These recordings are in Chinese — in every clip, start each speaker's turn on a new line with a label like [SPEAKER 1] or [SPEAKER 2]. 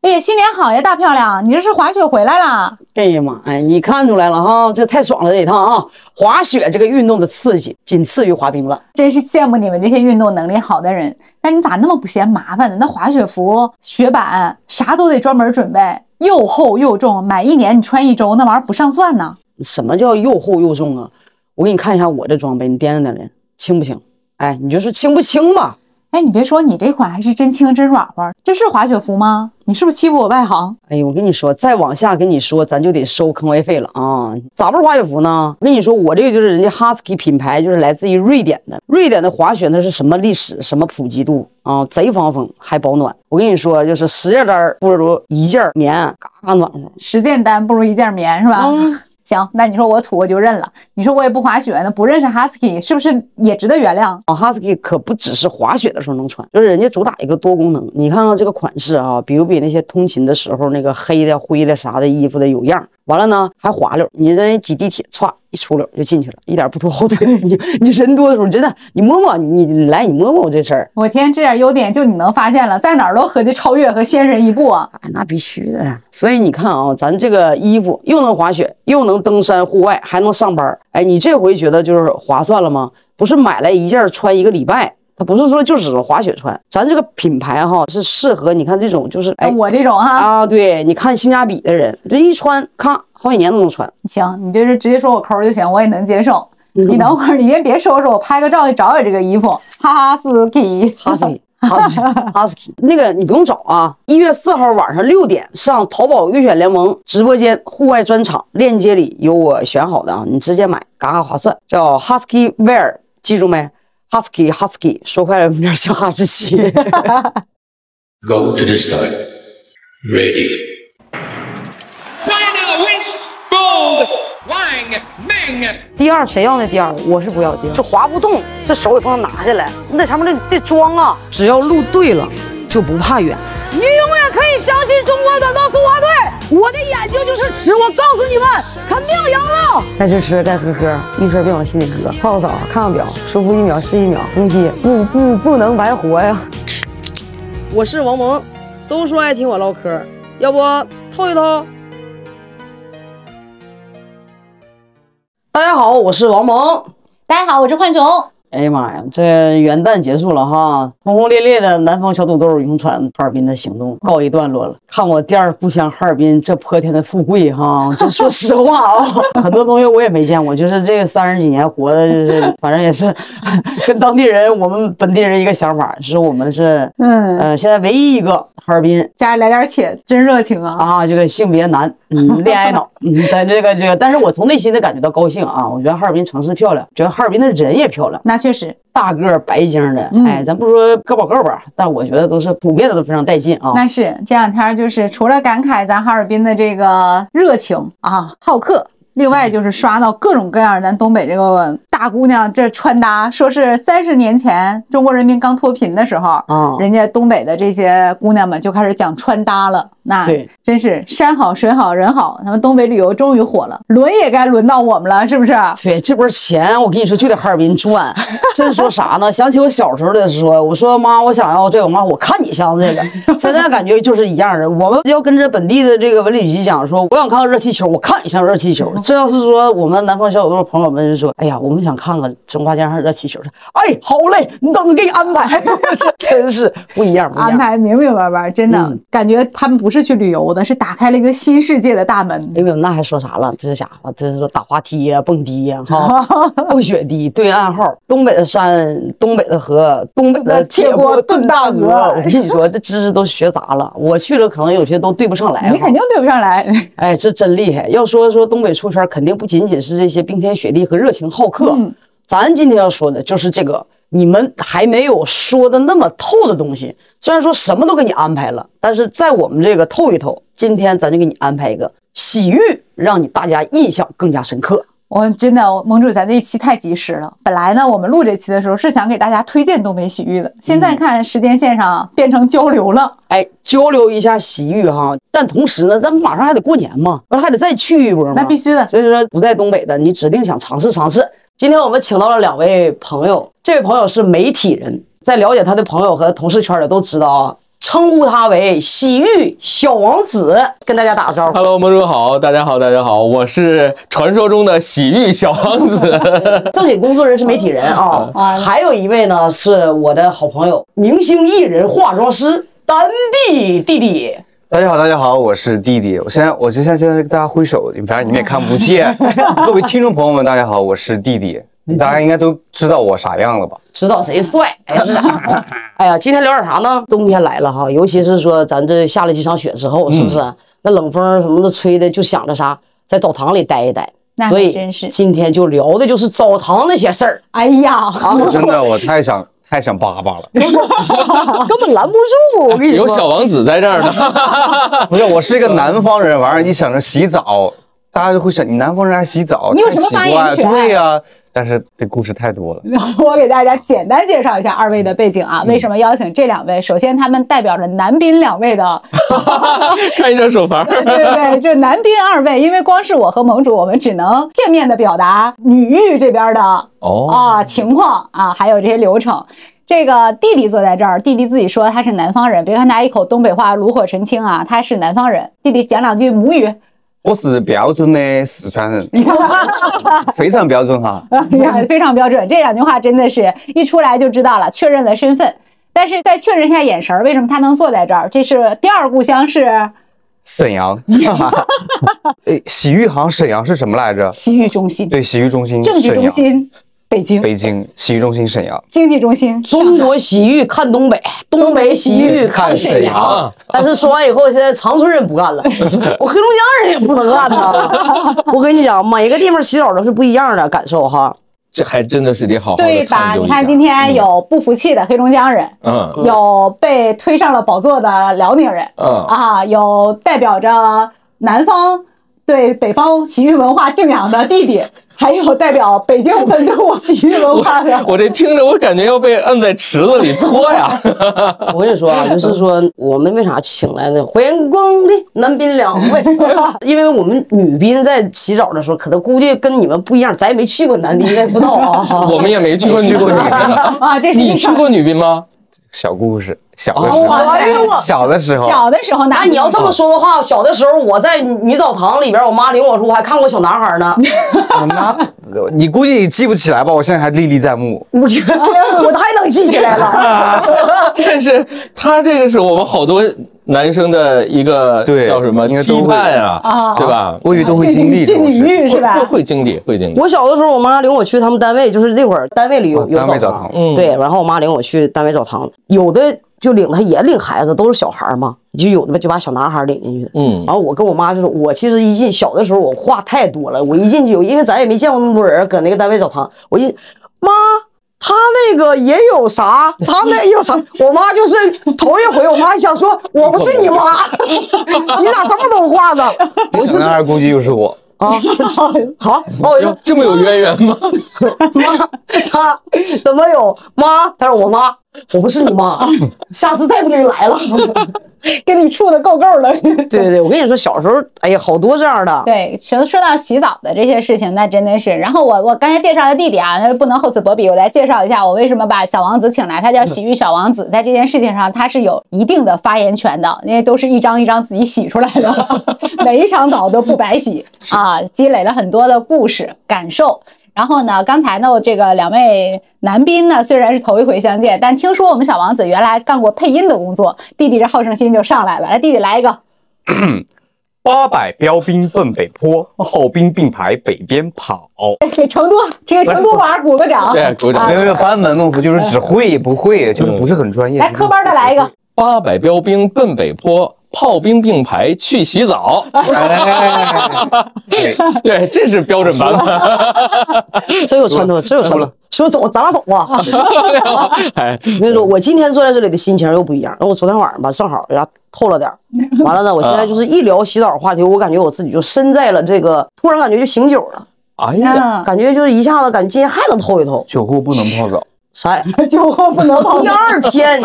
[SPEAKER 1] 哎呀，新年好呀，大漂亮！你这是滑雪回来了？
[SPEAKER 2] 哎呀妈呀，你看出来了哈，这太爽了这一趟啊！滑雪这个运动的刺激，仅次于滑冰了。
[SPEAKER 1] 真是羡慕你们这些运动能力好的人。那你咋那么不嫌麻烦呢？那滑雪服、雪板啥都得专门准备，又厚又重，买一年你穿一周，那玩意儿不上算呢。
[SPEAKER 2] 什么叫又厚又重啊？我给你看一下我这装备，你掂量掂量，轻不轻？哎，你就说轻不轻吧。
[SPEAKER 1] 哎，你别说，你这款还是真轻真软和，这是滑雪服吗？你是不是欺负我外行？
[SPEAKER 2] 哎呀，我跟你说，再往下跟你说，咱就得收坑位费了啊！咋不是滑雪服呢？我跟你说，我这个就是人家 Husky 品牌，就是来自于瑞典的。瑞典的滑雪那是什么历史、什么普及度啊？贼防风，还保暖。我跟你说，就是十件单儿不如一件棉，嘎嘎暖和。
[SPEAKER 1] 十件单不如一件棉，是吧？
[SPEAKER 2] 嗯
[SPEAKER 1] 行，那你说我土我就认了。你说我也不滑雪呢，不认识 Husky 是不是也值得原谅？
[SPEAKER 2] 啊，Husky 可不只是滑雪的时候能穿，就是人家主打一个多功能。你看看这个款式啊，比不比那些通勤的时候那个黑的、灰的啥的衣服的有样儿？完了呢，还滑溜儿，你这挤地铁，歘一出溜儿就进去了，一点儿不拖后腿。你你人多的时候，真的，你摸摸你你来，你摸摸我这身儿，
[SPEAKER 1] 我天，这点优点就你能发现了，在哪儿都合计超越和先人一步啊！
[SPEAKER 2] 哎，那必须的。所以你看啊，咱这个衣服又能滑雪，又能登山户外，还能上班儿。哎，你这回觉得就是划算了吗？不是买来一件儿穿一个礼拜，它不是说就只是滑雪穿。咱这个品牌哈是适合你看这种就是哎
[SPEAKER 1] 我这种哈，
[SPEAKER 2] 啊，对，你看性价比的人，这一穿，咔，好几年都能穿。
[SPEAKER 1] 行，你就是直接说我抠儿就行，我也能接受。你等会儿，你先别收拾，我拍个照去找找这个衣服。哈哈，Husky，
[SPEAKER 2] Husky。Husky Husky，那个你不用找啊！一月四号晚上六点上淘宝悦选联盟直播间户外专场，链接里有我选好的啊，你直接买，嘎嘎划算。叫 Husky Wear，记住没？Husky Husky，说快了有点像哈士奇。
[SPEAKER 3] Go to the start. Ready.
[SPEAKER 4] China wins gold. Wang Meng
[SPEAKER 5] 第二谁要那第二？我是不要第二。
[SPEAKER 2] 这滑不动，这手也不能拿下来，你在上面得得装啊！
[SPEAKER 5] 只要路对了，就不怕远。你永远可以相信中国短道速滑队，我的眼睛就是尺，我告诉你们，肯定赢了。该吃吃，该喝喝，一分别往心里搁。泡个澡，看看表，舒服一秒是一秒。红旗不不不能白活呀！
[SPEAKER 2] 我是王蒙，都说爱听我唠嗑，要不透一透？大家好，我是王蒙。
[SPEAKER 1] 大家好，我是浣熊。
[SPEAKER 2] 哎呀妈呀，这元旦结束了哈，轰轰烈烈的南方小土豆勇闯哈尔滨的行动告一段落了。看我第二故乡哈尔滨这泼天的富贵哈，就说实话啊、 很多东西我也没见过，就是这三十几年活的，就是反正也是跟当地人我们本地人一个想法，是我们是
[SPEAKER 1] 嗯，
[SPEAKER 2] 呃现在唯一一个哈尔滨
[SPEAKER 1] 家里来点且，真热情啊！
[SPEAKER 2] 啊，这个性别男，嗯，恋爱脑，嗯，咱这个这个，但是我从内心的感觉到高兴啊，我觉得哈尔滨城市漂亮，觉得哈尔滨的人也漂亮，
[SPEAKER 1] 那确实，
[SPEAKER 2] 大个儿白净的，
[SPEAKER 1] 嗯
[SPEAKER 2] 哎，咱不说个把个吧，但我觉得都是普遍的都非常带劲啊。
[SPEAKER 1] 那是这两天就是除了感慨咱哈尔滨的这个热情啊、好客，另外就是刷到各种各样咱东北这个大姑娘这穿搭，说是三十年前中国人民刚脱贫的时候，
[SPEAKER 2] 啊
[SPEAKER 1] 人家东北的这些姑娘们就开始讲穿搭了。那
[SPEAKER 2] 对
[SPEAKER 1] 真是山好水好人好，咱们东北旅游终于火了，轮也该轮到我们了，是不是？
[SPEAKER 2] 对，这波钱我跟你说就得哈尔滨赚。真说啥呢？想起我小时候的时候，我说妈，我想要这个，妈，我看你像这个。现在感觉就是一样的。我们要跟着本地的这个文旅局讲说，我想看看热气球，我看你像热气
[SPEAKER 1] 嗯
[SPEAKER 2] 球。这要是说我们南方小土豆朋友们说，哎呀，我们想看看蒸发江上热气球，哎，好嘞，你等着给你安排。 这真是不一样，不一
[SPEAKER 1] 安
[SPEAKER 2] 样。
[SPEAKER 1] 排明明白白，真的、
[SPEAKER 2] 嗯
[SPEAKER 1] 感觉他们不是去旅游的，是打开了一个新世界的大门。
[SPEAKER 2] 哎呦，那还说啥了？这家伙，这是说打滑梯呀、蹦迪呀、 哈，蹦雪地、对暗号，东北的山、东北的河、东北的铁锅炖大鹅。我跟你说，这知识都学杂了。我去了，可能有些都对不上来。
[SPEAKER 1] 你肯定对不上来，
[SPEAKER 2] 哎，这真厉害！要说说东北出圈，肯定不仅仅是这些冰天雪地和热情好客。咱今天要说的就是这个，你们还没有说的那么透的东西。虽然说什么都给你安排了，但是在我们这个透一透，今天咱就给你安排一个洗浴，让你大家印象更加深刻。
[SPEAKER 1] 我真的盟主，咱这一期太及时了。本来呢，我们录这期的时候是想给大家推荐东北洗浴的，现在看时间线上啊变成交流了。
[SPEAKER 2] 哎，交流一下洗浴哈，但同时呢，咱们马上还得过年嘛，完了还得再去一波嘛。
[SPEAKER 1] 那必须的，
[SPEAKER 2] 所以说不在东北的，你指定想尝试尝试。今天我们请到了两位朋友，这位朋友是媒体人，在了解他的朋友和同事圈里都知道啊，称呼他为西域小王子，跟大家打个招呼。
[SPEAKER 6] Hello，魔主好，大家好，大家好，我是传说中的洗浴小王子。
[SPEAKER 2] 正经工作人是媒体人啊，
[SPEAKER 1] 啊
[SPEAKER 2] 还有一位呢是我的好朋友，明星艺人化妆师丹弟弟弟。
[SPEAKER 7] 大家好，大家好，我是弟弟。我现在，我就现在在跟大家挥手，反正你们也看不 见。各位听众朋友们，大家好，我是弟弟。大家应该都知道我啥样了吧？
[SPEAKER 2] 知道谁帅，哎呀，是啥？哎呀，今天聊点啥呢？冬天来了哈，尤其是说咱这下了几场雪之后，是不是？那冷风什么的吹的，就想着啥，在澡堂里待一待。
[SPEAKER 1] 那
[SPEAKER 2] 所
[SPEAKER 1] 还
[SPEAKER 2] 以
[SPEAKER 1] 真是
[SPEAKER 2] 今天就聊的就是澡堂那些事儿，
[SPEAKER 1] 哎呀，
[SPEAKER 6] 啊
[SPEAKER 7] 我真的，我太想太想叭 叭了。
[SPEAKER 2] 根本拦不住。我跟你 说，
[SPEAKER 6] 有小王子在这儿呢，
[SPEAKER 7] 不是，我是一个南方人，完事儿一想着洗澡，大家就会想你南方人还洗澡，
[SPEAKER 1] 你有
[SPEAKER 7] 太
[SPEAKER 1] 什么
[SPEAKER 7] 奇
[SPEAKER 1] 发言
[SPEAKER 7] 怪
[SPEAKER 1] 权
[SPEAKER 7] 对呀、但是这故事太多了。
[SPEAKER 1] 我给大家简单介绍一下二位的背景啊，为什么邀请这两位？首先，他们代表着男宾两位的，
[SPEAKER 6] 看一下手牌儿。
[SPEAKER 1] 对对对，就男宾二位，因为光是我和盟主，我们只能片面的表达女浴这边的
[SPEAKER 6] 哦，
[SPEAKER 1] 啊情况啊，还有这些流程。这个弟弟坐在这儿，弟弟自己说他是南方人，别看他一口东北话炉火纯青啊，他是南方人。弟弟讲两句母语，
[SPEAKER 7] 我是标准的四川 人， 非常标准哈。
[SPEAKER 1] 哎呀，非常标准。这两句话真的是一出来就知道了，确认了身份。但是再确认一下眼神儿，为什么他能坐在这儿？这是第二故乡是
[SPEAKER 7] 沈阳，哎，洗浴好像沈阳是什么来着？
[SPEAKER 1] 洗浴中心、
[SPEAKER 7] 对，洗浴中心，
[SPEAKER 1] 政治中
[SPEAKER 7] 沈阳，
[SPEAKER 1] 心、北京、
[SPEAKER 7] 北京洗浴中心沈阳。
[SPEAKER 1] 经济中心。
[SPEAKER 2] 中国洗浴看东北，东北洗浴看沈阳
[SPEAKER 6] 阳。
[SPEAKER 2] 但是说完以后，现在长春人不干了，我黑龙江人也不能干呐。我跟你讲，每个地方洗澡都是不一样的感受哈。
[SPEAKER 6] 这还真的是得好好
[SPEAKER 1] 对
[SPEAKER 6] 的
[SPEAKER 1] 吧？
[SPEAKER 6] 探究
[SPEAKER 1] 你
[SPEAKER 6] 一下
[SPEAKER 1] 看，今天有不服气的黑龙江人，
[SPEAKER 6] 嗯嗯
[SPEAKER 1] 有被推上了宝座的辽宁人，
[SPEAKER 6] 嗯
[SPEAKER 1] 啊，有代表着南方对北方洗浴文化敬仰的弟弟，还有代表北京本土洗浴文化的
[SPEAKER 6] 我这听着，我感觉要被摁在池子里啊搓呀！
[SPEAKER 2] 我跟你说啊，就是说我们为啥请来呢？欢迎光临男宾两位，因为我们女宾在洗澡的时候，可能估计跟你们不一样，咱也没去过男宾，应该不知道啊。
[SPEAKER 6] 我们也没去过女宾，
[SPEAKER 1] 哦 啊，这是一
[SPEAKER 6] 你去
[SPEAKER 1] 场
[SPEAKER 6] 过女宾吗？
[SPEAKER 7] 小故事，小的时候，
[SPEAKER 6] 哦
[SPEAKER 1] 哇塞
[SPEAKER 7] 小的时候，
[SPEAKER 1] 小的时候，那
[SPEAKER 2] 哎那你要这么说的话，小的时候我在女澡堂里边，我妈领我时候，我还看过小男孩呢。
[SPEAKER 7] 那呃你估计也记不起来吧？我现在还历历在目。
[SPEAKER 1] 嗯
[SPEAKER 2] 我觉得我太能记起来了。
[SPEAKER 6] 但是他这个是我们好多男生的一个
[SPEAKER 7] 对
[SPEAKER 6] 叫什么
[SPEAKER 7] 应该都
[SPEAKER 6] 羁
[SPEAKER 7] 会
[SPEAKER 6] 绊啊
[SPEAKER 1] 啊，
[SPEAKER 6] 对吧？
[SPEAKER 7] 我以为都会经历这
[SPEAKER 1] 进
[SPEAKER 7] 种
[SPEAKER 1] 女
[SPEAKER 7] 事。
[SPEAKER 1] 浴是吧
[SPEAKER 6] 会？会经历，会经历。
[SPEAKER 2] 我小的时候，我妈领我去他们单位，就是那会儿单位里有
[SPEAKER 7] 啊
[SPEAKER 2] 有
[SPEAKER 7] 单位
[SPEAKER 2] 澡
[SPEAKER 7] 澡
[SPEAKER 2] 堂
[SPEAKER 7] 堂，
[SPEAKER 6] 嗯
[SPEAKER 2] 对，然后我妈领我去单位澡堂，有的就领她也领孩子，都是小孩儿嘛，就有的就把小男孩儿领进去。
[SPEAKER 6] 嗯
[SPEAKER 2] 然后我跟我妈就说，我其实一进小的时候我话太多了，我一进去有，因为咱也没见过那么多人，搁那个单位澡堂，我一妈。他那个也有啥？他那也有啥？我妈就是头一回，我妈想说，我不是你妈， 你咋这么多话呢？
[SPEAKER 7] 我小男孩估计就是我。
[SPEAKER 2] 啊， 好，哦那我就
[SPEAKER 6] 哟这么有渊源吗？
[SPEAKER 2] 妈，他怎么有妈？他说我妈，我不是你妈，啊下次再不给你来 了。
[SPEAKER 1] 跟你处的够够了。
[SPEAKER 2] 对对对，我跟你说，小时候，哎呀，好多这样的。
[SPEAKER 1] 对，说说到洗澡的这些事情，那真的是。然后我我刚才介绍的弟弟啊，那不能厚此薄彼，我来介绍一下我为什么把小王子请来，他叫洗浴小王子，在这件事情上他是有一定的发言权的，因为都是一张一张自己洗出来的， 每一场澡都不白洗啊，积累了很多的故事感受。然后呢，刚才呢，我这个两位男宾呢，虽然是头一回相见，但听说我们小王子原来干过配音的工作，弟弟这好胜心就上来了。来，弟弟来一个，
[SPEAKER 7] 八百标兵奔北坡，后兵并排北边跑。
[SPEAKER 1] 给成都这个成都娃儿鼓个掌。
[SPEAKER 6] 对，鼓掌
[SPEAKER 7] 没。有没有，班门弄斧就是只会不会，就是不是很专
[SPEAKER 1] 嗯
[SPEAKER 7] 业。
[SPEAKER 1] 来哎科班的来一个，
[SPEAKER 6] 八百标兵奔北坡，炮兵并排去洗澡。
[SPEAKER 7] 哎。对
[SPEAKER 6] 对，这是标准版
[SPEAKER 2] 真有传统，真有传统。说走，咱俩走
[SPEAKER 6] 嗯
[SPEAKER 2] 吧。
[SPEAKER 6] 本。哎，
[SPEAKER 2] 我跟你说，我今天坐在这里的心情又不一样。然后我昨天晚上吧，正好呀透了点儿，完了呢，我现在就是一聊洗澡话题，我感觉我自己就身在了这个，突然感觉就醒酒了，
[SPEAKER 6] 哎呀，
[SPEAKER 1] 嗯，
[SPEAKER 2] 感觉就是一下子感觉今天还能透一透。
[SPEAKER 7] 酒后不能泡澡，
[SPEAKER 2] 啥呀？
[SPEAKER 1] 酒后不能碰
[SPEAKER 2] 第。二天，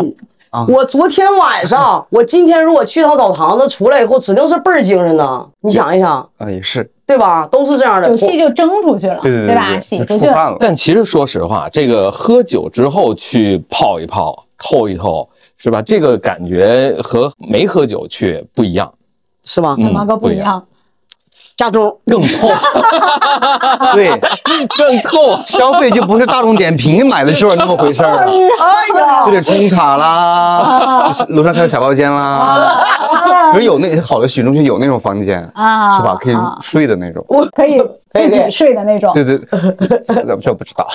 [SPEAKER 2] 我昨天晚上，我今天如果去趟澡堂子，出来以后指定是倍儿精神呐。你想一想，
[SPEAKER 7] 啊，也是，
[SPEAKER 2] 对吧？都是这样的。
[SPEAKER 1] 酒气就蒸出去了，
[SPEAKER 7] 对对
[SPEAKER 1] 吧？洗
[SPEAKER 7] 就
[SPEAKER 1] 出
[SPEAKER 7] 触
[SPEAKER 1] 去
[SPEAKER 7] 犯了。
[SPEAKER 6] 但其实说实话，这个喝酒之后去泡一泡、透一透，是吧？这个感觉和没喝酒去不一样，
[SPEAKER 2] 是吧？
[SPEAKER 1] 他妈
[SPEAKER 6] 嗯
[SPEAKER 1] 个不一
[SPEAKER 6] 样，
[SPEAKER 1] 样。
[SPEAKER 2] 加钟，
[SPEAKER 6] 更透，
[SPEAKER 7] 对，
[SPEAKER 6] 更透。
[SPEAKER 7] 消费就不是大众点评买的就是那么回事儿了，
[SPEAKER 1] 哎呀
[SPEAKER 7] 就，得充卡啦， 楼上还有小包间啦，可是有那好的许中区有那种房间，
[SPEAKER 1] 啊
[SPEAKER 7] 是吧？可以睡的那种。
[SPEAKER 1] 可以自己睡的那种，
[SPEAKER 7] 对对， 这这不知道。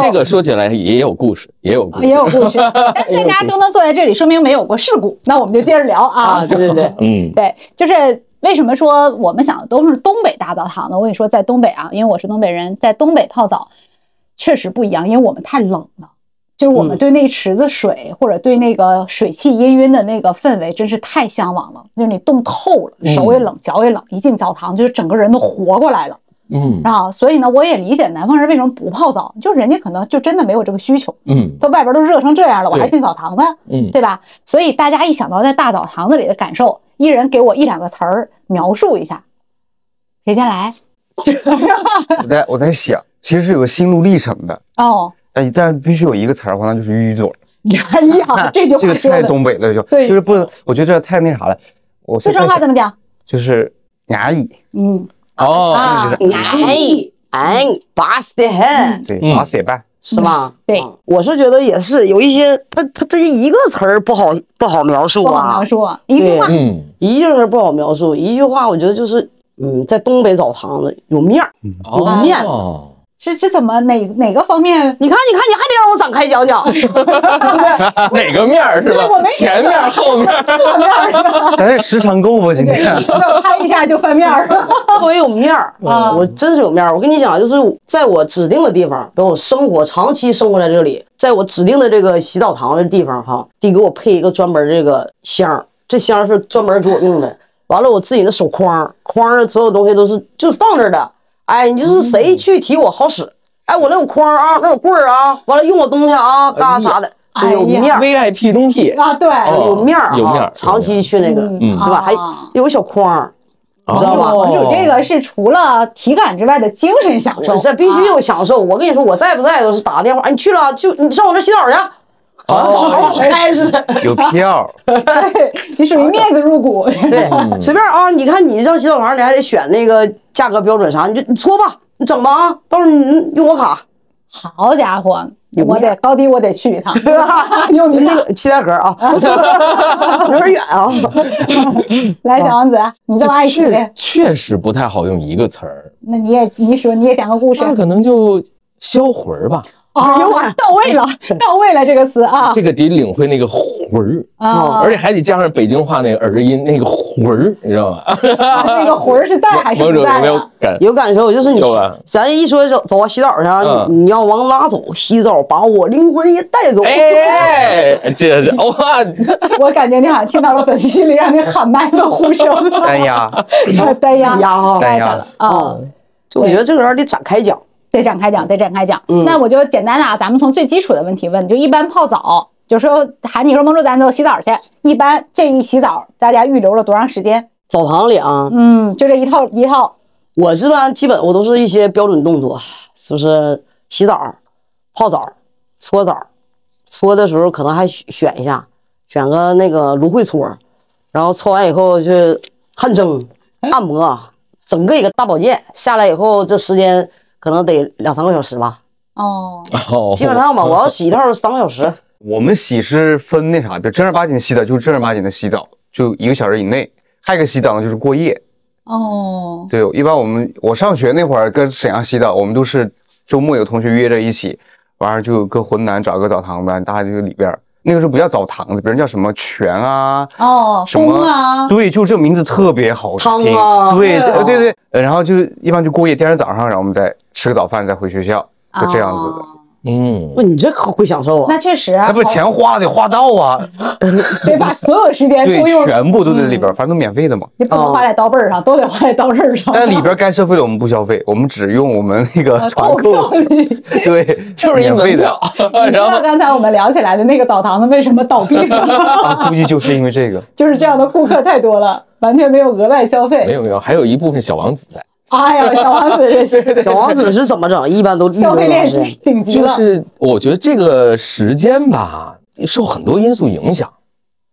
[SPEAKER 6] 这个说起来也有故事，也有故
[SPEAKER 1] 也
[SPEAKER 6] 事。
[SPEAKER 1] 有故事。但大家都能坐在这里，说明没有过事故。那我们就接着聊啊
[SPEAKER 2] 啊，对对对，
[SPEAKER 6] 嗯，
[SPEAKER 1] 对，就是为什么说我们想的都是东北大澡堂呢？我跟你说，在东北啊，因为我是东北人，在东北泡澡确实不一样，因为我们太冷了。就是我们对那池子水、或者对那个水汽氤氲的那个氛围，真是太向往了。就是你冻透了，手也冷，脚也冷，一进澡堂就是整个人都活过来了。
[SPEAKER 6] 嗯
[SPEAKER 1] 啊，所以呢，我也理解南方人为什么不泡澡，就人家可能就真的没有这个需求。
[SPEAKER 6] 嗯
[SPEAKER 1] 都外边都热成这样了，我还
[SPEAKER 6] 对
[SPEAKER 1] 进澡堂子，
[SPEAKER 6] 嗯
[SPEAKER 1] 对吧？所以大家一想到在大澡堂子里的感受，一人给我一两个词儿描述一下。谁先来？
[SPEAKER 7] 我在我在想，其实是有个心路历程的，
[SPEAKER 1] 哦，
[SPEAKER 7] 但但是必须有一个词儿的话，那就是 淤嘴儿。
[SPEAKER 1] 哎呀，这句
[SPEAKER 7] 这
[SPEAKER 1] 话
[SPEAKER 7] 个
[SPEAKER 1] 说
[SPEAKER 7] 太
[SPEAKER 1] 的，
[SPEAKER 7] 东北了，就
[SPEAKER 1] 对
[SPEAKER 7] 就是不能，我觉得这太那啥了。我
[SPEAKER 1] 四川话怎么讲？
[SPEAKER 7] 就是牙医，
[SPEAKER 1] 嗯
[SPEAKER 6] 哦，
[SPEAKER 1] 啊，
[SPEAKER 2] 哎哎，巴适的很，
[SPEAKER 7] 对，
[SPEAKER 6] 嗯
[SPEAKER 7] 打血办。
[SPEAKER 2] 是吧？
[SPEAKER 1] 对
[SPEAKER 2] 嗯，我是觉得也是有一些，他他这一个词儿不好不好描述
[SPEAKER 1] 不好
[SPEAKER 2] 啊
[SPEAKER 1] 描，述，一句话，
[SPEAKER 6] 嗯
[SPEAKER 2] 一个词儿不好描述，一句话我觉得就是，嗯，在东北澡堂子有面儿。
[SPEAKER 6] 哦，
[SPEAKER 2] 面
[SPEAKER 1] 是是怎么哪哪个方面？
[SPEAKER 2] 你看，你看，你还得让我展开讲讲，
[SPEAKER 6] 哪个面儿是吧
[SPEAKER 1] 我没？
[SPEAKER 6] 前面儿后面儿，
[SPEAKER 1] 侧面儿，
[SPEAKER 7] 咱这时长够不？今天
[SPEAKER 1] 拍一下就翻面儿了。
[SPEAKER 2] 特别有面儿
[SPEAKER 6] 嗯
[SPEAKER 1] 啊
[SPEAKER 2] 我真是有面儿。我跟你讲，就是在我指定的地方，比如我生活长期生活在这里，在我指定的这个洗澡堂的地方哈，得给我配一个专门这个箱儿，这箱儿是专门给我用的。完了，我自己的手筐儿，筐儿所有东西都是就放这儿的。哎，你就是
[SPEAKER 6] 嗯
[SPEAKER 2] 谁去提我好使。哎，我那有筐儿啊，那有棍儿啊，完了用我东西
[SPEAKER 6] 哎
[SPEAKER 2] 啊，嘎啥的，就有面儿。
[SPEAKER 6] ，VIP 中 P
[SPEAKER 1] 啊，对，
[SPEAKER 6] 哦
[SPEAKER 2] 有面儿啊，
[SPEAKER 6] 有面儿
[SPEAKER 2] 长期去那个、
[SPEAKER 1] 嗯
[SPEAKER 2] 是吧？还
[SPEAKER 1] 啊
[SPEAKER 2] 有个小筐儿，你知道
[SPEAKER 6] 哦
[SPEAKER 2] 吧
[SPEAKER 1] 馆主这个是除了体感之外的精神享受，啊
[SPEAKER 2] 我这必须有享受。我跟你说，我在不在都是打个电话，哎，你去了就你上我这洗澡去，啊好
[SPEAKER 6] 哦
[SPEAKER 2] 哎像找着我回来似的。
[SPEAKER 7] 有票，
[SPEAKER 1] 你属于面子入股。
[SPEAKER 2] 啊对，随便啊，你看你上洗澡房，你还得选那个价格标准啥，你就你搓吧，你整吧啊，到时候你用我卡，
[SPEAKER 1] 好家伙，
[SPEAKER 2] 有
[SPEAKER 1] 我
[SPEAKER 2] 面
[SPEAKER 1] 得高低我得去一趟， 用
[SPEAKER 2] 就
[SPEAKER 1] 你
[SPEAKER 2] 那
[SPEAKER 1] 的
[SPEAKER 2] 个七台河啊， 有点远啊。
[SPEAKER 1] 来，小王子，你这么爱去，
[SPEAKER 6] 确确实不太好用一个词儿，
[SPEAKER 1] 那你也你说你也讲个故事
[SPEAKER 6] 那可能就销魂儿吧，
[SPEAKER 1] 啊，到位了，到位了这个词啊
[SPEAKER 6] 这个得领会那个魂儿。
[SPEAKER 1] 啊，
[SPEAKER 6] 而且还得加上北京话那个儿音，那个魂儿，你知道吧？
[SPEAKER 1] 啊那个魂儿是在还是
[SPEAKER 6] 王者
[SPEAKER 1] 不
[SPEAKER 6] 有
[SPEAKER 1] 在
[SPEAKER 6] 没有
[SPEAKER 1] 的？
[SPEAKER 6] 感？
[SPEAKER 2] 有感受，就是你
[SPEAKER 6] 有啊嗯
[SPEAKER 2] 咱一说走走啊洗澡去啊，你你要往哪走？洗澡把我灵魂也带走。
[SPEAKER 6] 哎，这是哇，
[SPEAKER 1] 我感觉你好像听到了粉丝心里让你喊麦的呼声。
[SPEAKER 7] 单压，
[SPEAKER 1] 单呀
[SPEAKER 6] 哎
[SPEAKER 2] 单压啊
[SPEAKER 1] 带上
[SPEAKER 7] 单压
[SPEAKER 1] 了啊，
[SPEAKER 2] 就我觉得这个玩意儿得展开讲。
[SPEAKER 1] 得展开讲，得展开讲。
[SPEAKER 2] 嗯
[SPEAKER 1] 那我就简单的啊，咱们从最基础的问题问，就一般泡澡，就说喊你说蒙住咱就洗澡去，一般这一洗澡大家预留了多长时间？
[SPEAKER 2] 澡堂里啊，
[SPEAKER 1] 嗯，就这一套一套
[SPEAKER 2] 我这边基本我都是一些标准动作，就是洗澡、泡澡、搓澡。搓的时候可能还选选一下，选个那个芦荟搓，然后搓完以后去汗蒸、按摩，整个一个大保健下来以后，这时间可能得两三个小时吧，
[SPEAKER 1] 哦。
[SPEAKER 6] 哦
[SPEAKER 2] 基本上吧，我要洗一趟三个小时。
[SPEAKER 7] 我们洗是分那啥，比如正儿八经洗澡就是正儿八经的洗澡，就一个小时以内。还有一个洗澡呢，就是过夜。
[SPEAKER 1] 哦，
[SPEAKER 7] 对，一般我们我上学那会儿跟沈阳洗澡，我们都是周末有同学约着一起，完了就搁浑南找个澡堂子，大家就里边儿那个时候不叫澡堂子，别人叫什么泉啊，
[SPEAKER 1] 哦，
[SPEAKER 7] 什么
[SPEAKER 1] 风啊，
[SPEAKER 7] 对，就这名字特别好
[SPEAKER 2] 汤
[SPEAKER 7] 听。
[SPEAKER 2] 啊
[SPEAKER 7] 对
[SPEAKER 2] 对啊
[SPEAKER 7] 对对对，然后就一般就过夜，第二天早上，然后我们再吃个早饭，再回学校，就这样子的。
[SPEAKER 1] 哦
[SPEAKER 6] 嗯，
[SPEAKER 2] 不，你这可会享受啊
[SPEAKER 1] 那！确实，
[SPEAKER 7] 那不
[SPEAKER 1] 好
[SPEAKER 7] 钱花得花到啊，
[SPEAKER 1] 得把所有时间
[SPEAKER 7] 对
[SPEAKER 1] 都用，，
[SPEAKER 7] 全部都在里边儿，反正都免费的嘛。
[SPEAKER 1] 你不能花在刀背儿上，都得花在刀刃儿上。
[SPEAKER 7] 但里边儿该消费的我们不消费，我们只用我们那
[SPEAKER 1] 啊
[SPEAKER 7] 个团购，对，
[SPEAKER 6] 就是一
[SPEAKER 7] 免
[SPEAKER 6] 门
[SPEAKER 7] 费的
[SPEAKER 6] 票，
[SPEAKER 1] 你知
[SPEAKER 6] 然
[SPEAKER 1] 道
[SPEAKER 6] 后
[SPEAKER 1] 刚才我们聊起来的那个澡堂子为什么倒闭 了？
[SPEAKER 7] 啊，估计就是因为这个。
[SPEAKER 1] 就是这样的顾客太多了，完全没有额外消
[SPEAKER 6] 没
[SPEAKER 1] 费。
[SPEAKER 6] 有没有，还有一部分小王子在，
[SPEAKER 1] 哎呀，小王 子这是
[SPEAKER 2] 小王子是怎么整？一般都
[SPEAKER 1] 消费链是顶级
[SPEAKER 6] 就
[SPEAKER 1] 了。
[SPEAKER 6] 是我觉得这个时间吧，受很多因素影响，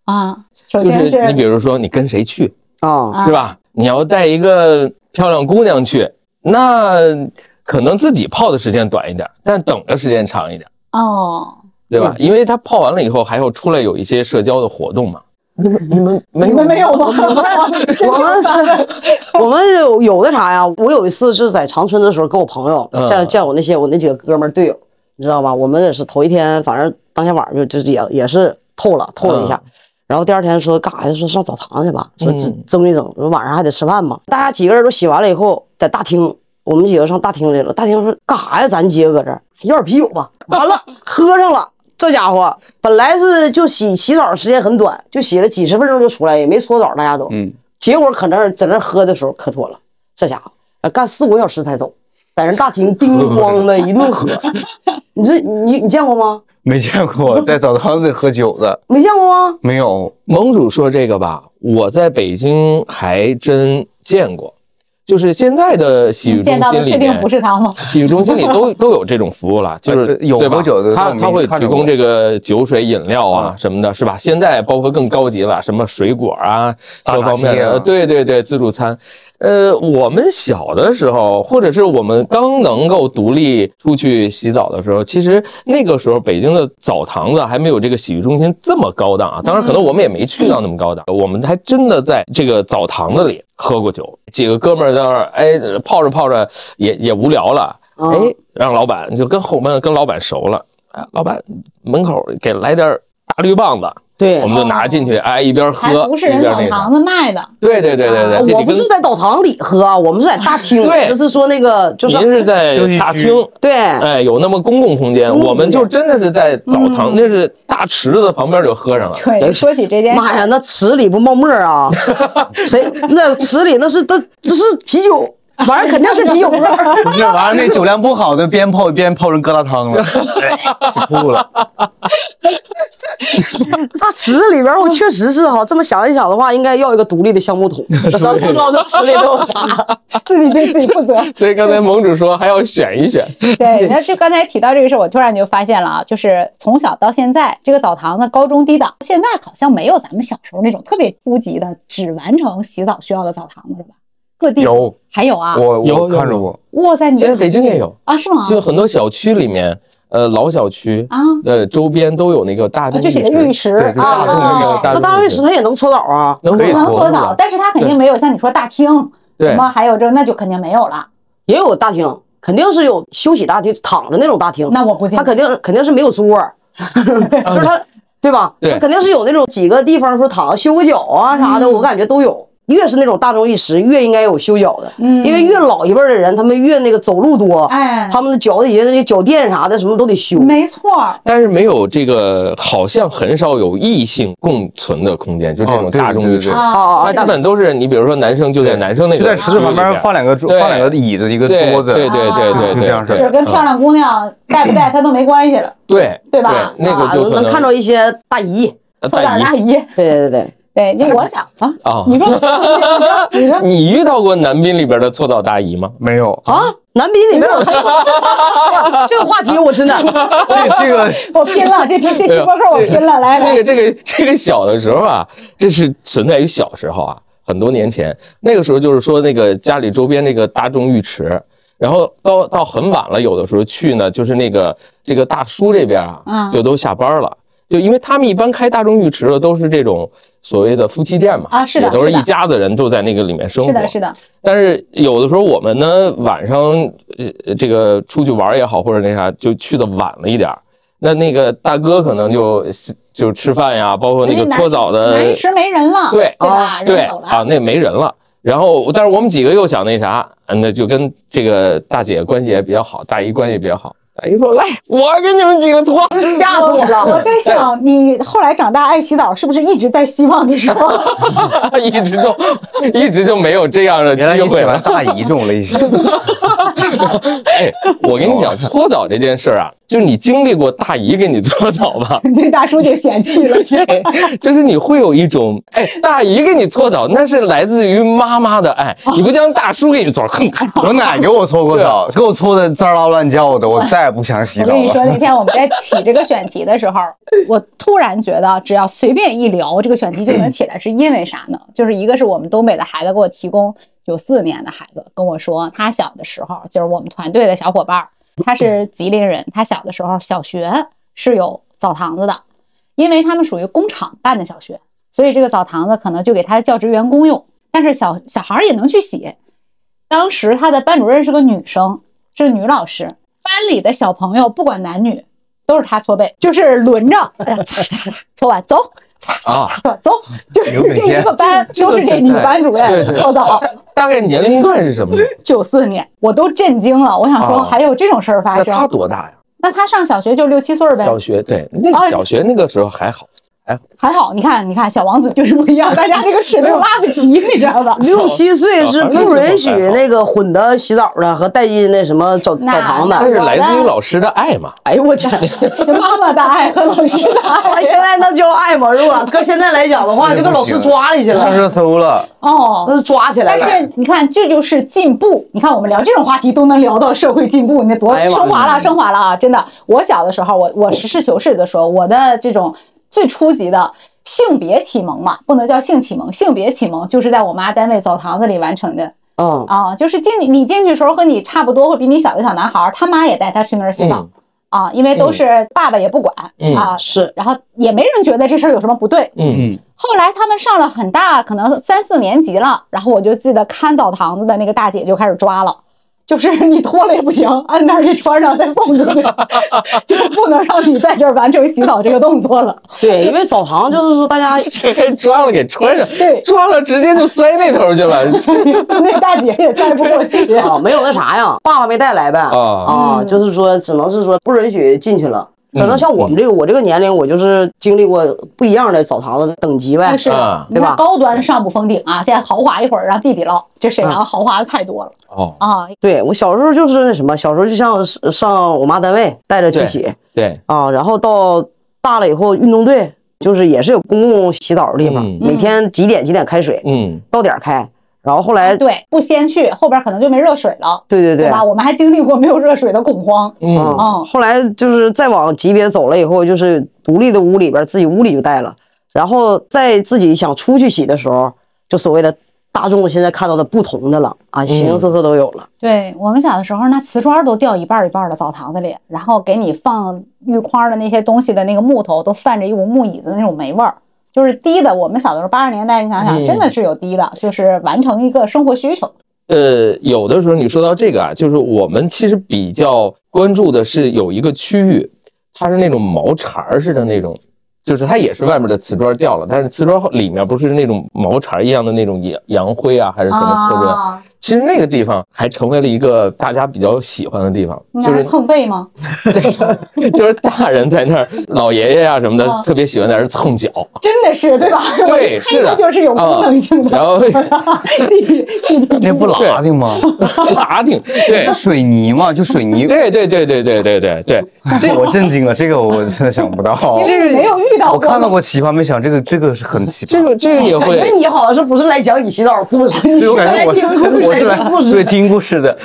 [SPEAKER 1] 啊，首
[SPEAKER 6] 就
[SPEAKER 1] 先
[SPEAKER 6] 是你比如说你跟谁去，
[SPEAKER 2] 啊，
[SPEAKER 1] 啊
[SPEAKER 6] 是吧？你要带一个漂亮姑娘去，那可能自己泡的时间短一点，但等的时间长一点，
[SPEAKER 1] 哦，
[SPEAKER 6] 对吧？因为她泡完了以后还要出来有一些社交的活动嘛。你们你们没
[SPEAKER 1] 你们嗯没有吗？
[SPEAKER 2] 我们是，我们有有的啥呀？我有一次是在长春的时候，跟我朋友
[SPEAKER 6] 嗯
[SPEAKER 2] 见见我那些我那几个哥们儿队友，你知道吧？我们也是头一天，反正当天晚上就就是也也是透了透了一下。然后第二天说干啥呀？说上澡堂去吧，说这
[SPEAKER 6] 嗯
[SPEAKER 2] 蒸一蒸，说晚上还得吃饭嘛。大家几个人都洗完了以后，在大厅，我们几个上大厅去了。大厅说干啥呀？咱几个搁这儿要点啤酒吧。完了，喝上了。这家伙本来是就洗洗澡时间很短，就洗了几十分钟就出来，也没搓澡，大家都。
[SPEAKER 7] 嗯，
[SPEAKER 2] 结果可能在那喝的时候可妥了，这家伙干四五个小时才走，在人大厅叮咣的一 顿喝。你这你你见过吗？
[SPEAKER 7] 没见过在澡堂子里喝酒的，
[SPEAKER 2] 没见过吗？
[SPEAKER 7] 没有。
[SPEAKER 6] 盟主说这个吧，我在北京还真见过，就是现在的洗浴中
[SPEAKER 1] 见到的
[SPEAKER 6] 心里
[SPEAKER 1] 确定
[SPEAKER 6] 面
[SPEAKER 1] 不，是他吗？
[SPEAKER 6] 洗浴中心里 都都有这种服务了，就是
[SPEAKER 7] 呃有
[SPEAKER 6] 对吧
[SPEAKER 7] 喝酒的
[SPEAKER 6] 他
[SPEAKER 7] 但我没
[SPEAKER 6] 他会
[SPEAKER 7] 看
[SPEAKER 6] 提
[SPEAKER 7] 着
[SPEAKER 6] 供
[SPEAKER 7] 过嗯
[SPEAKER 6] 这个酒水饮料啊什么的，是吧？现在包括更高级了，什么水果啊，
[SPEAKER 7] 大
[SPEAKER 6] 各
[SPEAKER 7] 闸
[SPEAKER 6] 方面
[SPEAKER 7] 蟹啊
[SPEAKER 6] 的，对对对，自助餐。呃，我们小的时候，或者是我们刚能够独立出去洗澡的时候，其实那个时候北京的澡堂子还没有这个洗浴中心这么高档啊。当然，可能我们也没去到那么高档，我们还真的在这个澡堂子里喝过酒。几个哥们儿在那儿，哎，泡着泡着也也无聊了，
[SPEAKER 1] 嗯
[SPEAKER 2] 啊
[SPEAKER 6] 哎，让老板就跟后门跟老板熟了，哎，老板门口给来点儿大绿棒子，
[SPEAKER 2] 对
[SPEAKER 6] 我，们就拿进去，哎，一边
[SPEAKER 1] 哦还
[SPEAKER 6] 喝
[SPEAKER 1] 不是
[SPEAKER 6] 一
[SPEAKER 1] 人
[SPEAKER 6] 边
[SPEAKER 1] 澡
[SPEAKER 6] 那啥
[SPEAKER 1] 堂。子卖的，
[SPEAKER 6] 对对对对对，
[SPEAKER 1] 啊
[SPEAKER 6] 这几
[SPEAKER 2] 我不
[SPEAKER 6] 根
[SPEAKER 2] 是在澡堂里喝啊，我们是在大厅，
[SPEAKER 6] 对
[SPEAKER 2] 就是说那个就是
[SPEAKER 6] 您是在
[SPEAKER 7] 休息
[SPEAKER 6] 大
[SPEAKER 7] 区
[SPEAKER 6] 厅，
[SPEAKER 2] 对，
[SPEAKER 6] 哎，有那么公共空间，
[SPEAKER 2] 公共
[SPEAKER 6] 我们就
[SPEAKER 2] 空
[SPEAKER 6] 真的是在澡堂，
[SPEAKER 1] 嗯
[SPEAKER 6] 那是大池子旁边就 喝上了。
[SPEAKER 1] 对，说起这件事
[SPEAKER 2] 妈呀，那池里不冒沫儿 啊？谁那池里那是那这是啤酒，反正肯定是啤酒味儿。
[SPEAKER 7] 不是，完了那酒量不好的边泡边泡人疙瘩汤了，吐了。
[SPEAKER 2] 大池子里边，我确实是哈，这么想一想的话，应该要一个独立的橡木 桶，咱不知道这池里都有啥。
[SPEAKER 1] 自己对自己负 责。
[SPEAKER 6] 所以刚才盟主说还要选一选，
[SPEAKER 1] 对，那这刚才提到这个事儿，我突然就发现了啊，就是从小到现在，这个澡堂子高中低档，现在好像没有咱们小时候那种特别初级的只完成洗澡需要的澡堂子了吧？各地
[SPEAKER 7] 有
[SPEAKER 1] 还有啊，
[SPEAKER 7] 我
[SPEAKER 6] 有
[SPEAKER 7] 我看着
[SPEAKER 6] 有
[SPEAKER 7] 过，
[SPEAKER 1] 哇塞，你
[SPEAKER 6] 现在北京也有，
[SPEAKER 1] 啊？是吗？
[SPEAKER 6] 就很多小区里面，呃，老小区
[SPEAKER 1] 啊
[SPEAKER 6] 的周边都有那个大
[SPEAKER 1] 啊，
[SPEAKER 6] 众
[SPEAKER 1] 就写的浴池
[SPEAKER 7] 对就是
[SPEAKER 1] 啊
[SPEAKER 6] 大众那个
[SPEAKER 1] 啊，
[SPEAKER 6] 大
[SPEAKER 2] 那
[SPEAKER 6] 众
[SPEAKER 2] 大卫石他也能搓澡啊？
[SPEAKER 6] 能
[SPEAKER 7] 可以
[SPEAKER 1] 能
[SPEAKER 7] 搓
[SPEAKER 1] 搓澡，但是它肯定没有像你说大厅
[SPEAKER 6] 对
[SPEAKER 1] 什么，还有这那就肯定没有了。
[SPEAKER 2] 也有大厅，肯定是有休息大厅，躺着那种大厅。
[SPEAKER 1] 那我不信
[SPEAKER 2] 他肯定是肯定是没有桌儿， 就是他，对吧？
[SPEAKER 6] 对
[SPEAKER 2] 他肯定是有那种几个地方说躺着修个脚啊啥的，我感觉都有。越是那种大众浴池，越应该有修脚的，
[SPEAKER 1] 嗯
[SPEAKER 2] 因为越老一辈儿的人，他们越那个走路多，
[SPEAKER 1] 哎
[SPEAKER 2] 他们的脚底下那些脚垫啥的，什么都得修。
[SPEAKER 1] 没错儿，
[SPEAKER 6] 但是没有这个，好像很少有异性共存的空间，就这
[SPEAKER 7] 哦
[SPEAKER 6] 种
[SPEAKER 7] 对
[SPEAKER 6] 大众浴
[SPEAKER 7] 对
[SPEAKER 6] 池，
[SPEAKER 7] 对
[SPEAKER 1] 啊
[SPEAKER 2] 啊
[SPEAKER 6] 它基本都是你比如说男生就在男生那个
[SPEAKER 7] 就在池子旁边放两个桌，
[SPEAKER 6] 对
[SPEAKER 7] 放两个椅子，一个
[SPEAKER 6] 对
[SPEAKER 7] 桌子，
[SPEAKER 6] 对对对
[SPEAKER 7] 就
[SPEAKER 6] 对对
[SPEAKER 7] 这样式
[SPEAKER 1] 就
[SPEAKER 7] 的
[SPEAKER 6] 对啊
[SPEAKER 1] 是跟漂亮姑 娘带不带它都没关系了，
[SPEAKER 6] 对
[SPEAKER 1] 对吧
[SPEAKER 6] 那个
[SPEAKER 2] 啊
[SPEAKER 6] 就可
[SPEAKER 2] 能看着一些大姨。
[SPEAKER 6] 呃
[SPEAKER 1] 搓
[SPEAKER 6] 大
[SPEAKER 1] 澡
[SPEAKER 6] 姨
[SPEAKER 1] 大姨。
[SPEAKER 2] 对对对，
[SPEAKER 1] 对，那我想啊，
[SPEAKER 6] 啊，
[SPEAKER 1] 你 说
[SPEAKER 6] 你遇到过男宾里边的搓澡大姨吗？
[SPEAKER 7] 没有
[SPEAKER 2] 啊，男宾里面有 这个话题，我真的
[SPEAKER 7] 这这个
[SPEAKER 1] 我拼了， 这篇这期播客我拼了，来
[SPEAKER 6] 啊这
[SPEAKER 1] 来
[SPEAKER 6] 个，这个这个小的时候啊，这是存在于小时候啊，很多年前。那个时候就是说那个家里周边那个大众浴池，然后到到很晚了，有的时候去呢，就是那个这个大叔这边啊，
[SPEAKER 1] 嗯
[SPEAKER 6] 就都下班了。就因为他们一般开大众浴池的都是这种所谓的夫妻店嘛，
[SPEAKER 1] 啊是的
[SPEAKER 6] 也都是
[SPEAKER 1] 是的
[SPEAKER 6] 一家子人就在那个里面生活。
[SPEAKER 1] 是的，是的，
[SPEAKER 6] 但是有的时候我们呢，晚上呃这个出去玩也好，或者那啥，就去的晚了一点儿那那个大哥可能就呃就吃饭呀，包括那个搓澡的，
[SPEAKER 1] 男池没人了，
[SPEAKER 6] 对
[SPEAKER 1] 对吧？
[SPEAKER 6] 对
[SPEAKER 1] 人走
[SPEAKER 6] 啊
[SPEAKER 1] 了，，
[SPEAKER 6] 那没人了。然后，但是我们几个又想那啥，嗯那就跟这个大姐关系也比较好，大姨关系也比较好。大姨说：“来， 我给你们几个搓。”
[SPEAKER 2] 吓死我了。
[SPEAKER 1] 我在想，你后来长大爱洗澡，是不是一直在希望着说？
[SPEAKER 6] 一直就 一直就没有这样的机
[SPEAKER 7] 原来你
[SPEAKER 6] 会
[SPEAKER 7] 喜
[SPEAKER 6] 了
[SPEAKER 7] 欢。大姨这种类型，
[SPEAKER 6] 哎，我跟你讲，搓澡这件事儿啊，就是你经历过大姨给你搓澡吧，
[SPEAKER 1] 对大叔就嫌弃了，
[SPEAKER 6] 就是你会有一种，哎，大姨给你搓澡，那是来自于妈妈的爱，
[SPEAKER 1] 哦
[SPEAKER 6] 你不像大叔给你搓，哼，
[SPEAKER 7] 啊我奶给我搓过澡，给我搓的滋啦乱叫的，我再也不想洗
[SPEAKER 1] 我
[SPEAKER 7] 澡
[SPEAKER 1] 跟你说，
[SPEAKER 7] 了。
[SPEAKER 1] 那天我们在起这个选题的时 候，我突然觉得，只要随便一聊，这个选题就能起来，是因为啥呢？就是一个是我们东北的孩子给我提供，九四年的孩子跟我说，他小的时候就是我们团队的小伙伴儿，他是吉林人，他小的时候小学是有澡堂子的，因为他们属于工厂办的小学，所以这个澡堂子可能就给他的教职员公用，但是小小孩儿也能去洗。当时他的班主任是个女生，是个女老师，班里的小朋友不管男女都是她搓背，就是轮着，哎呀 擦擦擦，搓完走。擦
[SPEAKER 6] 啊
[SPEAKER 1] 擦擦，走，就是
[SPEAKER 7] 刘水
[SPEAKER 1] 哦这一
[SPEAKER 7] 仙
[SPEAKER 1] 个班都是这女班主
[SPEAKER 6] 对
[SPEAKER 1] 任
[SPEAKER 6] 对
[SPEAKER 1] 搓澡，嗯
[SPEAKER 6] 大概年龄段是什么呢？
[SPEAKER 1] 九四年，我都震惊了。我想说，
[SPEAKER 6] 啊
[SPEAKER 1] 还有这种事儿发
[SPEAKER 6] 那
[SPEAKER 1] 生？
[SPEAKER 6] 他多大呀？
[SPEAKER 1] 那他上小学就六七岁儿呗，
[SPEAKER 6] 小学对，那
[SPEAKER 1] 啊
[SPEAKER 6] 个小学那个时候还好，
[SPEAKER 1] 还好。你看，你看，小王子就是不一样，大家这个尺度拉不齐，你知 道吧？
[SPEAKER 2] 六七岁
[SPEAKER 6] 小
[SPEAKER 2] 是
[SPEAKER 6] 孩儿
[SPEAKER 2] 不
[SPEAKER 6] 那
[SPEAKER 2] 允
[SPEAKER 6] 种
[SPEAKER 2] 许
[SPEAKER 6] 还好
[SPEAKER 2] 那个混的洗澡的和带进那什么澡澡
[SPEAKER 1] 那
[SPEAKER 2] 堂
[SPEAKER 6] 但
[SPEAKER 2] 的。
[SPEAKER 6] 是来自于老师的爱嘛。
[SPEAKER 2] 哎呦 我天！
[SPEAKER 1] 妈妈的爱和老师的爱。
[SPEAKER 2] 哎现在那叫爱吗？如果搁现在来讲的话，就跟老师抓里去
[SPEAKER 7] 上
[SPEAKER 2] 了，
[SPEAKER 7] 热搜了，
[SPEAKER 1] 哦，
[SPEAKER 2] 那是抓起来
[SPEAKER 1] 但
[SPEAKER 2] 了。
[SPEAKER 1] 是你看，这就是进步。你看，我们聊这种话题都能聊到社会进步，你那多
[SPEAKER 2] 哎呀妈呀
[SPEAKER 1] 升华了，升华了啊！真的，我小的时候，我我实事求是的说，我的这种最初级的。性别启蒙嘛，不能叫性启蒙，性别启蒙就是在我妈单位澡堂子里完成的
[SPEAKER 2] 嗯，
[SPEAKER 1] 啊，就是进你进去的时候和你差不多，或比你小的小男孩儿，他妈也带他去那儿洗澡、
[SPEAKER 6] 嗯
[SPEAKER 1] 啊，因为
[SPEAKER 2] 嗯
[SPEAKER 1] 都是爸爸也不管、
[SPEAKER 6] 嗯
[SPEAKER 1] 啊，
[SPEAKER 2] 是
[SPEAKER 1] 然后也没人觉得这事儿有什么不对，
[SPEAKER 6] 嗯，
[SPEAKER 1] 后来他们上了很大，可能三四年级了，然后我就记得看澡堂子的那个大姐就开始抓了。 就是你脱了也不行，按那儿一穿上再送出去， 就不能让你在这儿完成洗澡这个动作了。
[SPEAKER 2] 对，因为澡堂就是说大家
[SPEAKER 6] 这还抓了给穿上
[SPEAKER 1] 对，
[SPEAKER 6] 抓了直接就塞那头去了。
[SPEAKER 1] 那大姐也塞不过 去。
[SPEAKER 2] 啊，没有那啥呀，爸爸没带来呗。
[SPEAKER 6] 啊
[SPEAKER 2] 啊，就是说，只能是说不允许进去了。
[SPEAKER 1] 嗯
[SPEAKER 2] 可能像我们这个，我这个年龄，我就是经历过不一样的澡堂子的等级呗
[SPEAKER 1] 那。是
[SPEAKER 6] 啊，
[SPEAKER 1] 你
[SPEAKER 2] 对
[SPEAKER 1] 看
[SPEAKER 2] 吧
[SPEAKER 1] 高端上不封顶啊，现在豪华一会儿让弟弟唠。这沈阳豪华的太多了
[SPEAKER 6] 哦，
[SPEAKER 1] 啊！
[SPEAKER 2] 对我小时候就是那什么，小时候就像是上我妈单位带着去
[SPEAKER 6] 对
[SPEAKER 2] 洗
[SPEAKER 6] 对，
[SPEAKER 2] 啊，然后到大了以后，运动队就是也是有公共洗澡的地方
[SPEAKER 6] 嗯，
[SPEAKER 2] 每天几点几点开水，
[SPEAKER 6] 嗯，
[SPEAKER 2] 到点儿开。然后后来，对
[SPEAKER 1] 对，不先去，后边可能就没热水了，
[SPEAKER 2] 哎啊对
[SPEAKER 1] 对
[SPEAKER 2] 对，
[SPEAKER 1] 吧？我们还经历过没有热水的恐慌。
[SPEAKER 6] 嗯
[SPEAKER 1] 哦
[SPEAKER 2] 嗯，后来就是再往级别走了以后，就是独立的屋里边，自己屋里就带了，然后在自己想出去洗的时候，就所谓的大众现在看到的不同的了啊，形形色
[SPEAKER 7] 嗯
[SPEAKER 2] 色都有了。
[SPEAKER 1] 对我们小的时候，那瓷砖都掉一半儿一半儿的澡堂子里，然后给你放浴筐的那些东西的那个木头都泛着一股木椅子那种霉味儿，就是低的。我们小的时候八十年代，你想想，
[SPEAKER 6] 嗯
[SPEAKER 1] 真的是有低的，就是完成一个生活需求。
[SPEAKER 6] 呃，有的时候你说到这个啊，就是我们其实比较关注的是有一个区域，它是那种毛茬儿似的那种，就是它也是外面的瓷砖掉了，但是瓷砖里面不是那种毛茬儿一样的那种洋洋灰啊，还是什么特别。
[SPEAKER 1] 啊，
[SPEAKER 6] 其实那个地方还成为了一个大家比较喜欢的地方，
[SPEAKER 1] 你
[SPEAKER 6] 就
[SPEAKER 1] 拿
[SPEAKER 6] 是
[SPEAKER 1] 蹭背吗？
[SPEAKER 6] 就是大人在那儿，老爷爷呀、什么的
[SPEAKER 1] 啊，
[SPEAKER 6] 特别喜欢在那儿蹭脚，
[SPEAKER 1] 真的 是对吧？
[SPEAKER 6] 对
[SPEAKER 1] 我猜
[SPEAKER 6] 是
[SPEAKER 1] 它
[SPEAKER 6] 的啊
[SPEAKER 1] 就是有功能性的。
[SPEAKER 6] 然后
[SPEAKER 7] 那不拉的吗？
[SPEAKER 6] 拉丁，对
[SPEAKER 7] 水泥嘛，就水泥。
[SPEAKER 6] 对对对对对对对对，
[SPEAKER 7] 这我震惊了，这个我真的想不到。
[SPEAKER 1] 这个没有遇到
[SPEAKER 7] 我
[SPEAKER 1] 过，
[SPEAKER 7] 看到过奇葩，没想这个这个是很奇葩。
[SPEAKER 6] 这个这个也
[SPEAKER 2] 感
[SPEAKER 6] 会
[SPEAKER 2] 觉。你好像是不是来讲你洗澡故事？你
[SPEAKER 7] 对我
[SPEAKER 2] 是
[SPEAKER 7] 感
[SPEAKER 2] 来
[SPEAKER 7] 觉我
[SPEAKER 2] 听故事
[SPEAKER 7] 我是来
[SPEAKER 2] 的
[SPEAKER 7] 对听故事的，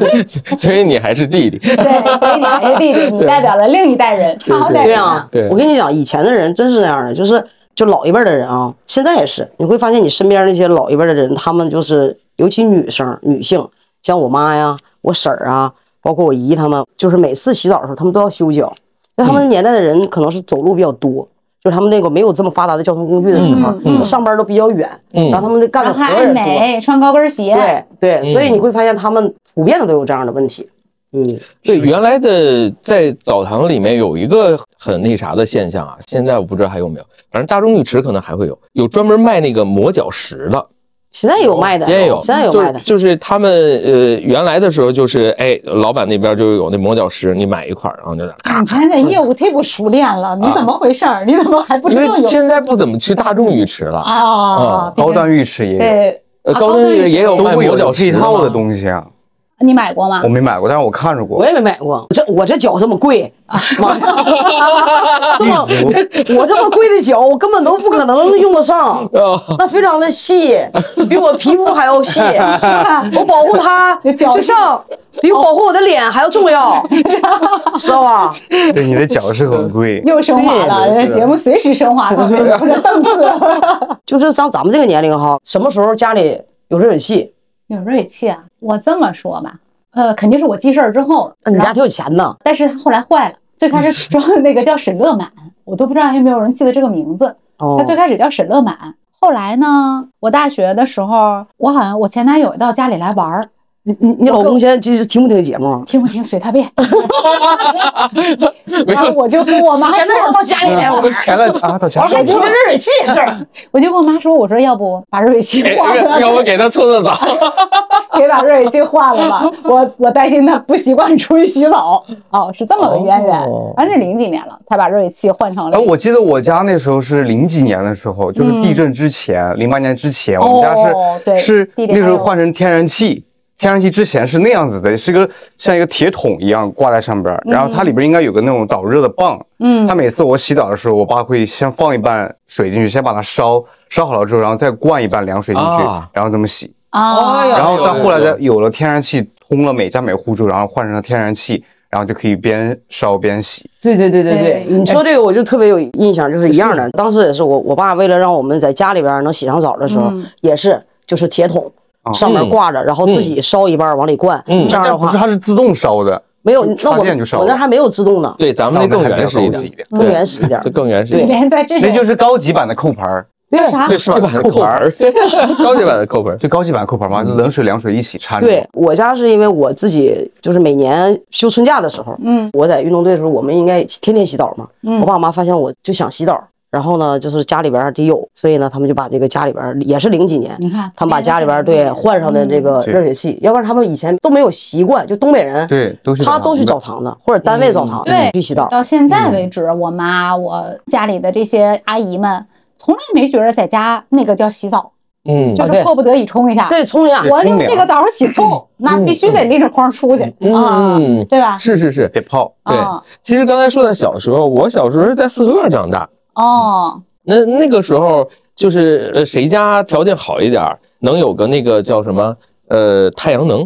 [SPEAKER 6] 所以你还是弟弟。
[SPEAKER 1] 对，所以你还是弟弟，你代表了另一代人，好好代
[SPEAKER 2] 对
[SPEAKER 1] 表
[SPEAKER 2] 啊，
[SPEAKER 6] 对
[SPEAKER 2] 我跟你讲，以前的人真是那样的，就是就老一辈儿的人啊，现在也是，你会发现你身边那些老一辈儿的人，他们就是尤其女生、女性，像我妈呀、我婶儿啊，包括我姨他们，就是每次洗澡的时候，他们都要修脚。那他
[SPEAKER 6] 嗯
[SPEAKER 2] 们年代的人可能是走路比较多。就是他们那个没有这么发达的交通工具的时候，上班都比较远，
[SPEAKER 6] 嗯
[SPEAKER 2] 然后他们干的
[SPEAKER 1] 然后
[SPEAKER 2] 活
[SPEAKER 1] 还
[SPEAKER 2] 儿也
[SPEAKER 1] 爱
[SPEAKER 2] 多，
[SPEAKER 1] 美，穿高跟鞋，
[SPEAKER 2] 对对，
[SPEAKER 6] 嗯
[SPEAKER 2] 所以你会发现他们普遍的都有这样的问题。嗯，
[SPEAKER 6] 对，原来的在澡堂里面有一个很那啥的现象啊，现在我不知道还有没有，反正大众浴池可能还会有，有专门卖那个磨脚石的，
[SPEAKER 2] 现在也有卖的，哦
[SPEAKER 6] 也有，
[SPEAKER 2] 现在有
[SPEAKER 6] 就
[SPEAKER 2] 卖
[SPEAKER 6] 是
[SPEAKER 2] 的，
[SPEAKER 6] 就是他们呃原来的时候就是哎，老板那边就有那磨脚石，你买一块儿，然后就在那咔
[SPEAKER 1] 你看这业务忒不熟练了，你怎么回事儿？你怎么还不知
[SPEAKER 6] 因
[SPEAKER 1] 道
[SPEAKER 6] 为
[SPEAKER 1] 有
[SPEAKER 6] 现在不怎么去大众浴池了，
[SPEAKER 1] 啊？
[SPEAKER 6] 啊
[SPEAKER 1] 毕竟
[SPEAKER 7] 哦高端浴池也有，
[SPEAKER 1] 对
[SPEAKER 6] 呃
[SPEAKER 1] 啊
[SPEAKER 6] 高
[SPEAKER 1] 端
[SPEAKER 6] 端浴
[SPEAKER 1] 浴
[SPEAKER 6] 池也有
[SPEAKER 7] 都
[SPEAKER 6] 卖
[SPEAKER 7] 会
[SPEAKER 6] 磨
[SPEAKER 7] 有
[SPEAKER 6] 脚
[SPEAKER 7] 配
[SPEAKER 6] 石
[SPEAKER 7] 套的
[SPEAKER 6] 嘛
[SPEAKER 7] 东西啊。
[SPEAKER 1] 你买过吗
[SPEAKER 7] 我？没买过，但是我看着
[SPEAKER 2] 我
[SPEAKER 7] 过。
[SPEAKER 2] 也没买过。这我这脚这么贵，妈呀，这么
[SPEAKER 7] 地足
[SPEAKER 2] 我这么贵的脚，我根本都不可能用得上。
[SPEAKER 6] 啊，
[SPEAKER 2] 那非常的细，比我皮肤还要细。 我保护它，就像比保护我的脸还要重要，知道吧？
[SPEAKER 7] 对，你的脚是很贵。
[SPEAKER 1] 又升华了，
[SPEAKER 7] 对
[SPEAKER 1] 人家节目随时升 华，他们这个档次。
[SPEAKER 2] 就是像咱们这个年龄哈，什么时候家里有热水器？
[SPEAKER 1] 有锐气啊！我这么说吧，呃，肯定是我记事儿之后了，
[SPEAKER 2] 嗯你
[SPEAKER 1] 然
[SPEAKER 2] 家
[SPEAKER 1] 后
[SPEAKER 2] 挺有钱呐，
[SPEAKER 1] 但是后来坏了，最开始装的那个叫沈乐满，我都不知道有没有人记得这个名字。
[SPEAKER 2] 哦
[SPEAKER 1] 它，最开始叫沈乐满，后来呢，我大学的时候，我好像我前男友到家里来玩儿，
[SPEAKER 2] 你你你老公现在其实听不听节目啊？
[SPEAKER 1] 听不听随他便，
[SPEAKER 6] 没
[SPEAKER 1] 然后
[SPEAKER 6] 有，
[SPEAKER 1] 我就跟我妈
[SPEAKER 2] 前男友
[SPEAKER 1] 说
[SPEAKER 2] 到家里来玩儿，
[SPEAKER 7] 前了啊，到前了。
[SPEAKER 2] 还提个热水器的事儿，
[SPEAKER 1] 我就跟我妈说，我说要不把热水器
[SPEAKER 6] 给
[SPEAKER 1] 换了，
[SPEAKER 6] 哎要不给他搓搓澡。
[SPEAKER 1] 给把热水器换了吧，我我担心他不习惯出去洗澡。哦，是这么个渊源
[SPEAKER 6] 哦，
[SPEAKER 1] 反正零几年了，才把热水器换成了
[SPEAKER 7] 然后。哎我记得我家那时候是零几年的时候，就是地震之前，零八、年之前，我们家是、
[SPEAKER 1] 嗯哦对
[SPEAKER 7] 是
[SPEAKER 1] 地点
[SPEAKER 7] 那时候
[SPEAKER 1] 还有
[SPEAKER 7] 换成天然气。天然气之前是那样子的，是个像一个铁桶一样挂在上边儿，然后它里边应该有个那种导热的棒。
[SPEAKER 1] 嗯
[SPEAKER 7] 它每次我洗澡的时候，我爸会先放一半水进去，先把它烧烧好了之后，然后再灌一半凉水进去，
[SPEAKER 6] 啊
[SPEAKER 7] 然后这么洗。
[SPEAKER 6] 哦
[SPEAKER 1] 啊，
[SPEAKER 2] 哎
[SPEAKER 7] 然后
[SPEAKER 6] 有
[SPEAKER 7] 到
[SPEAKER 6] 有
[SPEAKER 7] 后来
[SPEAKER 6] 有
[SPEAKER 7] 的有了天然气，通了每家每户之后，然后换成了天然气，然后就可以边烧边洗。
[SPEAKER 2] 对对对对
[SPEAKER 1] 对
[SPEAKER 2] 对，你说这个我就特别有印象，就是一样的。当时也是我我爸为了让我们在家里边能洗上澡的时候，也是就是铁桶
[SPEAKER 7] 哦
[SPEAKER 2] 上面挂着，然后自己烧一半往里灌，
[SPEAKER 6] 嗯
[SPEAKER 2] 这样的
[SPEAKER 7] 嗯但不是，
[SPEAKER 2] 话
[SPEAKER 7] 它是自动烧的，
[SPEAKER 2] 没有。那
[SPEAKER 7] 插
[SPEAKER 2] 我
[SPEAKER 7] 电
[SPEAKER 2] 们
[SPEAKER 7] 就烧了
[SPEAKER 2] 我那还没有自动呢，
[SPEAKER 6] 对，咱们那更原始一
[SPEAKER 7] 那还比较高级
[SPEAKER 6] 点，
[SPEAKER 2] 更原始一点
[SPEAKER 6] 这。更原始一
[SPEAKER 2] 对
[SPEAKER 6] 点。
[SPEAKER 1] 连在这
[SPEAKER 7] 那
[SPEAKER 1] 种
[SPEAKER 7] 就是高级版的扣盘儿，
[SPEAKER 1] 为啥
[SPEAKER 6] 对，这版的 扣盆儿，对，高级版的扣盆儿。
[SPEAKER 7] 对，高级版的扣盘儿嘛，
[SPEAKER 6] 嗯
[SPEAKER 7] 冷水凉水一起掺着。
[SPEAKER 2] 对，我家是因为我自己就是每年休春假的时候，
[SPEAKER 1] 嗯，
[SPEAKER 2] 我在运动队的时候，我们应该天天洗澡嘛。我爸我妈发现我就想洗澡，然后呢，就是家里边儿得有，所以呢，他们就把这个家里边儿也是零几年，
[SPEAKER 1] 你看
[SPEAKER 2] 他们把家里边儿对换上的这个
[SPEAKER 7] 对
[SPEAKER 2] 热水器，要不然他们以前都没有习惯，就东北人，
[SPEAKER 7] 对，都是
[SPEAKER 2] 他都去澡堂子或者单位澡堂
[SPEAKER 1] 嗯对
[SPEAKER 2] 去洗澡。
[SPEAKER 1] 到现在为止，我妈我家里的这些阿姨们从来没觉得在家那个叫洗澡，
[SPEAKER 6] 嗯，
[SPEAKER 1] 就
[SPEAKER 2] 啊对
[SPEAKER 1] 是迫不得已冲一下。
[SPEAKER 2] 对，冲凉
[SPEAKER 7] 对
[SPEAKER 1] 我就
[SPEAKER 7] 冲
[SPEAKER 1] 这个
[SPEAKER 7] 凉
[SPEAKER 1] 澡上 洗透，那必须得拎着筐出去
[SPEAKER 6] 嗯
[SPEAKER 1] 啊
[SPEAKER 6] 嗯，
[SPEAKER 1] 对吧？
[SPEAKER 6] 是是是，
[SPEAKER 7] 得泡。
[SPEAKER 6] 对
[SPEAKER 1] 啊。
[SPEAKER 6] 其实刚才说到小时候，我小时候是在四合院长大，
[SPEAKER 1] 哦，
[SPEAKER 6] 那那个时候就是呃谁家条件好一点儿，能有个那个叫什么呃太阳能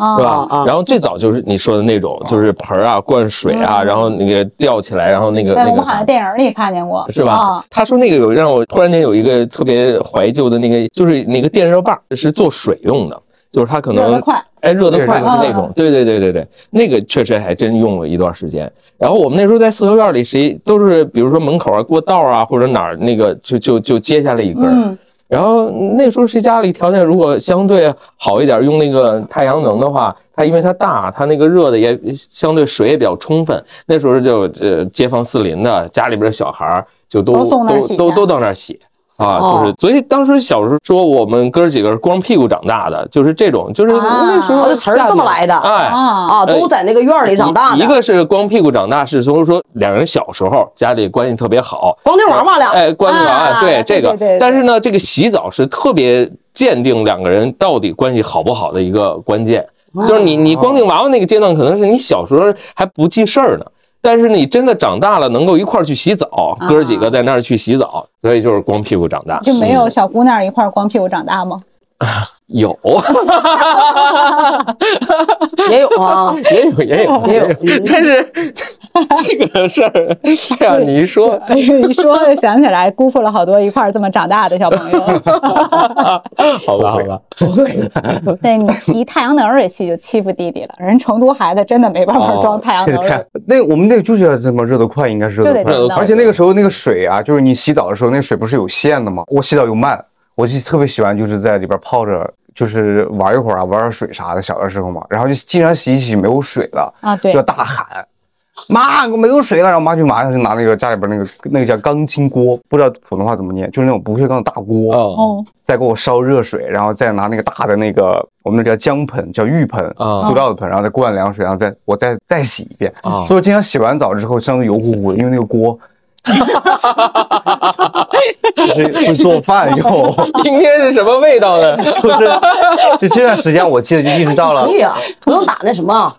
[SPEAKER 6] 是
[SPEAKER 1] 哦，
[SPEAKER 6] 吧？
[SPEAKER 2] 啊
[SPEAKER 6] 然后最早就是你说的那种，就是盆儿啊灌水啊，然后那个吊起来，然后那个
[SPEAKER 1] 嗯对，
[SPEAKER 6] 那
[SPEAKER 1] 我
[SPEAKER 6] 个
[SPEAKER 1] 们好像
[SPEAKER 6] 啥。
[SPEAKER 1] 电影里看见过，
[SPEAKER 6] 是吧
[SPEAKER 1] 啊？？
[SPEAKER 6] 他说那个有让我突然间有一个特别怀旧的那个，就是那个电热棒是做水用的，就是它可
[SPEAKER 1] 热
[SPEAKER 6] 能
[SPEAKER 1] 得快，嗯
[SPEAKER 6] 哎，热得
[SPEAKER 7] 对
[SPEAKER 6] 快
[SPEAKER 7] 热
[SPEAKER 6] 的
[SPEAKER 1] 得快
[SPEAKER 6] 那种，对对对对对，那个确实还真用了一段时间。然后我们那时候在四合院里，谁都是，比如说门口啊、过道啊，或者哪儿那个就就就接下来一根儿。
[SPEAKER 1] 嗯，
[SPEAKER 6] 然后那时候谁家里条件如果相对好一点，用那个太阳能的话，它因为它大，它那个热的也相对水也比较充分。那时候就呃街坊四邻的家里边的小孩儿就都
[SPEAKER 1] 都送那儿洗
[SPEAKER 6] 都
[SPEAKER 1] 去
[SPEAKER 6] 都都到那儿洗。啊，
[SPEAKER 2] 哦
[SPEAKER 6] 就是，所以当时小时候说我们哥儿几个是光屁股长大的，就是这种，就是
[SPEAKER 1] 啊
[SPEAKER 6] 那时候
[SPEAKER 2] 哦这词儿是这么来的
[SPEAKER 6] 夏天哎，
[SPEAKER 1] 啊，
[SPEAKER 2] 啊，都在那个院儿里长大
[SPEAKER 6] 一
[SPEAKER 2] 的，
[SPEAKER 6] 个是光屁股长大，是从说两人小时候家里关系特别好，
[SPEAKER 2] 光腚王八俩。
[SPEAKER 6] 哎，关系好
[SPEAKER 1] 啊
[SPEAKER 6] 啊，
[SPEAKER 1] 对
[SPEAKER 6] 对这个
[SPEAKER 1] 对对对，
[SPEAKER 6] 但是呢，这个洗澡是特别鉴定两个人到底关系好不好的一个关键，就是你你光腚娃娃那个阶段，可能是你小时候还不记事儿呢。但是你真的长大了，能够一块儿去洗澡，哥儿几个在那儿去洗澡，所以就是光屁股长大，
[SPEAKER 1] 啊
[SPEAKER 6] 嗯
[SPEAKER 1] 就没有小姑娘一块儿光屁股长大吗？
[SPEAKER 6] 有
[SPEAKER 2] 也有 啊，
[SPEAKER 6] 也有也有也有，但 是这个事儿，哎呀，你 一说，
[SPEAKER 1] 哎呀，一说就想起来，辜负了好多一块儿这么长大的小朋友。
[SPEAKER 6] 好吧好吧，
[SPEAKER 1] 对你提太阳能热水器就欺负弟弟了，人成都孩子真的没办法
[SPEAKER 6] 哦
[SPEAKER 1] 装太阳
[SPEAKER 7] 这
[SPEAKER 1] 能
[SPEAKER 7] 个
[SPEAKER 1] 热水
[SPEAKER 7] 太那我们那个就是要这么热得快，应该是热得
[SPEAKER 1] 就
[SPEAKER 7] 快
[SPEAKER 1] 得热得，快
[SPEAKER 7] 而且那个时候那个水啊，就是你洗澡的时候，那个水不是有限的吗？我洗澡又慢，我就特别喜欢就是在里边泡着，就是玩一会儿啊，玩点水啥的。小的时候嘛，然后就经常洗一洗没有水了，
[SPEAKER 1] 啊，
[SPEAKER 7] 就
[SPEAKER 1] 对
[SPEAKER 7] 要，大喊。妈，我没有水了！然后妈就马上就拿那个家里边那个那个叫钢筋锅，不知道普通话怎么念，就是那种不锈钢的大锅，
[SPEAKER 6] 哦
[SPEAKER 1] 哦，
[SPEAKER 7] 再给我烧热水，然后再拿那个大的那个我们那叫姜盆，叫浴盆，
[SPEAKER 6] 啊
[SPEAKER 7] 塑料的盆，然后再灌凉水，然后再我再再洗一遍。
[SPEAKER 6] 啊
[SPEAKER 7] 所以我经常洗完澡之后，相当于油乎乎的，因为那个锅就是会做饭就
[SPEAKER 6] 哦 明天是什么味道 呢？
[SPEAKER 7] 就是就这段时间，我记得就意识到 了
[SPEAKER 2] 可，以啊，不用打那什么，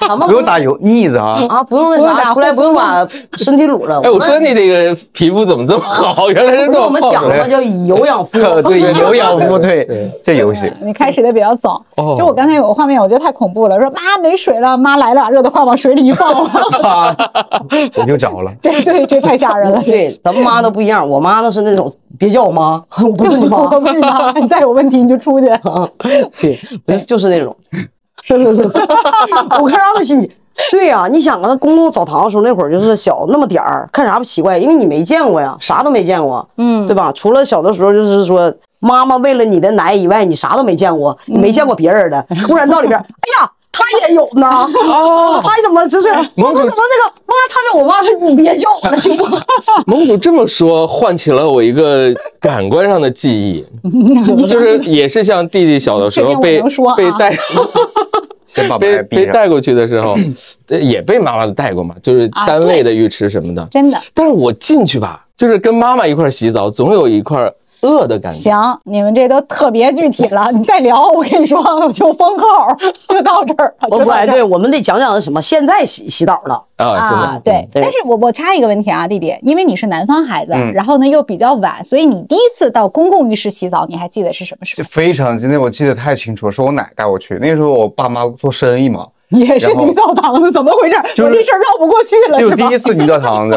[SPEAKER 2] 咱们
[SPEAKER 7] 不用打油腻子啊，
[SPEAKER 2] 啊，不用
[SPEAKER 1] 不用
[SPEAKER 2] 那
[SPEAKER 1] 打
[SPEAKER 2] 啥，出来
[SPEAKER 1] 护
[SPEAKER 2] 不用把身体卤了。
[SPEAKER 6] 哎，我
[SPEAKER 2] 们
[SPEAKER 6] 说你这个皮肤怎么这么好？原来是
[SPEAKER 2] 不
[SPEAKER 6] 这
[SPEAKER 2] 是
[SPEAKER 6] 么
[SPEAKER 2] 我们
[SPEAKER 6] 好
[SPEAKER 2] 讲
[SPEAKER 6] 的
[SPEAKER 2] 了吗？叫以油养肤。
[SPEAKER 7] 对，有氧不对，这游戏
[SPEAKER 1] 你开始的比较早
[SPEAKER 6] 哦，
[SPEAKER 1] 就我刚才有个画面，我觉得太恐怖了，说妈没水了，妈来了，热的快往水里一放，
[SPEAKER 7] 啊，我就着了。
[SPEAKER 1] 这对这太吓人了。
[SPEAKER 2] 对，咱们妈都不一样，我妈那是那种别叫我妈， 我不是 你妈，嗯
[SPEAKER 1] 我问你妈，你再有问题你就出去。
[SPEAKER 2] 对，我就就是那种。 我看啥都新奇。对呀、你想啊，公共澡堂的时候那会儿就是小那么点儿，看啥不奇怪，因为你没见过呀，啥都没见过，嗯，对吧？除了小的时候就是说妈妈为了你的奶以外，你啥都没见过，你没见过别人的。突然到里边，哎呀，他也有呢，
[SPEAKER 6] 哦，
[SPEAKER 2] 他怎么就是他怎么那个妈，他叫我妈说你别叫我了行吗？
[SPEAKER 6] 盟主这么说，唤起了我一个感官上的记忆，就是也是像弟弟小的时候
[SPEAKER 1] 确定
[SPEAKER 6] 被
[SPEAKER 1] 我能说啊
[SPEAKER 6] 被带
[SPEAKER 7] 先把
[SPEAKER 6] 被
[SPEAKER 7] 麦
[SPEAKER 6] 被
[SPEAKER 7] 闭上。
[SPEAKER 6] 带过去的时候，这也被妈妈带过嘛，就是
[SPEAKER 1] 啊
[SPEAKER 6] 单位的浴池什么的。
[SPEAKER 1] 真的
[SPEAKER 6] 但是我进去吧，就是跟妈妈一块儿洗澡，总有一块儿饿的感觉。
[SPEAKER 1] 行，你们这都特别具体了，你再聊，我跟你说，我就封号，就到这儿了。
[SPEAKER 2] 我
[SPEAKER 1] 就
[SPEAKER 2] 不
[SPEAKER 1] 到
[SPEAKER 2] 哎，
[SPEAKER 1] 这儿
[SPEAKER 2] 对，我们得讲讲那什么，现在洗洗澡了，
[SPEAKER 6] 啊，行
[SPEAKER 1] 啊
[SPEAKER 6] 吧，，
[SPEAKER 1] 对。
[SPEAKER 2] 对
[SPEAKER 1] 但是我我插一个问题啊，弟弟，因为你是南方孩子，
[SPEAKER 7] 嗯
[SPEAKER 1] 然后呢又比较晚，所以你第一次到公共浴室洗澡，你还记得是什么时
[SPEAKER 7] 这
[SPEAKER 1] 候？
[SPEAKER 7] 非常，今天我记得太清楚了，是我奶带我去。那时候我爸妈做生 意嘛，
[SPEAKER 1] 也是
[SPEAKER 7] 然后
[SPEAKER 1] 女澡堂子，怎么回事？
[SPEAKER 7] 就是
[SPEAKER 1] 我这事儿绕不过去了，
[SPEAKER 7] 就是是第
[SPEAKER 1] 吧？
[SPEAKER 7] 一次女澡堂 子，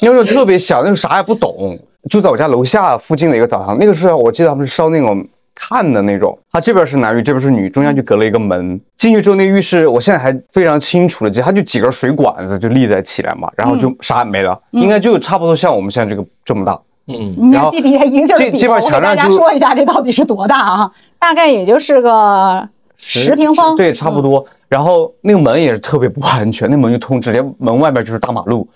[SPEAKER 7] 那时候特别小，那时候啥也不懂，就在我家楼下附近的一个澡堂。那个时候我记得他们是烧那种炭的那种，它这边是男浴，这边是女，中间就隔了一个门。进去之后，那浴室我现在还非常清楚的记得，它就几根水管子就立在起来嘛，然后就啥也没了，应该就差不多像我们现在这个这么大。
[SPEAKER 6] 嗯，
[SPEAKER 1] 你
[SPEAKER 7] 然
[SPEAKER 1] 看
[SPEAKER 7] 后
[SPEAKER 1] 弟弟还一个劲儿
[SPEAKER 7] 这
[SPEAKER 1] 比
[SPEAKER 7] 这
[SPEAKER 1] 划，
[SPEAKER 7] 边
[SPEAKER 1] 我给
[SPEAKER 7] 墙
[SPEAKER 1] 大
[SPEAKER 7] 上
[SPEAKER 1] 家
[SPEAKER 7] 就
[SPEAKER 1] 说一下这到底是多大啊？大概也就是个十平方，嗯
[SPEAKER 7] 对，差不多。然后那个门也是特别不安全，那门就通，直接门外边就是大马 路，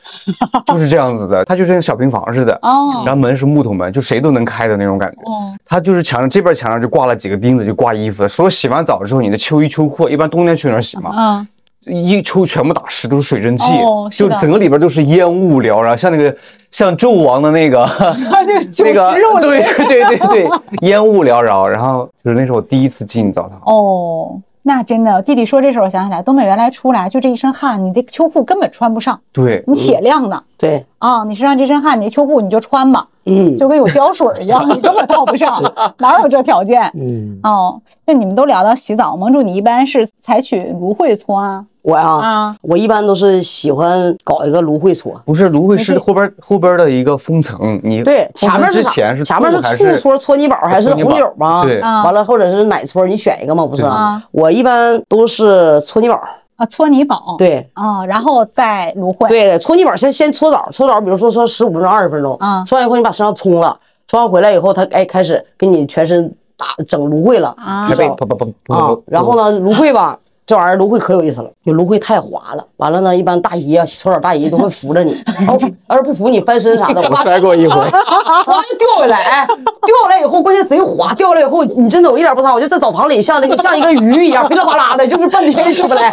[SPEAKER 7] 就是这样子的，它就像小平房似的。
[SPEAKER 1] 哦
[SPEAKER 7] 然后门是木头门，就谁都能开的那种感觉。
[SPEAKER 1] 哦，
[SPEAKER 7] 它就是墙上这边墙上就挂了几个钉子，就挂衣服的。说洗完澡之后，你的秋衣秋裤，一般冬天去哪儿洗嘛？
[SPEAKER 1] 嗯，
[SPEAKER 7] 一秋全部打湿，都是水蒸气，
[SPEAKER 1] 哦是
[SPEAKER 7] 就
[SPEAKER 1] 的
[SPEAKER 7] 整个里边都是烟雾缭绕，像那个像纣王 的那个那个
[SPEAKER 1] 酒池肉
[SPEAKER 7] 对
[SPEAKER 1] 林
[SPEAKER 7] 对对 对，烟雾缭绕。然后就是那是我第一次进澡堂。
[SPEAKER 1] 哦，那真的，弟弟说这事儿，我想起来，东北原来出来就这一身汗，你这秋裤根本穿不上，
[SPEAKER 7] 对，
[SPEAKER 1] 你且晾呢。
[SPEAKER 2] 对，
[SPEAKER 1] 啊、你身上这身汗，你这秋裤你就穿吧，
[SPEAKER 2] 嗯，
[SPEAKER 1] 就跟有胶水一样，你根本套不上，哪有这条件？
[SPEAKER 6] 嗯，
[SPEAKER 1] 哦，那你们都聊到洗澡，盟主你一般是采取芦荟搓啊？
[SPEAKER 2] 我呀、
[SPEAKER 1] 啊，
[SPEAKER 2] 我一般都是喜欢搞一个芦荟搓。
[SPEAKER 7] 不是芦荟
[SPEAKER 1] 那
[SPEAKER 7] 是
[SPEAKER 1] 是
[SPEAKER 7] 后边后边的一个封层，你
[SPEAKER 2] 对，
[SPEAKER 7] 封
[SPEAKER 2] 前
[SPEAKER 7] 层
[SPEAKER 2] 面
[SPEAKER 7] 之
[SPEAKER 2] 啥
[SPEAKER 7] 前是
[SPEAKER 2] 前面
[SPEAKER 7] 还
[SPEAKER 2] 是醋搓、搓泥宝还是
[SPEAKER 7] 搓泥
[SPEAKER 2] 红
[SPEAKER 7] 宝
[SPEAKER 2] 酒吗？
[SPEAKER 7] 对
[SPEAKER 1] 啊
[SPEAKER 2] 完了或者是奶搓，你选一个嘛，不是
[SPEAKER 7] 对
[SPEAKER 1] 啊？
[SPEAKER 2] 我一般都是搓泥宝，
[SPEAKER 1] 啊，搓泥宝。。
[SPEAKER 2] 对。
[SPEAKER 1] 哦，然后再芦荟。。
[SPEAKER 2] 对，搓泥宝先先搓澡，搓澡，比如说说十五分钟、二十分钟，
[SPEAKER 1] 啊
[SPEAKER 2] 搓完以后你把身上冲了，冲完回来以后，它哎开始给你全身打整芦荟了
[SPEAKER 1] 啊
[SPEAKER 7] 还被啪啪啪啪
[SPEAKER 2] 啊
[SPEAKER 7] 啪啪，
[SPEAKER 2] 然后呢，芦荟吧，这玩意儿芦荟可有意思了，就芦荟太滑了，完了呢，一般大姨啊，搓澡大姨都会扶着你，要不要是不扶你翻身啥的，我
[SPEAKER 6] 摔过一回，
[SPEAKER 2] 唰就掉下来，哎，掉下来以后，关键贼滑，掉下来以后，你真的我一点不擦，我就在澡堂里像那个像一个鱼一样，噼里啪啦的，就是半天也起不来，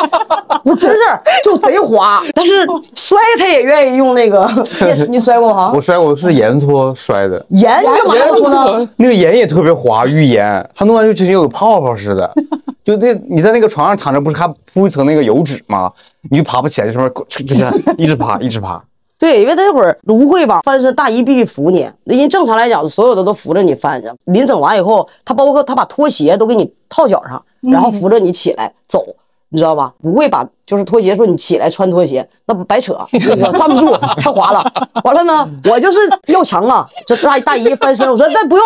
[SPEAKER 2] 我真是就贼滑。但是摔他也愿意用那个，你你摔过哈
[SPEAKER 7] 我？摔我是盐搓摔的，
[SPEAKER 2] 盐你干嘛要用呢？
[SPEAKER 7] 那个盐也特别滑，浴盐，它弄完就直接有泡泡 似的，就那你在那个床上躺着，不是还铺一层那个油纸吗？你就爬不起来，就上面就就这样一直爬一直爬，
[SPEAKER 2] 对，因为他那会儿芦荟吧，翻身大姨必须扶你，因为正常来讲，所有的都扶着你翻去。临整完以后，他包括他把拖鞋都给你套脚上，然后扶着你起来走，你知道吧？不会把就是拖鞋说你起来穿拖鞋，那不白扯，那个站不住，太滑了。完了呢，我就是要强啊，就大大姨翻身，我说那不用，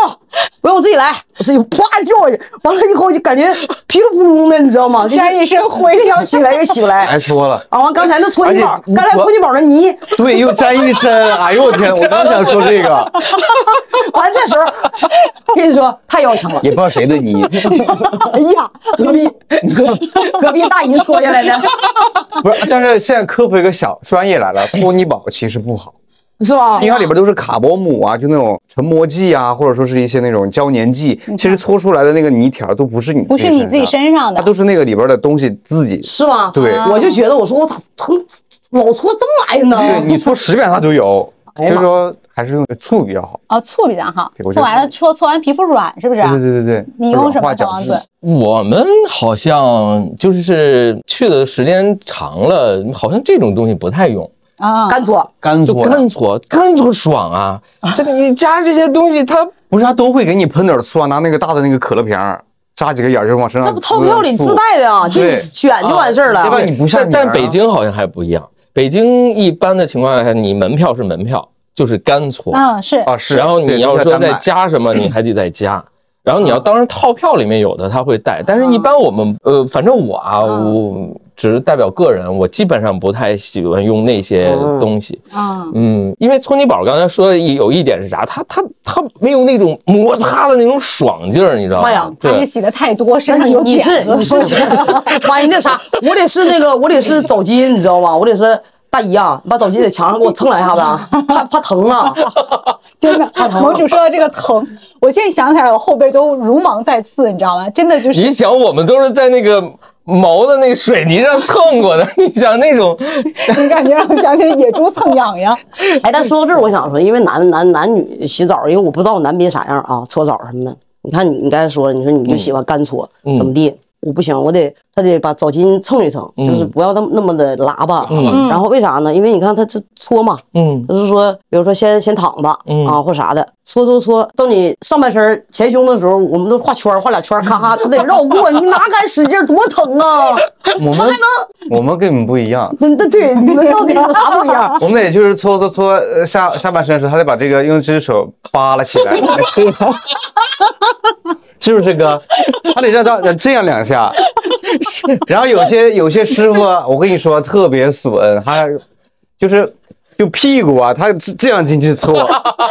[SPEAKER 2] 不用我自己来，我自己啪掉下去，完了以后就感觉噼里扑通的，你知道吗？
[SPEAKER 1] 沾一身灰，
[SPEAKER 2] 想起来也起不来。
[SPEAKER 7] 白搓了。
[SPEAKER 2] 啊，完刚才那搓泥宝
[SPEAKER 7] 而，且
[SPEAKER 2] 刚才
[SPEAKER 7] 我
[SPEAKER 2] 搓泥宝的泥
[SPEAKER 7] 对，又沾一身，哎呦我天！我刚想说 这个，
[SPEAKER 2] 完这时候，跟你说太要强了，
[SPEAKER 7] 也不知道谁 的泥，
[SPEAKER 2] 哎呀，隔壁隔隔壁大姨搓下来的，
[SPEAKER 7] 不是。但是现在科普一个小专业来了，搓泥宝其实不 好。
[SPEAKER 2] 是吧
[SPEAKER 7] 因？为它里边都是卡波姆啊，就那种成膜剂啊，或者说是一些那种胶粘剂，其实搓出来的那个泥条嗯都不是你
[SPEAKER 1] 不是你自己身上
[SPEAKER 7] 它
[SPEAKER 1] 的
[SPEAKER 7] 啊都。是那个里边的东西自己。
[SPEAKER 2] 是吧？
[SPEAKER 7] 对
[SPEAKER 2] 我就觉得我说我咋搓老搓这么挨呢？
[SPEAKER 7] 对你搓十遍它都有，
[SPEAKER 1] 哎
[SPEAKER 7] 所
[SPEAKER 1] 呀
[SPEAKER 7] 以
[SPEAKER 1] 妈，
[SPEAKER 7] 说还是用醋比较好。
[SPEAKER 1] 啊，醋比较好
[SPEAKER 7] 对我，
[SPEAKER 1] 搓
[SPEAKER 7] 觉得
[SPEAKER 1] 完了搓搓完皮肤软是不是
[SPEAKER 7] 对？对对对对，
[SPEAKER 1] 你用什
[SPEAKER 7] 软
[SPEAKER 1] 么
[SPEAKER 7] 化
[SPEAKER 1] 小
[SPEAKER 7] 角
[SPEAKER 1] 王
[SPEAKER 7] 质
[SPEAKER 1] 子？
[SPEAKER 6] 我们好像就是去的时间长了，好像这种东西不太用，
[SPEAKER 1] 啊？
[SPEAKER 2] 干搓。
[SPEAKER 7] 干
[SPEAKER 6] 就
[SPEAKER 7] 搓嗯呀，
[SPEAKER 6] 干搓，干搓爽啊！这你加这些东西，它
[SPEAKER 7] 不是他都会给你喷点醋啊，拿那个大的那个可乐瓶儿扎几个眼儿就往身上
[SPEAKER 2] 这不
[SPEAKER 7] 滋醋。
[SPEAKER 2] 套票里自带的啊，就你
[SPEAKER 7] 对啊
[SPEAKER 2] 选就完事儿了。
[SPEAKER 7] 对吧？你不像
[SPEAKER 6] 但
[SPEAKER 7] 你
[SPEAKER 6] 但
[SPEAKER 7] 儿
[SPEAKER 6] 北
[SPEAKER 7] 啊
[SPEAKER 6] 京好像还不一样，北京一般的情况下，你门票是门票，就是干搓。
[SPEAKER 1] 嗯，是
[SPEAKER 7] 啊是，啊
[SPEAKER 6] 然后
[SPEAKER 7] 对
[SPEAKER 6] 你
[SPEAKER 7] 都
[SPEAKER 6] 要
[SPEAKER 7] 在
[SPEAKER 6] 说
[SPEAKER 7] 丹
[SPEAKER 6] 再
[SPEAKER 7] 麦
[SPEAKER 6] 加什么，你还得 再加。然后你要当然套票里面有的它会带，但是
[SPEAKER 7] 啊
[SPEAKER 6] 一般我们呃，反正我啊，我只是代表个人，我基本上不太喜欢用那些东西。
[SPEAKER 1] 嗯，
[SPEAKER 6] 嗯，因为聪尼宝刚才说的有一点是啥，它它它没有那种摩擦的那种爽劲儿，你知道吗
[SPEAKER 2] 哎呀？
[SPEAKER 1] 他是
[SPEAKER 6] 对，
[SPEAKER 1] 洗的太多，身上
[SPEAKER 2] 那你
[SPEAKER 1] 有
[SPEAKER 2] 你
[SPEAKER 1] 茧
[SPEAKER 2] 是
[SPEAKER 1] 子。
[SPEAKER 2] 你是， 妈呀，那啥，我得是那个，我得是澡巾，你知道吗？我得是大姨啊，你把澡巾在墙上给我蹭两下子啊，怕怕疼啊。
[SPEAKER 1] 真的，我主说到这个疼，我现在想起来，我后背都如芒在刺，你知道吗？真的就是
[SPEAKER 6] 你想我们都是在那个毛的那个水泥上蹭过的， 你想那种
[SPEAKER 1] 你感觉让我想起野猪蹭痒痒。
[SPEAKER 2] 哎，但说到这儿，我想说，因为男男男女洗澡，因为我不知道男宾啥样啊，搓澡什么的。你看你你刚才说了，你说你就喜欢干搓，
[SPEAKER 6] 嗯
[SPEAKER 2] 怎么地？我不行，我得他得把澡巾蹭一蹭，
[SPEAKER 6] 嗯
[SPEAKER 2] 就是不要那么那么的喇叭。
[SPEAKER 6] 嗯
[SPEAKER 2] 然后为啥呢？因为你看他这搓嘛，
[SPEAKER 6] 嗯
[SPEAKER 2] 就是说，比如说先先躺着、
[SPEAKER 6] 嗯
[SPEAKER 2] 啊，或啥的，搓搓搓，到你上半身儿前胸的时候，我们都画圈儿画俩圈儿，咔咔，他得绕过，你哪敢使劲儿，多疼 啊！
[SPEAKER 7] 我们 我们跟你们不一样，
[SPEAKER 2] 那那对你们到底有啥不一样？
[SPEAKER 7] 我们得就是搓搓搓呃下下半身的时候，还得把这个用这只手扒拉起 来，是吧？是不是哥？他得让他这样两下，然后有些有些师傅啊，我跟你说特别损，他就是就屁股啊，他这样进 去搓，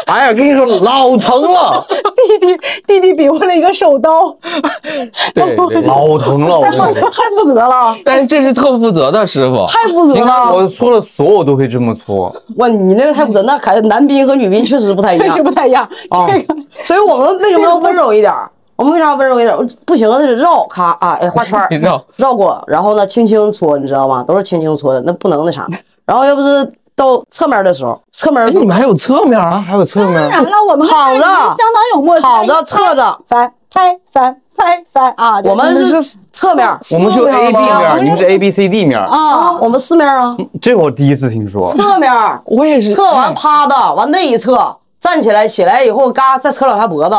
[SPEAKER 7] 哎呀，跟你说老疼了，
[SPEAKER 1] 弟弟弟弟比划了一个手刀，
[SPEAKER 6] 对对。对
[SPEAKER 7] 老疼了，我跟你 说。
[SPEAKER 2] 太负责了，
[SPEAKER 6] 但是这是特负责的师傅，
[SPEAKER 2] 太负责
[SPEAKER 7] 你
[SPEAKER 6] 啊
[SPEAKER 7] 看
[SPEAKER 2] 了！
[SPEAKER 7] 我搓了所有都会这么搓，
[SPEAKER 2] 哇，你那个太负责，那还男宾和女宾确实不太一
[SPEAKER 1] 确
[SPEAKER 2] 样
[SPEAKER 1] 实不太一样。
[SPEAKER 2] 啊
[SPEAKER 1] 这个。
[SPEAKER 2] 所以我们为什么要温柔一点儿？我们为啥温柔一点儿？不行，那得绕，咔啊，哎，画圈儿
[SPEAKER 6] 你，知道，
[SPEAKER 2] 绕过，然后呢，轻轻搓，你知道吗？都是轻轻搓的，那不能那啥。然后要不是到侧面的时候，侧面
[SPEAKER 6] 哎，你们还有侧面啊？
[SPEAKER 7] 还有侧面
[SPEAKER 1] 当然了，我们和
[SPEAKER 2] 躺着
[SPEAKER 1] 他已经相当有默契，
[SPEAKER 2] 躺着侧着，
[SPEAKER 1] 翻翻翻翻翻啊！
[SPEAKER 2] 我们
[SPEAKER 1] 就是
[SPEAKER 2] 侧面儿
[SPEAKER 7] 我们就 A B 面
[SPEAKER 1] 我
[SPEAKER 7] 儿，
[SPEAKER 1] 们
[SPEAKER 7] 你们
[SPEAKER 1] 是
[SPEAKER 7] 是 A B C D 面儿，
[SPEAKER 2] 啊，
[SPEAKER 1] 啊，
[SPEAKER 2] 我们四面儿啊，
[SPEAKER 7] 这个我第一次听说。
[SPEAKER 2] 侧面儿
[SPEAKER 6] 我也是
[SPEAKER 2] 侧完趴着，完那一侧站起来，起来以后嘎再扯两下脖子，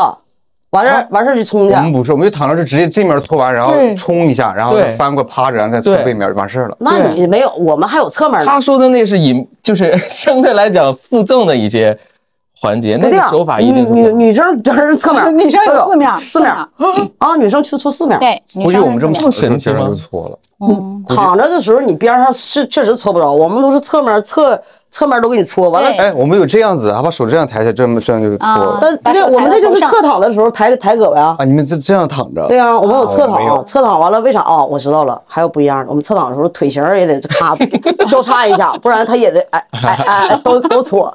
[SPEAKER 2] 完事儿完事儿就冲去
[SPEAKER 7] 我。们不是，我们就躺着就直接这面搓完，然后
[SPEAKER 6] 对
[SPEAKER 7] 冲一下，然后
[SPEAKER 6] 对
[SPEAKER 7] 再翻过趴着，然后再搓
[SPEAKER 6] 对
[SPEAKER 7] 背面，完事儿了。
[SPEAKER 2] 那你没有，我们还有侧面儿呢
[SPEAKER 6] 他说的那是引，就是 相对来讲附赠的一些环节，那
[SPEAKER 2] 不对
[SPEAKER 6] 个
[SPEAKER 2] 啊
[SPEAKER 6] 手法一
[SPEAKER 2] 女
[SPEAKER 6] 定
[SPEAKER 2] 女
[SPEAKER 6] 是
[SPEAKER 2] 女生真是侧面儿，
[SPEAKER 1] 女生有四面儿
[SPEAKER 2] 哎呦四面儿啊，女生去搓四面儿。
[SPEAKER 1] 对，
[SPEAKER 7] 估计我们这么
[SPEAKER 6] 这
[SPEAKER 7] 躺着
[SPEAKER 6] 么
[SPEAKER 7] 的时候
[SPEAKER 6] 神奇吗
[SPEAKER 7] 别人就搓了，
[SPEAKER 2] 躺着的时候你边上是确实搓不着，我们都是侧面儿侧侧面儿都给你搓完了
[SPEAKER 1] 对。
[SPEAKER 7] 哎，我们有这样子，还把手这样抬起来，这么这样就搓
[SPEAKER 1] 啊
[SPEAKER 7] 了。
[SPEAKER 2] 但
[SPEAKER 1] 把
[SPEAKER 2] 这
[SPEAKER 1] 手
[SPEAKER 2] 我们
[SPEAKER 1] 抬
[SPEAKER 2] 这
[SPEAKER 1] 到
[SPEAKER 2] 就
[SPEAKER 1] 头
[SPEAKER 2] 是
[SPEAKER 1] 上
[SPEAKER 2] 侧躺的时候抬抬胳膊呀。
[SPEAKER 6] 哎
[SPEAKER 7] 啊，你们这这样躺着，
[SPEAKER 2] 对呀、我们有侧
[SPEAKER 7] 哦没
[SPEAKER 2] 躺，
[SPEAKER 7] 有
[SPEAKER 2] 侧躺完了为啥啊？我知道了，还有不一样的，我们侧躺的时候腿型儿也得咔交叉一下，不然他也得哎哎哎哎 都都搓。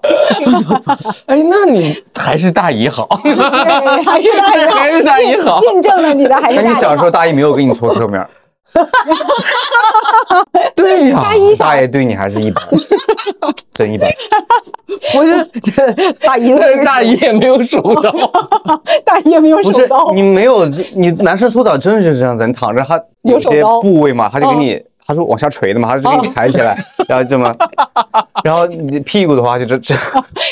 [SPEAKER 6] 哎，那你还是大姨好，
[SPEAKER 1] 对还是大姨好，
[SPEAKER 6] 还是大姨好
[SPEAKER 1] 印印证了你的还是
[SPEAKER 7] 那
[SPEAKER 1] 大姨
[SPEAKER 7] 你
[SPEAKER 1] 好。
[SPEAKER 7] 小时候大姨没有给你搓侧面，
[SPEAKER 6] 对呀，
[SPEAKER 7] 大爷对你还是一般，真一般。
[SPEAKER 2] 我就大姨子
[SPEAKER 6] 但是大姨也没有手到，
[SPEAKER 1] 大姨也没有
[SPEAKER 7] 不
[SPEAKER 1] 手
[SPEAKER 7] 是
[SPEAKER 1] 刀，
[SPEAKER 7] 你没有，你男生搓澡真的是这样子，你躺着他有
[SPEAKER 1] 手
[SPEAKER 7] 些
[SPEAKER 1] 刀
[SPEAKER 7] 部位嘛，他就给你，他是往下垂的嘛，他就给你抬起来，然后这么，然后你屁股的话就这这，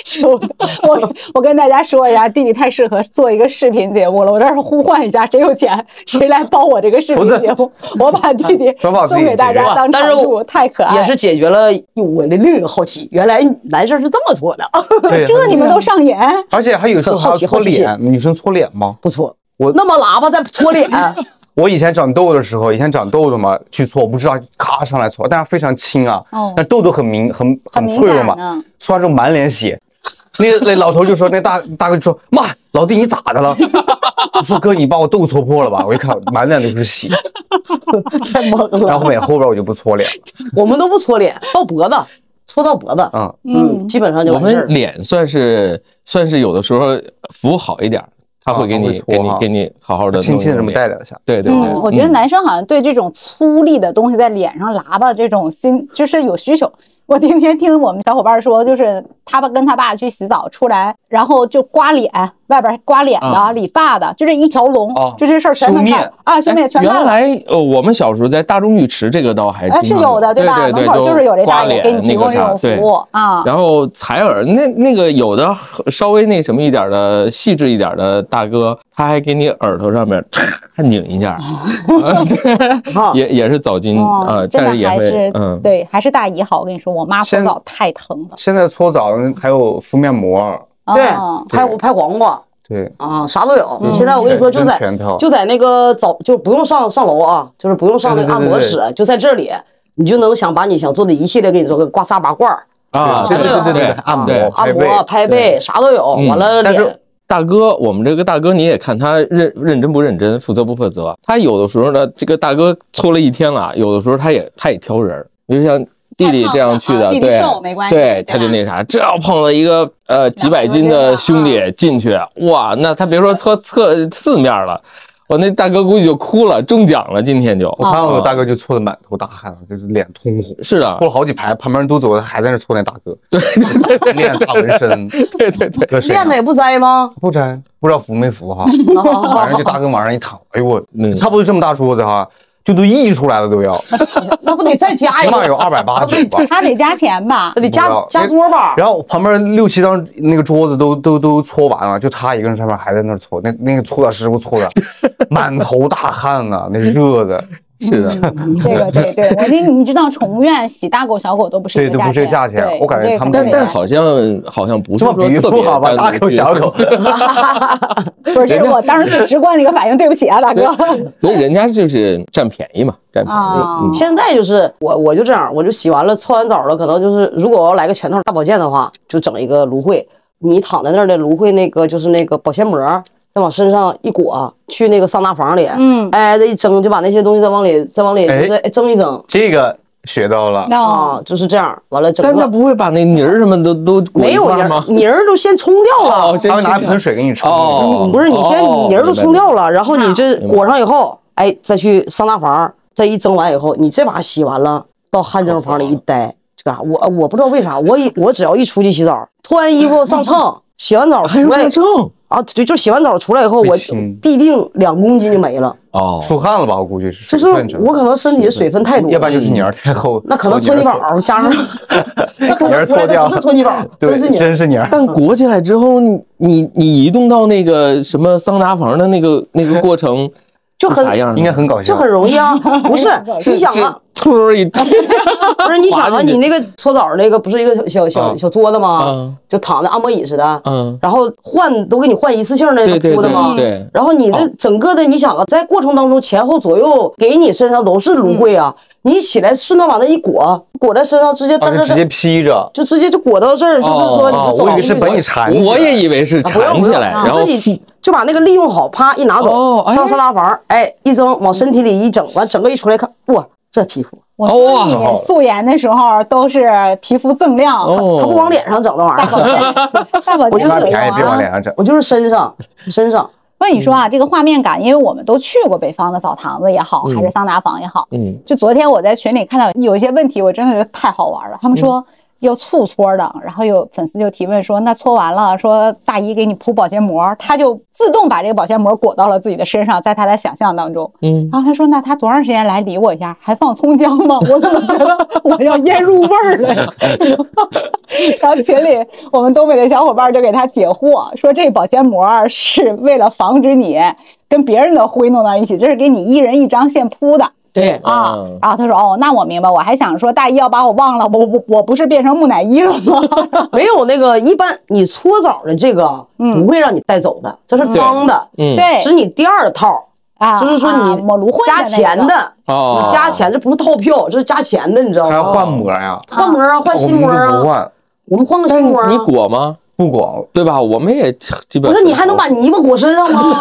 [SPEAKER 1] 手刀。我我跟大家说一下，弟弟太适合做一个视频节目了。我在这儿呼唤一下，谁有钱谁来包我这个视频
[SPEAKER 7] 不是
[SPEAKER 1] 节目，我把弟弟
[SPEAKER 7] 双方自己
[SPEAKER 1] 送给大
[SPEAKER 7] 解
[SPEAKER 1] 家
[SPEAKER 7] 决
[SPEAKER 1] 当
[SPEAKER 2] 但是
[SPEAKER 1] 常
[SPEAKER 2] 我
[SPEAKER 1] 驻，太可爱。
[SPEAKER 2] 也是解决了我的另一个好奇，原来男生是这么搓的，
[SPEAKER 6] 啊
[SPEAKER 7] 对
[SPEAKER 1] 这你们都上瘾，
[SPEAKER 7] 而且还有时候还要搓脸，女生搓脸吗？
[SPEAKER 2] 不错。
[SPEAKER 7] 我
[SPEAKER 2] 那么喇叭再搓 脸，
[SPEAKER 7] 我以前长痘的时候，以前长痘痘嘛，去搓，我不知道，咔上来搓，但是非常轻啊。
[SPEAKER 1] 哦
[SPEAKER 7] 那痘痘很敏很很脆弱
[SPEAKER 1] 很敏感呢
[SPEAKER 7] 嘛，搓完之后满脸血。那那老头就说，那大大哥就说：“妈，老弟你咋的了？” 我说：“哥，你把我痘搓破了吧？”我一看，满脸都是血。
[SPEAKER 2] 太猛
[SPEAKER 7] 然
[SPEAKER 2] 了
[SPEAKER 7] 后。后面后边我就不搓脸了。
[SPEAKER 2] 我们都不搓脸，到脖子，搓到脖子，
[SPEAKER 7] 嗯，
[SPEAKER 2] 嗯，基本上就
[SPEAKER 6] 我
[SPEAKER 2] 完事儿
[SPEAKER 6] 们
[SPEAKER 2] 了。
[SPEAKER 6] 脸算是算是有的时候服务好一点，他会给你
[SPEAKER 7] 啊会
[SPEAKER 6] 给
[SPEAKER 7] 搓
[SPEAKER 6] 你
[SPEAKER 7] 哈
[SPEAKER 6] 给你好好的
[SPEAKER 7] 轻轻的这么带
[SPEAKER 6] 带，
[SPEAKER 7] 两下。
[SPEAKER 6] 对对对
[SPEAKER 1] 嗯，，我觉得男生好像对这种粗粝的东西在脸上喇叭这种心，就是有需求。我天天听我们小伙伴说，就是他爸跟他爸去洗澡出来，然后就刮脸，外边刮脸的、
[SPEAKER 6] 啊
[SPEAKER 1] 理发的，就这一条龙，
[SPEAKER 7] 哦
[SPEAKER 1] 就这事儿全能
[SPEAKER 7] 修
[SPEAKER 1] 干
[SPEAKER 7] 面哎
[SPEAKER 1] 啊，兄弟全干
[SPEAKER 6] 原
[SPEAKER 1] 了。
[SPEAKER 6] 来呃，我们小时候在大众浴池这个倒还
[SPEAKER 1] 哎，
[SPEAKER 6] 经
[SPEAKER 1] 是
[SPEAKER 6] 常
[SPEAKER 1] 有的，
[SPEAKER 6] 对
[SPEAKER 1] 吧？
[SPEAKER 6] 对对，
[SPEAKER 1] 门口就是有这
[SPEAKER 6] 刮
[SPEAKER 1] 大爷
[SPEAKER 6] 脸
[SPEAKER 1] 给你提供
[SPEAKER 6] 那
[SPEAKER 1] 这
[SPEAKER 6] 个啥
[SPEAKER 1] 种服
[SPEAKER 6] 对
[SPEAKER 1] 务啊。
[SPEAKER 6] 然后采耳那那个有的稍微那什么一点的细致一点的大哥，他还给你耳朵上面 拧一下，啊
[SPEAKER 2] 啊
[SPEAKER 6] 对，也也是澡巾
[SPEAKER 1] 哦
[SPEAKER 6] 啊，
[SPEAKER 1] 真
[SPEAKER 6] 但
[SPEAKER 1] 的
[SPEAKER 6] 是也
[SPEAKER 1] 还
[SPEAKER 6] 会
[SPEAKER 1] 是
[SPEAKER 6] 嗯，
[SPEAKER 1] 对，还是大姨好。我跟你说，我妈搓
[SPEAKER 7] 先
[SPEAKER 1] 澡太疼了。
[SPEAKER 7] 现在搓澡还有敷面膜，
[SPEAKER 2] 对
[SPEAKER 1] 哦，
[SPEAKER 2] 拍拍黄瓜
[SPEAKER 7] 对，
[SPEAKER 2] 啊，啥都有
[SPEAKER 7] 嗯。
[SPEAKER 2] 现在我跟你说，就
[SPEAKER 7] 全
[SPEAKER 2] 在
[SPEAKER 7] 全套
[SPEAKER 2] 就在那个早就不用上上楼啊，就是不用上那个
[SPEAKER 7] 对对
[SPEAKER 2] 按
[SPEAKER 7] 对对
[SPEAKER 2] 摩
[SPEAKER 7] 对
[SPEAKER 2] 室，就在这里，你就能想把你想做的一系列给你做个刮痧拔罐儿、
[SPEAKER 6] 啊，
[SPEAKER 2] 全
[SPEAKER 7] 对
[SPEAKER 2] 都
[SPEAKER 7] 对
[SPEAKER 2] 有
[SPEAKER 7] 对对对，按摩
[SPEAKER 2] 按
[SPEAKER 7] 拍背
[SPEAKER 2] 摩、拍背，啥都有。
[SPEAKER 6] 嗯
[SPEAKER 2] 完了
[SPEAKER 6] 但
[SPEAKER 2] 脸
[SPEAKER 6] 是大哥，我们这个大哥你也看他认认真不认真，负责不负责。他有的时候呢，这个大哥搓了一天了，有的时候他也他也挑人儿，比如像弟弟这样去
[SPEAKER 1] 太胖
[SPEAKER 6] 的，
[SPEAKER 1] 了啊弟弟
[SPEAKER 6] 对
[SPEAKER 1] 瘦没关系对啊
[SPEAKER 6] 对，
[SPEAKER 1] 吧
[SPEAKER 6] 他就那啥，这要碰到一个呃几百斤的兄弟
[SPEAKER 1] 啊
[SPEAKER 6] 进去，哇，那他别说搓侧四面了，我那大哥估计就哭了，中奖了，今天就。哦
[SPEAKER 7] 我看到有大哥就搓的满头大汗，就是脸通红，
[SPEAKER 6] 是的
[SPEAKER 7] 搓，了好几排，旁边人都走了，还在那搓那大 哥， 对，练大纹身，
[SPEAKER 6] 对对对，
[SPEAKER 7] 搁身
[SPEAKER 2] 练
[SPEAKER 7] 上
[SPEAKER 2] 的哦也不摘吗？
[SPEAKER 7] 不沾，不知道服没服 哈，反正就大哥往上一躺，哎呦我
[SPEAKER 6] 嗯，
[SPEAKER 7] 差不多这么大桌子哈，就都溢出来了都要，
[SPEAKER 2] 那不得再加一
[SPEAKER 7] 起码
[SPEAKER 2] 个？
[SPEAKER 7] 有二百八九 吧。
[SPEAKER 1] 他得加钱 吧？
[SPEAKER 2] 那得
[SPEAKER 7] 不知
[SPEAKER 2] 加
[SPEAKER 7] 道
[SPEAKER 2] 加桌吧？
[SPEAKER 7] 然后旁边六七张那个桌子都都都搓完了，就他一个人上面还在那儿搓，那那个搓澡师傅搓 的满头大汗呐、那热的，
[SPEAKER 6] 是的，
[SPEAKER 1] 这个对对，我那你知道宠物院洗大狗小狗都不是一个
[SPEAKER 7] 对都
[SPEAKER 1] 价
[SPEAKER 7] 不是
[SPEAKER 1] 钱，
[SPEAKER 7] 价钱
[SPEAKER 1] 对
[SPEAKER 7] 我感觉
[SPEAKER 1] 这个
[SPEAKER 7] 他
[SPEAKER 1] 肯
[SPEAKER 7] 们
[SPEAKER 6] 但
[SPEAKER 1] 定
[SPEAKER 6] 但
[SPEAKER 1] 得
[SPEAKER 6] 好像好像不
[SPEAKER 7] 这
[SPEAKER 6] 是说
[SPEAKER 7] 么
[SPEAKER 6] 特
[SPEAKER 7] 比喻
[SPEAKER 6] 别
[SPEAKER 7] 不好吧？
[SPEAKER 6] 单独
[SPEAKER 7] 大口
[SPEAKER 6] 去
[SPEAKER 7] 小 口，
[SPEAKER 1] 不是，这是我当时最直观的一个反应，对不起啊，大哥。
[SPEAKER 6] 所以人家就是占便宜嘛，占便宜。
[SPEAKER 1] 啊
[SPEAKER 6] 嗯
[SPEAKER 2] 现在就是我，我就这样，我就洗完了，搓完澡了，可能就是如果我要来个拳头大保健的话，就整一个芦荟，你躺在那儿的芦荟那个就是那个保鲜膜，再往身上一裹，去那个桑拿房里，
[SPEAKER 1] 嗯
[SPEAKER 2] 哎，这一蒸就把那些东西再往里再往里就
[SPEAKER 7] 哎
[SPEAKER 2] 是哎蒸一蒸
[SPEAKER 7] 这个学到了。
[SPEAKER 1] 那
[SPEAKER 2] 啊，就是这样，完了整
[SPEAKER 6] 但他
[SPEAKER 2] 个
[SPEAKER 6] 不会把那泥儿什么都都裹
[SPEAKER 2] 没
[SPEAKER 6] 一
[SPEAKER 2] 有
[SPEAKER 6] 块
[SPEAKER 2] 泥
[SPEAKER 6] 儿吗
[SPEAKER 2] 儿，？泥儿都先冲掉了。
[SPEAKER 6] 哦，先
[SPEAKER 7] 他会拿
[SPEAKER 6] 这
[SPEAKER 7] 一
[SPEAKER 6] 样
[SPEAKER 7] 盆水给你冲。
[SPEAKER 6] 哦
[SPEAKER 2] 你嗯不是你先
[SPEAKER 6] 哦
[SPEAKER 2] 泥儿都冲掉了，然后
[SPEAKER 1] 啊
[SPEAKER 2] 你这
[SPEAKER 6] 明白
[SPEAKER 2] 裹上以后，哎，再去桑拿房，再一蒸完以后，你这把洗完了，到汗蒸房里一待，这嘎、我我不知道为啥，我一我只要一出去洗澡，脱完衣 服上秤，洗完澡出
[SPEAKER 6] 还有
[SPEAKER 2] 来
[SPEAKER 6] 上秤
[SPEAKER 2] 啊，就就洗完澡出来以后，
[SPEAKER 7] 会
[SPEAKER 2] 我
[SPEAKER 7] 轻
[SPEAKER 2] 必定两公斤就没了，
[SPEAKER 6] 哦，
[SPEAKER 7] 出汗了吧？我估计是
[SPEAKER 2] 就
[SPEAKER 7] 水
[SPEAKER 2] 是
[SPEAKER 7] 分成
[SPEAKER 2] 我可能身体的水分太多，嗯
[SPEAKER 7] 要不然就是泥儿太厚。
[SPEAKER 2] 那可能搓
[SPEAKER 7] 搓
[SPEAKER 2] 泥
[SPEAKER 7] 泥
[SPEAKER 2] 宝
[SPEAKER 7] 儿
[SPEAKER 2] 儿加上， 那可
[SPEAKER 7] 搓，泥
[SPEAKER 2] 能出来
[SPEAKER 7] 儿搓
[SPEAKER 2] 的
[SPEAKER 7] 掉
[SPEAKER 2] 不是搓泥宝儿， 真
[SPEAKER 7] 对
[SPEAKER 2] 是泥儿。
[SPEAKER 7] 真是泥儿。
[SPEAKER 6] 但裹起来之后，你你你移动到那个什么桑拿房的那个那个过程
[SPEAKER 2] 就是很
[SPEAKER 6] 啥样的？
[SPEAKER 7] 应该很搞笑。
[SPEAKER 2] 就很容易啊，不 是你想啊，，
[SPEAKER 6] 突儿一
[SPEAKER 2] 不是你 想啊，
[SPEAKER 6] 滑进去
[SPEAKER 2] 你那个搓澡那个不是一个小小
[SPEAKER 6] 嗯
[SPEAKER 2] 小桌子吗
[SPEAKER 6] 嗯？
[SPEAKER 2] 就躺在按摩椅似的，
[SPEAKER 6] 嗯，
[SPEAKER 2] 然后换都给你换一次性的
[SPEAKER 6] 对对
[SPEAKER 2] 铺的
[SPEAKER 6] 对
[SPEAKER 2] 吗？
[SPEAKER 6] 对
[SPEAKER 2] 然后你的整个的，你想啊，在过程当中前后左右给你身上都是芦荟啊，
[SPEAKER 6] 嗯
[SPEAKER 2] 你一起来顺道往那一裹，裹在身上直接
[SPEAKER 7] 啊，
[SPEAKER 2] 当
[SPEAKER 7] 就
[SPEAKER 2] 着
[SPEAKER 7] 直
[SPEAKER 2] 这
[SPEAKER 7] 接披着。
[SPEAKER 2] 就直接就裹到这儿，就是说
[SPEAKER 7] 哦
[SPEAKER 2] 你就走
[SPEAKER 7] 我
[SPEAKER 2] 路
[SPEAKER 7] 以为是
[SPEAKER 2] 就
[SPEAKER 7] 把
[SPEAKER 2] 走
[SPEAKER 7] 你缠起来。
[SPEAKER 6] 我也以为是
[SPEAKER 2] 啊不用
[SPEAKER 6] 缠起来，
[SPEAKER 2] 不用
[SPEAKER 6] 然后
[SPEAKER 2] 你自己就把那个利用好，啪一拿
[SPEAKER 6] 哦
[SPEAKER 2] 走，
[SPEAKER 6] 哎
[SPEAKER 2] 上桑拿房，哎，一蒸往身体里一整，完整个一出来看，哇，这皮肤。
[SPEAKER 1] 我说你素颜的时候都是皮肤锃亮，
[SPEAKER 6] 哦，
[SPEAKER 2] 他不往脸上整那玩
[SPEAKER 1] 大
[SPEAKER 2] 意
[SPEAKER 1] 保
[SPEAKER 2] 儿，
[SPEAKER 1] 健，大保
[SPEAKER 2] 我
[SPEAKER 1] 健
[SPEAKER 2] 就
[SPEAKER 7] 拿
[SPEAKER 2] 是
[SPEAKER 1] 有
[SPEAKER 7] 便宜别往
[SPEAKER 1] 啊。
[SPEAKER 7] 脸上整。
[SPEAKER 2] 我就是身 上，身上
[SPEAKER 1] 所以你说啊，这个画面感，因为我们都去过北方的澡堂子也好，还是桑拿房也好，
[SPEAKER 6] 嗯，
[SPEAKER 1] 就昨天我在群里看到有一些问题，我真的觉得太好玩了。他们说要醋搓的，然后有粉丝就提问说，那搓完了，说大姨给你铺保鲜膜，他就自动把这个保鲜膜裹到了自己的身上，在他的想象当中。
[SPEAKER 6] 嗯，
[SPEAKER 1] 然后他说，那他多长时间来理我一下？还放葱姜吗？我怎么觉得我要腌入味儿了呀？ 然后群里我们东北的小伙伴就给他解惑，说这保鲜膜是为了防止你跟别人的灰弄到一起，这是给你一人一张现铺的。
[SPEAKER 2] 对
[SPEAKER 1] 啊
[SPEAKER 6] 嗯，
[SPEAKER 1] 然后他说哦，那我明白，我还想说大姨要把我忘了，我我我不是变成木乃伊了 吗？
[SPEAKER 2] 没有那个一般你搓澡的这个
[SPEAKER 1] 嗯
[SPEAKER 2] 不会让你带走的，这是脏的，
[SPEAKER 6] 嗯
[SPEAKER 1] 对
[SPEAKER 2] 是你第二套，
[SPEAKER 1] 啊，
[SPEAKER 2] 就是说
[SPEAKER 1] 啊
[SPEAKER 2] 你
[SPEAKER 1] 抹芦荟的那个
[SPEAKER 2] 加钱， 的，
[SPEAKER 6] 哦
[SPEAKER 2] 你，加钱这不是套票，这是加钱的，你知道
[SPEAKER 7] 还要
[SPEAKER 2] 吗？
[SPEAKER 7] 换膜呀？哦
[SPEAKER 2] 换膜啊，换
[SPEAKER 7] 我
[SPEAKER 2] 新
[SPEAKER 7] 们
[SPEAKER 2] 膜
[SPEAKER 7] 就
[SPEAKER 2] 啊，
[SPEAKER 7] 不换，
[SPEAKER 2] 我们换个
[SPEAKER 6] 但
[SPEAKER 2] 新
[SPEAKER 6] 是
[SPEAKER 2] 膜啊
[SPEAKER 6] 你。裹吗？
[SPEAKER 7] 不裹。
[SPEAKER 6] 对吧？我们也基 本
[SPEAKER 2] 不是你还能把泥巴裹身上吗？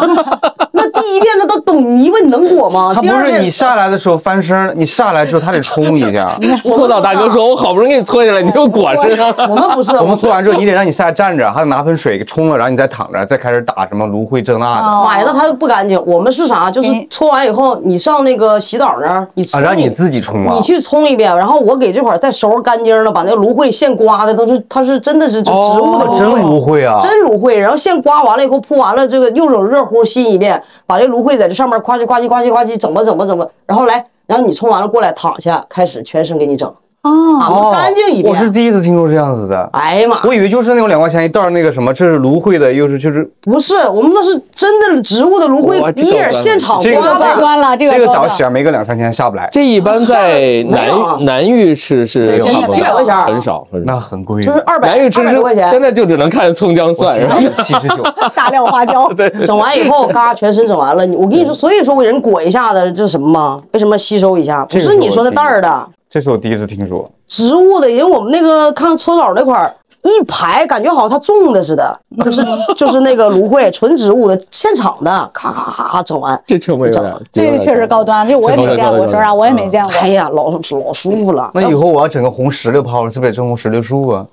[SPEAKER 2] 那第一遍那都都种泥巴，你能裹吗？
[SPEAKER 7] 他
[SPEAKER 2] 第
[SPEAKER 7] 不
[SPEAKER 2] 二
[SPEAKER 7] 是
[SPEAKER 2] 遍
[SPEAKER 7] 你下来的时候翻身儿，你下来之后他得冲一 下。
[SPEAKER 6] 搓澡大哥说：“我好不容易给你搓下来，你又裹身上了。
[SPEAKER 2] 我们不是，
[SPEAKER 7] 我们搓完之后，你得让你下来站着，还得拿盆水给冲了，然后你再躺着，再开始打什么芦荟这那的。
[SPEAKER 1] 哦
[SPEAKER 2] 买了它不干净。我们是啥？就是
[SPEAKER 1] 嗯
[SPEAKER 2] 搓完以后，你上那个洗澡那儿，你
[SPEAKER 7] 啊，
[SPEAKER 2] 冲
[SPEAKER 7] 让你自己冲啊
[SPEAKER 2] 你！去冲一遍，然后我给这块儿再收拾干净了，把那个芦荟现刮的都是，它是真的是就植物的
[SPEAKER 7] 哦，真芦荟啊！
[SPEAKER 2] 真芦荟，然后现刮完了以后铺完了，这个右手热乎吸一遍，把这芦荟在这上面夸叽夸叽夸叽夸叽整吧整吧整吧，然后来，然后你冲完了过来躺下，开始全身给你整，
[SPEAKER 1] 哦，
[SPEAKER 2] 啊，干净一
[SPEAKER 7] 哦我是
[SPEAKER 2] 遍。
[SPEAKER 7] 第一次听说这样子的，
[SPEAKER 2] 哎呀妈！
[SPEAKER 7] 我以为就是那种两块钱一袋儿那个什么，这是芦荟的，又是就是
[SPEAKER 2] 不是，我们那是真的植物的芦荟
[SPEAKER 6] 哇，这
[SPEAKER 2] 你
[SPEAKER 6] 高
[SPEAKER 2] 也
[SPEAKER 6] 端
[SPEAKER 2] 是
[SPEAKER 6] 了
[SPEAKER 2] 现场
[SPEAKER 7] 这个
[SPEAKER 1] 高
[SPEAKER 2] 刮的。
[SPEAKER 1] 端了，这个
[SPEAKER 7] 这个
[SPEAKER 1] 高
[SPEAKER 7] 早
[SPEAKER 1] 端
[SPEAKER 7] 洗完没个两三天下不来”，
[SPEAKER 6] 这一般在
[SPEAKER 2] 没有啊
[SPEAKER 6] 南南浴室是
[SPEAKER 7] 没有
[SPEAKER 6] 差不多
[SPEAKER 7] 几百
[SPEAKER 2] 块钱啊
[SPEAKER 6] 很少，很
[SPEAKER 7] 那
[SPEAKER 6] 少。
[SPEAKER 7] 很贵，
[SPEAKER 2] 就是二百
[SPEAKER 6] 南浴室
[SPEAKER 2] 二百
[SPEAKER 6] 是
[SPEAKER 2] 多块钱，
[SPEAKER 6] 真的就只能看葱姜蒜，然后
[SPEAKER 7] 七十九，
[SPEAKER 1] 大料花椒，
[SPEAKER 2] 整完以后，嘎，全身整完了。你我跟
[SPEAKER 7] 嗯
[SPEAKER 2] 你说，所以说人裹一下子这什么吗？为什么吸收一下？不
[SPEAKER 7] 这个
[SPEAKER 2] 是你说那
[SPEAKER 7] 是
[SPEAKER 2] 袋
[SPEAKER 7] 我
[SPEAKER 2] 儿的
[SPEAKER 7] 这是我第一次听说。
[SPEAKER 2] 植物的，因为我们那个看搓澡那块儿一排，感觉好像它种的似 的，就是就是那个芦荟，纯植物的，现场的，咔咔咔咔整完。
[SPEAKER 6] 这成本有点，
[SPEAKER 1] 这个确实高端，嗯这我也没见过，说实话我也没见过。
[SPEAKER 2] 哎呀，老老舒服了。
[SPEAKER 7] 那以后我要整个红石榴泡，是不是得种红石榴树啊？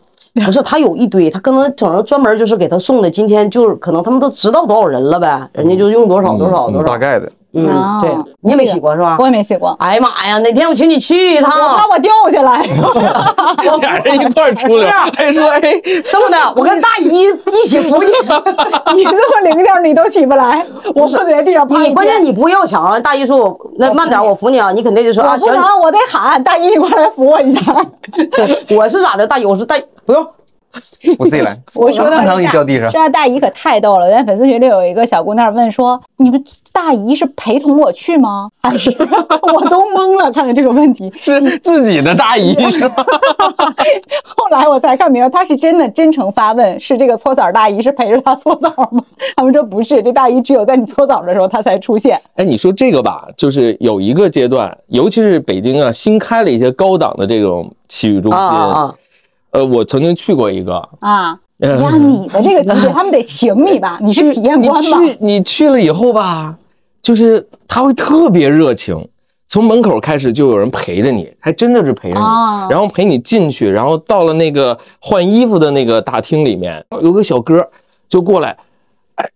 [SPEAKER 2] 不是，他有一堆，他可能整成专门就是给他送的。今天就是可能他们都知道多少人了呗，人家就用多少多少多
[SPEAKER 7] 嗯大
[SPEAKER 2] 少。
[SPEAKER 7] 概的。
[SPEAKER 2] 嗯，
[SPEAKER 1] 哦
[SPEAKER 2] 对，你也没洗过是吧
[SPEAKER 1] 我？也没洗 过，
[SPEAKER 2] 哎呀妈呀，哪天我请你去一
[SPEAKER 1] 我
[SPEAKER 2] 趟
[SPEAKER 1] 怕。我掉下 来。
[SPEAKER 6] 俩人 一块儿出来，还说哎，
[SPEAKER 2] 这么的，我跟大姨一起 扶你。
[SPEAKER 1] 你这么零件儿你都起不来，我不得在地上趴一
[SPEAKER 2] 你
[SPEAKER 1] 天。
[SPEAKER 2] 关键你不要抢，大姨说我那慢点，我扶你啊。你肯定就说
[SPEAKER 1] 我
[SPEAKER 2] 啊，
[SPEAKER 1] 不
[SPEAKER 2] 行，
[SPEAKER 1] 能，我得喊大姨，你过来扶我一下。
[SPEAKER 2] 对我是咋的？大姨，我说大姨不用，
[SPEAKER 7] 我自己来
[SPEAKER 1] 。我说的啊
[SPEAKER 7] 当当你掉地上
[SPEAKER 1] 说，到大姨可太逗了，咱粉丝群里有一个小姑娘问说：“你们大姨是陪同我去吗？” 还是我都懵了，看到这个问题。
[SPEAKER 6] 是自己的大姨是吧？
[SPEAKER 1] 后来我才看明白，她是真的真诚发问，是这个搓澡大姨是陪着她搓澡吗？ 他们说不是，这大姨只有在你搓澡的时候她才出现。
[SPEAKER 6] 哎，你说这个吧，就是有一个阶段，尤其是北京啊，新开了一些高档的这种洗浴中
[SPEAKER 2] 啊
[SPEAKER 6] 心。
[SPEAKER 2] 啊啊！
[SPEAKER 6] 呃，我曾经去过一个，
[SPEAKER 1] 啊，
[SPEAKER 6] 嗯
[SPEAKER 1] 呀，你的这个级别，他们得请你吧？你是体验
[SPEAKER 6] 你
[SPEAKER 1] 官吧？
[SPEAKER 6] 去你去了以后吧，就是他会特别热情，从门口开始就有人陪着你，还真的是陪着你，
[SPEAKER 1] 啊
[SPEAKER 6] 然后陪你进去，然后到了那个换衣服的那个大厅里面，有个小哥就过来，哎，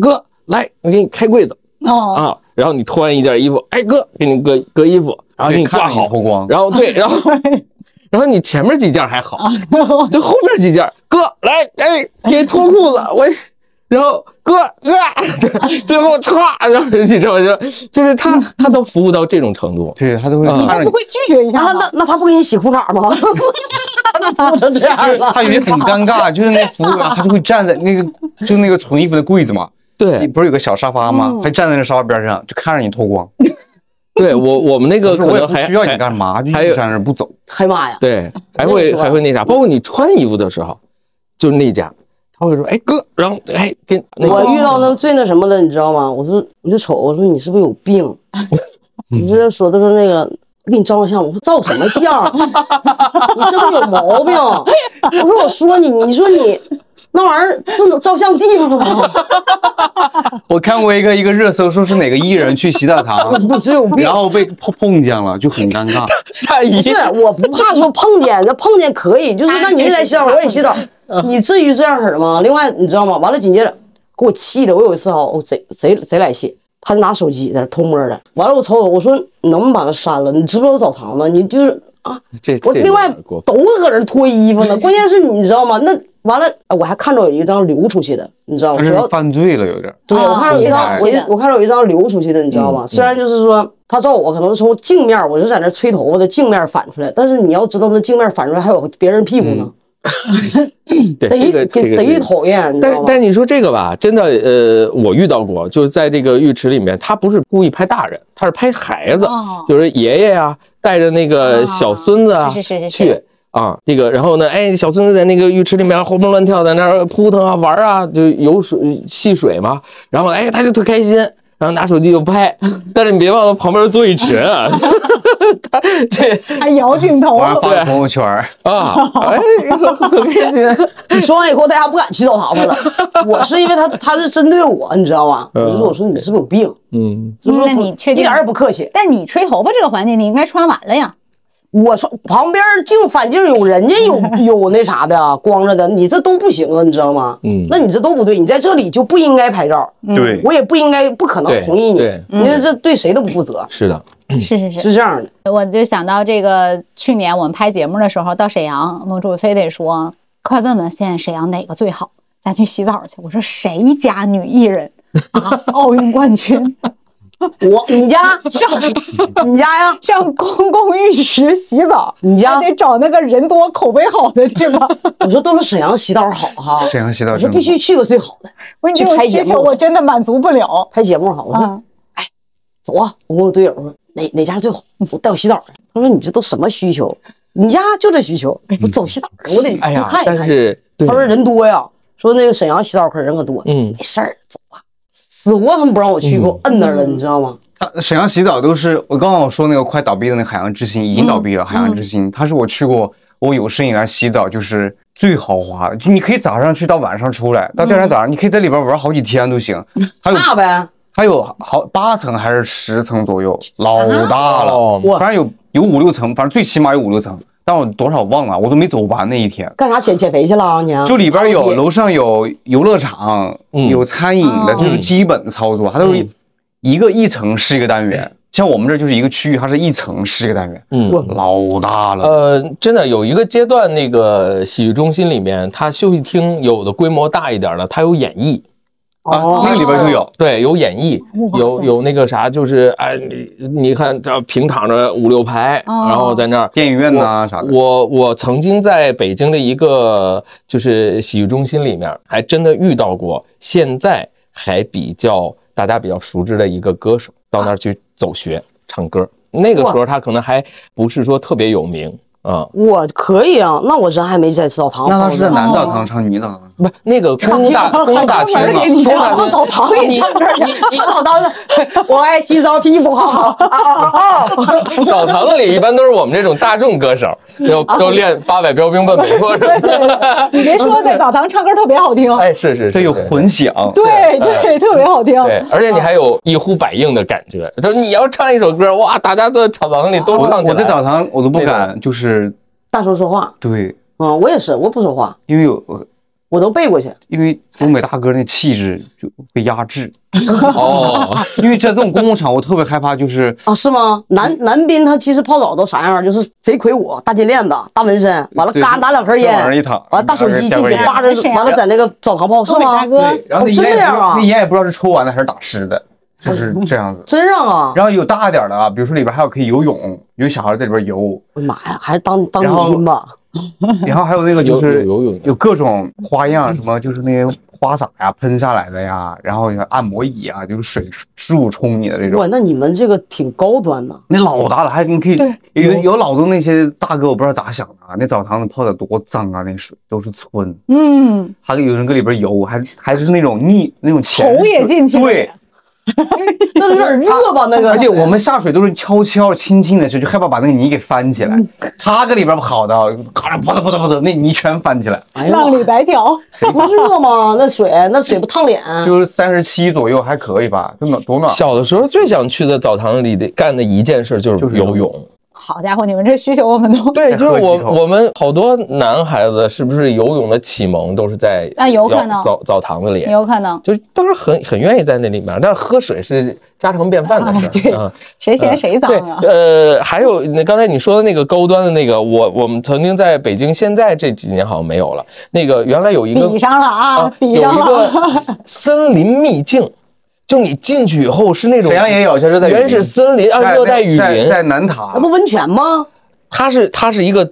[SPEAKER 6] 哥，来，我给你开柜子
[SPEAKER 1] 哦，
[SPEAKER 6] 啊，然后你脱完一件衣服，哎，哥，给你隔隔衣服，然后给你挂好，
[SPEAKER 7] 后光，
[SPEAKER 6] 然后对，然后 然后你前面几件还好，
[SPEAKER 1] 哦
[SPEAKER 6] 就后面几件，哥来，哎，给脱裤子，我，然后哥啊， 最后歘，然后你知道就就是他他都服务到这种程度，
[SPEAKER 7] 对他都会
[SPEAKER 6] 嗯
[SPEAKER 7] 看
[SPEAKER 1] 不
[SPEAKER 7] 着你，
[SPEAKER 1] 会拒绝一下
[SPEAKER 2] 啊，
[SPEAKER 1] 吗？
[SPEAKER 2] 那那他不给你洗裤衩吗？ 他都这样了
[SPEAKER 7] 他有些很尴尬，就是那服务员他就会站在那个就那个存衣服的柜子嘛，
[SPEAKER 6] 对
[SPEAKER 7] 不是有个小沙发吗？他站在那沙发边上就看着你脱光，
[SPEAKER 6] 对，我我们那个
[SPEAKER 7] 我说
[SPEAKER 6] 可
[SPEAKER 7] 我也
[SPEAKER 6] 能
[SPEAKER 7] 不
[SPEAKER 6] 还
[SPEAKER 7] 需要
[SPEAKER 6] 还
[SPEAKER 7] 你干嘛，就一
[SPEAKER 6] 还有
[SPEAKER 7] 直站那儿不走。
[SPEAKER 2] 哎妈呀！
[SPEAKER 6] 对，还
[SPEAKER 2] 我跟你
[SPEAKER 6] 会
[SPEAKER 2] 说
[SPEAKER 6] 还会那啥，包括你穿衣服的时候，就是那家，他会说哎哥，然后哎给那个
[SPEAKER 2] 我遇到那最那什么的，你知道吗？我说我就瞅，我说你是不是有病？ 你这说的是那个，我给你照个相，我说照什么相？ 你是不是有毛病？ 我说我说你，你说你那玩意儿这能照相地方吗？
[SPEAKER 7] 我看过一个一个热搜，说是哪个艺人去洗 澡堂，
[SPEAKER 2] 只有病
[SPEAKER 7] 然。后被碰碰见了，就很尴 尬。
[SPEAKER 6] 大姨
[SPEAKER 2] 不是，我不怕说碰见，那碰见可以，就是那你也来洗澡，我也洗澡，你至于这样式的吗？另外，你知道吗？完了，紧接着给我气的，我有一次哈，我贼贼贼来气，他就拿手机在那偷摸的，完了我瞅瞅，我说你能不能把他删了？你知不知道我澡堂子？你就是啊，
[SPEAKER 6] 这
[SPEAKER 2] 我
[SPEAKER 6] 这
[SPEAKER 2] 另外
[SPEAKER 6] 有点过分
[SPEAKER 2] 都搁这脱衣服呢，关键是你知道吗？那完了，哎我还看着有一张流出去的，你知道吗？
[SPEAKER 7] 他
[SPEAKER 2] 主
[SPEAKER 7] 是
[SPEAKER 2] 要
[SPEAKER 7] 犯罪了，有点。
[SPEAKER 2] 对，
[SPEAKER 6] 哦
[SPEAKER 2] 我看着有一
[SPEAKER 7] 啊
[SPEAKER 2] 张，我
[SPEAKER 1] 是
[SPEAKER 2] 就
[SPEAKER 1] 的
[SPEAKER 2] 我看着有一张流出去的，你知道吗？
[SPEAKER 6] 嗯
[SPEAKER 2] 虽然就是说他照我，可能是从镜面，我就在那吹头发的镜面反出来，但是你要知道，那镜面反出来还有别人屁股呢，
[SPEAKER 6] 嗯对这
[SPEAKER 2] 贼
[SPEAKER 6] 个这
[SPEAKER 2] 给
[SPEAKER 6] 个
[SPEAKER 2] 贼
[SPEAKER 6] 这个
[SPEAKER 2] 讨厌，你知道
[SPEAKER 6] 但
[SPEAKER 2] 吗？
[SPEAKER 6] 但你说这个吧，真的，呃，我遇到过，就是在这个浴池里面，他不是故意拍大人，他是拍孩子，
[SPEAKER 1] 哦
[SPEAKER 6] 就是爷爷啊，带着那个小孙子啊，
[SPEAKER 1] 是是是是
[SPEAKER 6] 去啊，这个，然后呢，哎，小孙子在那个浴池里面活蹦乱跳，在那儿扑腾啊玩啊，就游水戏水嘛，然后哎，他 就特开心。然后拿手机就拍，但是你别忘了旁边有座椅群啊，这
[SPEAKER 1] 还摇镜头
[SPEAKER 2] 哦
[SPEAKER 7] 我，还发个朋友圈儿，
[SPEAKER 6] 啊，哎，可开心。
[SPEAKER 2] 你说完以后，大家不敢去澡堂子了。我是因为他他是针对我，你知道吧？我
[SPEAKER 6] 嗯
[SPEAKER 2] 就说我说你是不是有病？
[SPEAKER 6] 嗯，
[SPEAKER 2] 就是说
[SPEAKER 8] 那你确定
[SPEAKER 2] 一点儿也不客气。
[SPEAKER 8] 但是你吹头发这个环节，你应该穿完了呀。
[SPEAKER 2] 我说旁边净反镜有人家有 有那啥的啊，光着的，你这都不行啊，你知道吗？
[SPEAKER 6] 嗯
[SPEAKER 2] 那你这都不对，你在这里就不应该拍照，
[SPEAKER 7] 对
[SPEAKER 2] 我也不应该不可能
[SPEAKER 6] 对
[SPEAKER 2] 同意你
[SPEAKER 6] 对，嗯
[SPEAKER 2] 你说这对谁都不负责，
[SPEAKER 6] 是的，
[SPEAKER 8] 是是是，
[SPEAKER 2] 是这样的。
[SPEAKER 8] 我就想到这个，去年我们拍节目的时候到沈阳，孟主非得说，快问问现在沈阳哪个最好，咱去洗澡去。我说谁家女艺人啊，奥运冠军
[SPEAKER 2] 我你家上你家呀，
[SPEAKER 1] 上公共浴池洗澡，
[SPEAKER 2] 你家
[SPEAKER 1] 还得找那个人多、口碑好的地方。
[SPEAKER 2] 我说都说沈阳洗澡好哈，
[SPEAKER 7] 沈阳洗
[SPEAKER 2] 我
[SPEAKER 7] 澡
[SPEAKER 2] 说
[SPEAKER 7] 真
[SPEAKER 2] 必须去个最好的，
[SPEAKER 1] 我说你这种需求我真的满足不 了
[SPEAKER 2] 拍节目好。我说
[SPEAKER 1] 啊！
[SPEAKER 2] 走啊！我跟我队友说哪哪家最好，我带我洗澡去。他说你这都什么需求？你家就这需求，我走洗澡去，我得去
[SPEAKER 6] 嗯哎呀
[SPEAKER 2] 看，一
[SPEAKER 6] 但
[SPEAKER 2] 看。
[SPEAKER 6] 是对
[SPEAKER 2] 他，说人多呀，说那个沈阳洗澡可人可多，
[SPEAKER 6] 嗯
[SPEAKER 2] 没事儿，走吧。死活他们不让我去，给我摁那儿
[SPEAKER 6] 嗯
[SPEAKER 2] 了，你知道吗？
[SPEAKER 7] 他沈阳洗澡都是我刚刚我说那个快倒闭的那个海洋之心已经倒闭了，海洋之
[SPEAKER 2] 嗯
[SPEAKER 7] 心，它是我去过我有生以来洗澡就是最豪华的，就你可以早上去到晚上出来，到第二天早上你可以在里边玩好几天都行。
[SPEAKER 6] 哎
[SPEAKER 7] 它有
[SPEAKER 2] 那呗，
[SPEAKER 7] 它有好八层还是十层左右，老
[SPEAKER 2] 啊
[SPEAKER 7] 大了
[SPEAKER 6] 哦，
[SPEAKER 7] 反正有有五六层，反正最起码有五六层，但我多少忘了，我都没走完那一天。
[SPEAKER 2] 干啥减减肥去了啊你啊？
[SPEAKER 7] 就里边
[SPEAKER 2] 跑
[SPEAKER 7] 有
[SPEAKER 2] 步机
[SPEAKER 7] 楼上有游乐场，
[SPEAKER 6] 嗯
[SPEAKER 7] 有餐饮
[SPEAKER 2] 哦
[SPEAKER 7] 的，这是基本操作，它都是
[SPEAKER 6] 嗯
[SPEAKER 7] 一个一层是一个单元，像我们这儿就是一个区域，它是一层是一个单元，
[SPEAKER 6] 嗯
[SPEAKER 2] 我
[SPEAKER 7] 老大了。
[SPEAKER 6] 呃，真的有一个阶段，那个洗浴中心里面，它休息厅有的规模大一点的，它有演绎，
[SPEAKER 2] 哦，
[SPEAKER 7] 啊那个里边就有，
[SPEAKER 6] 对，有演绎，
[SPEAKER 8] 哇
[SPEAKER 6] 有
[SPEAKER 8] 塞
[SPEAKER 6] 有那个啥，就是哎，你你看这平躺着五六排，
[SPEAKER 1] 哦
[SPEAKER 6] 然后在那儿
[SPEAKER 7] 电影院呐啥的
[SPEAKER 6] 我我曾经在北京的一个就是洗浴中心里面，还真的遇到过，现在还比较大家比较熟知的一个歌手，到那儿去走学、唱歌。那个时候他可能还不是说特别有名啊、
[SPEAKER 2] 我可以啊，那我真还没在澡堂。
[SPEAKER 7] 那他是在男澡堂
[SPEAKER 2] 哦
[SPEAKER 7] 唱女澡堂，
[SPEAKER 6] 不，那个公 大公大厅嘛，
[SPEAKER 2] 你
[SPEAKER 6] 公大
[SPEAKER 2] 上
[SPEAKER 6] 厅
[SPEAKER 2] 澡堂子唱歌去，上澡堂子，我爱洗澡，皮肤 好。 哦
[SPEAKER 6] 澡堂子里一般都是我们这种大众歌手，要要练八百标兵奔北坡什么 的。
[SPEAKER 1] 你别说，在澡堂唱歌特别好听，
[SPEAKER 6] 嗯哎，是是是，
[SPEAKER 7] 这有
[SPEAKER 6] 是
[SPEAKER 7] 混响，
[SPEAKER 1] 对对，特别好听。
[SPEAKER 6] 对，而且你还有一呼百应的感觉，就是你要唱一首歌，哇，大家都在澡堂里都
[SPEAKER 7] 我
[SPEAKER 6] 唱起
[SPEAKER 7] 我
[SPEAKER 6] 来。
[SPEAKER 7] 在澡堂我都不
[SPEAKER 6] 那
[SPEAKER 7] 敢，就是
[SPEAKER 2] 大声说话
[SPEAKER 7] 对，
[SPEAKER 2] 啊！我也是，我不说话，
[SPEAKER 7] 因为有呃
[SPEAKER 2] 我都背过去。
[SPEAKER 7] 因为东北大哥那气质就被压制，
[SPEAKER 6] 哦，
[SPEAKER 7] 因为在这种公共场我特别害怕，就是
[SPEAKER 2] 啊，是吗？男男宾他其实泡澡都啥样？就是贼魁梧，大金链子，大纹身，完了
[SPEAKER 7] 对
[SPEAKER 2] 嘎拿两盒
[SPEAKER 7] 就
[SPEAKER 2] 烟，
[SPEAKER 7] 往上一躺
[SPEAKER 2] 完了大手机进
[SPEAKER 7] 拿根
[SPEAKER 2] 去
[SPEAKER 7] 烟
[SPEAKER 2] 扒着
[SPEAKER 8] 是，呀
[SPEAKER 2] 完了在那个澡堂泡，是
[SPEAKER 8] 东北
[SPEAKER 2] 吗
[SPEAKER 8] 大？哥，
[SPEAKER 7] 对，然后那
[SPEAKER 2] 哦
[SPEAKER 7] 烟也
[SPEAKER 2] 这
[SPEAKER 7] 不知
[SPEAKER 2] 样
[SPEAKER 7] 道
[SPEAKER 2] 啊。
[SPEAKER 7] 那烟也不知道是抽完的还是打湿的，就是这样子
[SPEAKER 2] 真让啊！
[SPEAKER 7] 然后有大一点的啊，比如说里边还有可以游泳，有小孩在里边游，
[SPEAKER 2] 我的妈呀，还是当当
[SPEAKER 7] 然后
[SPEAKER 2] 女音吧。
[SPEAKER 7] 然后还有那个就是
[SPEAKER 6] 有有有有
[SPEAKER 7] 有各种花样，什么就是那些花洒呀喷下来的呀，然后有按摩椅啊，就是水树冲你的这
[SPEAKER 2] 哇，
[SPEAKER 7] 种。
[SPEAKER 2] 那你们这个挺高端 呐！
[SPEAKER 7] 那老大了，还你可以有有老多那些大哥，我不知道咋想的啊，那澡堂子泡的多脏啊，那水都是皴，
[SPEAKER 1] 嗯，
[SPEAKER 7] 还有人搁里边游，还还是那种溺那种潜
[SPEAKER 1] 头也
[SPEAKER 7] 水
[SPEAKER 1] 进去了
[SPEAKER 7] 对，
[SPEAKER 2] 那有点热吧？那个，
[SPEAKER 7] 而且我们下水都是悄悄轻轻的去，就害怕把那个泥给翻起来。他搁里边跑的，咔嚓扑腾扑腾扑腾，那泥全翻起来。
[SPEAKER 2] 哎呀妈
[SPEAKER 1] 浪里
[SPEAKER 2] 呀，
[SPEAKER 1] 白条，
[SPEAKER 2] 不热 吗？那水，那水不烫脸？
[SPEAKER 7] 就是三十七左右还可以吧，就暖多暖。
[SPEAKER 6] 小的时候最想去的澡堂里的干的一件事就是游泳。
[SPEAKER 8] 好家伙，你们这需求我们都
[SPEAKER 6] 对，就是
[SPEAKER 7] 喝
[SPEAKER 6] 我
[SPEAKER 7] 几口
[SPEAKER 6] 我们好多男孩子是不是游泳的启蒙都是在
[SPEAKER 8] 啊有可能
[SPEAKER 6] 澡澡堂子里，
[SPEAKER 8] 有可能，
[SPEAKER 6] 就是都是很很愿意在那里面，但是喝水是家常便饭的事儿。
[SPEAKER 8] 啊对
[SPEAKER 6] 嗯
[SPEAKER 8] 谁嫌谁脏啊？
[SPEAKER 6] 对，呃，还有那刚才你说的那个高端的那个，我我们曾经在北京，现在这几年好像没有了。那个原来有一个
[SPEAKER 8] 比上了啊，比
[SPEAKER 6] 有
[SPEAKER 8] 上
[SPEAKER 6] 一
[SPEAKER 8] 了。
[SPEAKER 6] 个森林秘境，就你进去以后是那种
[SPEAKER 7] 沈阳也有，就是在雨林
[SPEAKER 6] 原始森林啊，
[SPEAKER 7] 在
[SPEAKER 6] 热带雨
[SPEAKER 7] 在在
[SPEAKER 6] 林，
[SPEAKER 7] 在南塔
[SPEAKER 2] 那，不温泉吗？
[SPEAKER 6] 它是它是一个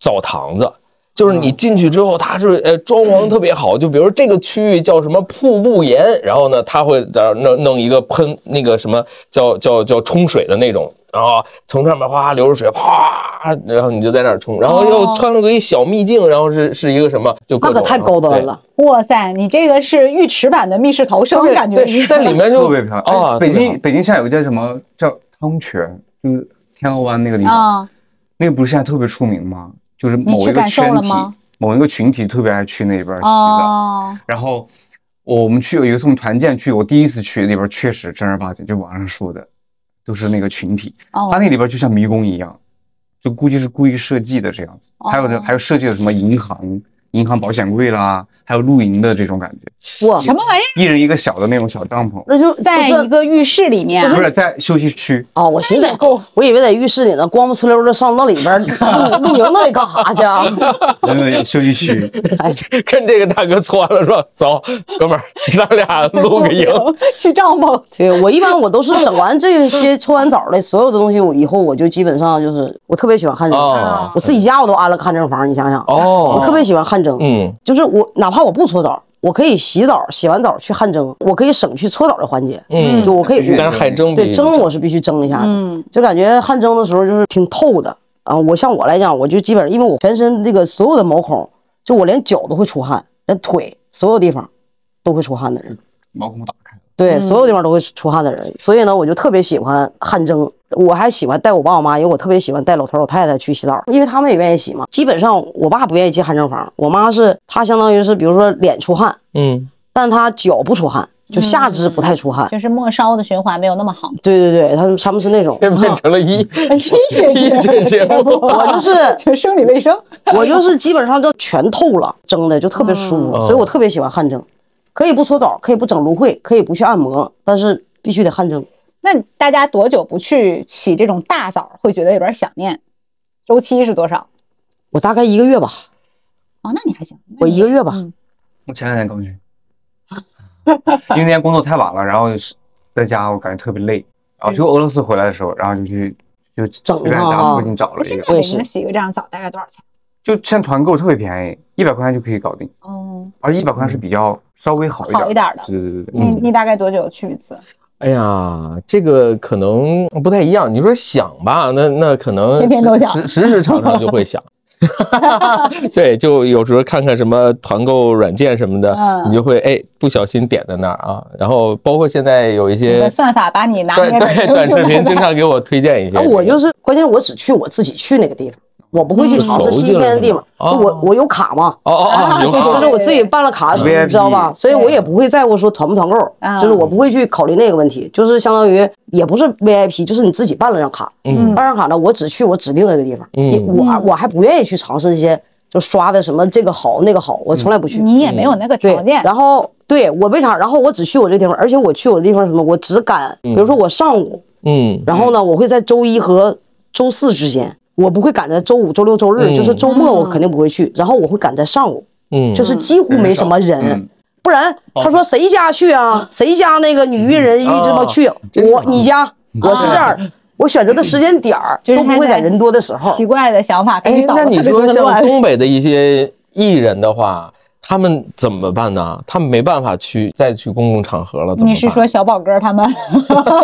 [SPEAKER 6] 澡堂子。就是
[SPEAKER 2] 嗯
[SPEAKER 6] 你进去之后，它是呃装潢特别好，就比如这个区域叫什么瀑布岩，然后呢，它会在那儿弄弄一个喷那个什么叫叫叫冲水的那种，然后啊从上面哗哗流着水，啪，然后你就在那儿冲，然后又
[SPEAKER 8] 哦
[SPEAKER 6] 穿了个一小秘境，然后是是一个什么，就各
[SPEAKER 2] 那可
[SPEAKER 6] 种啊
[SPEAKER 2] 太高端了。
[SPEAKER 8] 哇塞，你这个是浴池版的密室逃生，
[SPEAKER 6] 对，
[SPEAKER 8] 感觉
[SPEAKER 6] 对
[SPEAKER 8] 是
[SPEAKER 6] 在里面就
[SPEAKER 7] 特别漂亮。
[SPEAKER 6] 啊，
[SPEAKER 7] 哎北
[SPEAKER 6] 特别好
[SPEAKER 7] 京北京现在有个叫什么叫汤泉，就是天鹅湾那个地方，
[SPEAKER 8] 啊，
[SPEAKER 7] 那个不是现在特别出名吗？就是
[SPEAKER 8] 你
[SPEAKER 7] 某
[SPEAKER 8] 去
[SPEAKER 7] 一个
[SPEAKER 8] 感受
[SPEAKER 7] 圈
[SPEAKER 8] 了
[SPEAKER 7] 体
[SPEAKER 8] 吗，
[SPEAKER 7] 某一个群体特别爱去那边洗澡。
[SPEAKER 8] 哦，
[SPEAKER 7] 然后我们去有一次我们团建去，我第一次去那边确实正儿八经就网上说的，都是那个群体，
[SPEAKER 8] 哦
[SPEAKER 7] 它那里边就像迷宫一样，就估计是故意设计的这样子。还有
[SPEAKER 8] 哦
[SPEAKER 7] 的还有设计的什么银行、银行保险柜啦，还有露营的这种感觉，
[SPEAKER 2] 哇，
[SPEAKER 1] 什么玩意儿？
[SPEAKER 7] 一人一个小的那种小帐篷，
[SPEAKER 2] 那就
[SPEAKER 8] 在
[SPEAKER 2] 不
[SPEAKER 8] 一
[SPEAKER 2] 是
[SPEAKER 8] 个浴室里面，
[SPEAKER 7] 不是在休息 区。
[SPEAKER 2] 哦，我寻思在，我以为在浴室里呢，光不呲溜的上那里边儿露露营那里干啥去啊？
[SPEAKER 7] 没有没有休息区，
[SPEAKER 6] 跟这个大哥搓完了说走，哥们儿，咱俩 露个营。
[SPEAKER 1] 去帐篷，
[SPEAKER 2] 对我一般我都是整完这些搓完澡的所有的东西，我以后我就基本上就是我特别喜欢汗蒸
[SPEAKER 6] 哦，
[SPEAKER 2] 我自己家我都安了汗蒸房，你想想，
[SPEAKER 6] 哦，
[SPEAKER 2] 我特别喜欢汗蒸，
[SPEAKER 6] 嗯，
[SPEAKER 2] 就是我哪怕我不搓澡，我可以洗澡，洗完澡去汗蒸，我可以省去搓澡的环节，
[SPEAKER 6] 嗯
[SPEAKER 2] 就我 可以
[SPEAKER 7] 嗯
[SPEAKER 6] 但是海蒸
[SPEAKER 2] 对
[SPEAKER 6] 比
[SPEAKER 2] 蒸我是必须蒸一下的，
[SPEAKER 8] 嗯，
[SPEAKER 2] 就感觉汗蒸的时候就是挺透的啊。我像我来讲，我就基本上因为我全身那个所有的毛孔，就我连脚都会出汗，连腿所有地方都会出汗的人。
[SPEAKER 7] 毛孔打开了。
[SPEAKER 2] 对，所有地方都会出汗的人，所以呢，我就特别喜欢汗蒸。我还喜欢带我爸我妈，因为我特别喜欢带老头老太太去洗澡，因为他们也愿意洗嘛。基本上我爸不愿意进汗蒸房，我妈是她相当于是，比如说脸出汗，
[SPEAKER 6] 嗯
[SPEAKER 2] 但她脚不出汗，就下肢不太出汗。
[SPEAKER 8] 就是末梢的循环没有那么好。
[SPEAKER 2] 对对对，他们他们是那种。
[SPEAKER 6] 这 变成了医
[SPEAKER 8] 哎
[SPEAKER 6] 医学节 目，
[SPEAKER 2] 啊我 就是
[SPEAKER 1] 就生理卫生。
[SPEAKER 2] 我就是基本上就全透了，蒸的就特别舒服，
[SPEAKER 6] 嗯
[SPEAKER 2] 所以我特别喜欢汗蒸，可以不搓澡，可以不整芦荟，可以不去按摩，但是必须得汗蒸。
[SPEAKER 8] 那大家多久不去洗这种大澡，会觉得有点想念？周期是多少？
[SPEAKER 2] 我大概一个月吧，
[SPEAKER 8] 哦，那你还行，
[SPEAKER 2] 我一个月吧，
[SPEAKER 8] 嗯
[SPEAKER 7] 我前两天刚去，因为那天工作太晚了，然后是在家我感觉特别累，然后就俄罗斯回来的时候，然后就去就
[SPEAKER 2] 整
[SPEAKER 7] 随便
[SPEAKER 2] 了
[SPEAKER 7] 家
[SPEAKER 2] 啊
[SPEAKER 7] 附近找了
[SPEAKER 8] 那
[SPEAKER 7] 一
[SPEAKER 8] 现
[SPEAKER 7] 个，
[SPEAKER 8] 在
[SPEAKER 2] 我也
[SPEAKER 8] 北
[SPEAKER 2] 是
[SPEAKER 8] 京洗一个这样澡大概多少钱？
[SPEAKER 7] 就现在团购特别便宜，一百块钱就可以搞定，
[SPEAKER 8] 哦，
[SPEAKER 7] 而一百块钱是比较稍微好一点
[SPEAKER 8] 好一点的
[SPEAKER 7] 对对对嗯对，
[SPEAKER 6] 嗯
[SPEAKER 8] 你你大概多久去一次？
[SPEAKER 6] 哎呀，这个可能不太一样。你说想吧，那那可能
[SPEAKER 8] 天天都想
[SPEAKER 6] 时时时常常就会 想。对，就有时候看看什么团购软件什么的，
[SPEAKER 1] 嗯
[SPEAKER 6] 你就会哎不小心点在那儿啊。然后包括现在有一
[SPEAKER 8] 你
[SPEAKER 6] 些
[SPEAKER 8] 的算法把你拿
[SPEAKER 6] 短
[SPEAKER 8] 捏
[SPEAKER 6] 短
[SPEAKER 8] 着，
[SPEAKER 6] 短视频，经常给我推荐一些
[SPEAKER 2] 啊，
[SPEAKER 6] 这个。
[SPEAKER 2] 我就是关键，我只去我自己去那个地方，我不会去尝试
[SPEAKER 6] 嗯
[SPEAKER 2] 新鲜的地方。
[SPEAKER 6] 哦
[SPEAKER 2] 就我我有卡嘛，
[SPEAKER 6] 哦哦哦，
[SPEAKER 8] 啊
[SPEAKER 6] 有
[SPEAKER 8] 对
[SPEAKER 6] 啊
[SPEAKER 2] 就是我自己办了卡，
[SPEAKER 7] 对
[SPEAKER 2] 你知道吧？
[SPEAKER 7] VIP
[SPEAKER 2] 所以我也不会在乎说团不团购
[SPEAKER 8] 嗯，
[SPEAKER 2] 就是我不会去考虑那个问题，就是相当于也不是 VIP，就是你自己办了张卡，
[SPEAKER 6] 嗯
[SPEAKER 2] 办张卡呢，我只去我指定那个地方，
[SPEAKER 6] 嗯
[SPEAKER 2] 也我我还不愿意去尝试一些就刷的什么这个好那个好，我从来不去。
[SPEAKER 8] 嗯你也没有那个
[SPEAKER 2] 对
[SPEAKER 8] 条，件。
[SPEAKER 2] 然后对我为啥？然后我只去我这地方，而且我去我的地方什么，我只敢，比如说我上午
[SPEAKER 6] 嗯
[SPEAKER 2] 然后呢，我会在周一和周四之间，我不会赶在周五、周六、周日，
[SPEAKER 6] 嗯
[SPEAKER 2] 就是周末我肯定不会去。然后我会赶在上午，
[SPEAKER 6] 嗯，
[SPEAKER 2] 就是几乎没什么人
[SPEAKER 7] 嗯。
[SPEAKER 2] 不然
[SPEAKER 6] 哦
[SPEAKER 2] 他说谁家去啊？谁家那个女艺人一直么去？
[SPEAKER 6] 嗯哦真是嗯
[SPEAKER 2] 我你家，我是这样的，我选择的时间点儿
[SPEAKER 8] 就是
[SPEAKER 2] 都不会在人多的时候。
[SPEAKER 8] 奇怪的想法，赶
[SPEAKER 6] 哎
[SPEAKER 8] 紧，走吧。
[SPEAKER 6] 那你
[SPEAKER 8] 特别
[SPEAKER 6] 说
[SPEAKER 8] 的
[SPEAKER 6] 像
[SPEAKER 8] 乱
[SPEAKER 6] 东北的一些艺人的话，他们怎么办呢？他们没办法去再去公共场合了，怎么办？
[SPEAKER 8] 你是说小宝哥他们？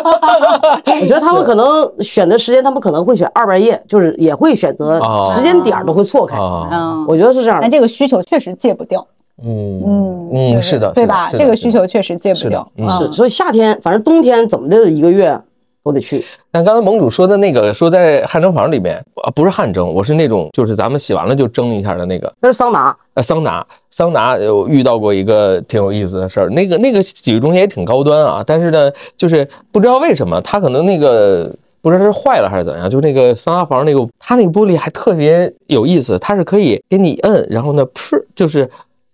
[SPEAKER 2] 我觉得他们可能选择时间，他们可能会选二半夜，就是也会选择
[SPEAKER 6] 哦
[SPEAKER 2] 时间点儿都会错开。
[SPEAKER 6] 啊？
[SPEAKER 8] 嗯，
[SPEAKER 2] 我觉得是这样
[SPEAKER 8] 但
[SPEAKER 2] 的。
[SPEAKER 8] 这个需求确实戒不掉。
[SPEAKER 6] 嗯
[SPEAKER 8] 嗯就
[SPEAKER 6] 嗯，是的，
[SPEAKER 8] 对
[SPEAKER 6] 是的
[SPEAKER 8] 吧？
[SPEAKER 6] 是的
[SPEAKER 8] 这个
[SPEAKER 6] 是
[SPEAKER 8] 需
[SPEAKER 6] 的
[SPEAKER 8] 求确实戒
[SPEAKER 6] 是的
[SPEAKER 8] 不掉。
[SPEAKER 6] 嗯
[SPEAKER 2] 是，所以夏天反正冬天怎么的一个月都得去。
[SPEAKER 6] 但刚才盟主说的那个，说在汗蒸房里面啊，不是汗蒸，我是那种就是咱们洗完了就蒸一下的那个，
[SPEAKER 2] 那是桑拿，
[SPEAKER 6] 呃，桑拿，桑拿，呃我遇到过一个挺有意思的事儿。那个那个洗浴中心也挺高端啊，但是呢，就是不知道为什么，它可能那个不知道是坏了还是怎样，就那个桑拿房那个，它那个玻璃还特别有意思，它是可以给你摁，然后呢，噗，就是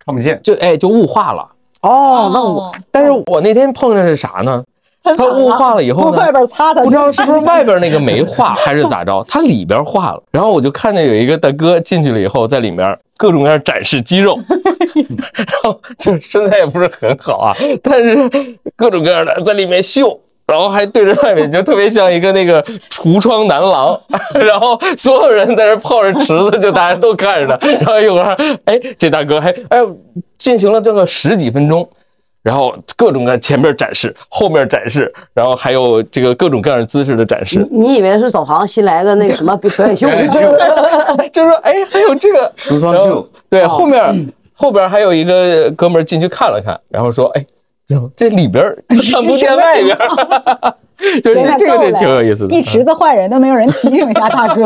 [SPEAKER 7] 看不见，
[SPEAKER 6] 就哎就雾化了。
[SPEAKER 2] 哦，那我
[SPEAKER 6] 但是我那天碰上是啥呢？它雾化了以后呢，
[SPEAKER 1] 外边擦擦
[SPEAKER 6] 不知道是不是外边那个没 化还是咋着，它里边化了。然后我就看见有一个大哥进去了以后，在里面各种各样展示肌肉，然后就是身材也不是很好啊，但是各种各样的在里面秀。然后还对着外面，就特别像一个那个橱窗男郎，然后所有人在这泡着池子，就大家都看着他。然后一会儿，哎，这大哥还哎进行了这个十几分钟，然后各种各样前面展示，后面展示，然后还有这个各种各样姿势的展示，
[SPEAKER 2] 你你以为是澡堂新来个那个什么表
[SPEAKER 6] 哎
[SPEAKER 7] 哎
[SPEAKER 2] 演秀呢？
[SPEAKER 6] 就是说，哎，还有这 个
[SPEAKER 7] 橱窗
[SPEAKER 6] 然后哦
[SPEAKER 7] 秀，嗯
[SPEAKER 6] 对，后面后边还有一个 哥们儿进去看了看，然后说，哎，这这里边儿看不见外边儿， 就是
[SPEAKER 1] 别再
[SPEAKER 6] 这个
[SPEAKER 1] 逗
[SPEAKER 6] 是
[SPEAKER 1] 了
[SPEAKER 6] 挺有意思的，嗯
[SPEAKER 1] 一池子坏人都没有人提醒一下大 哥。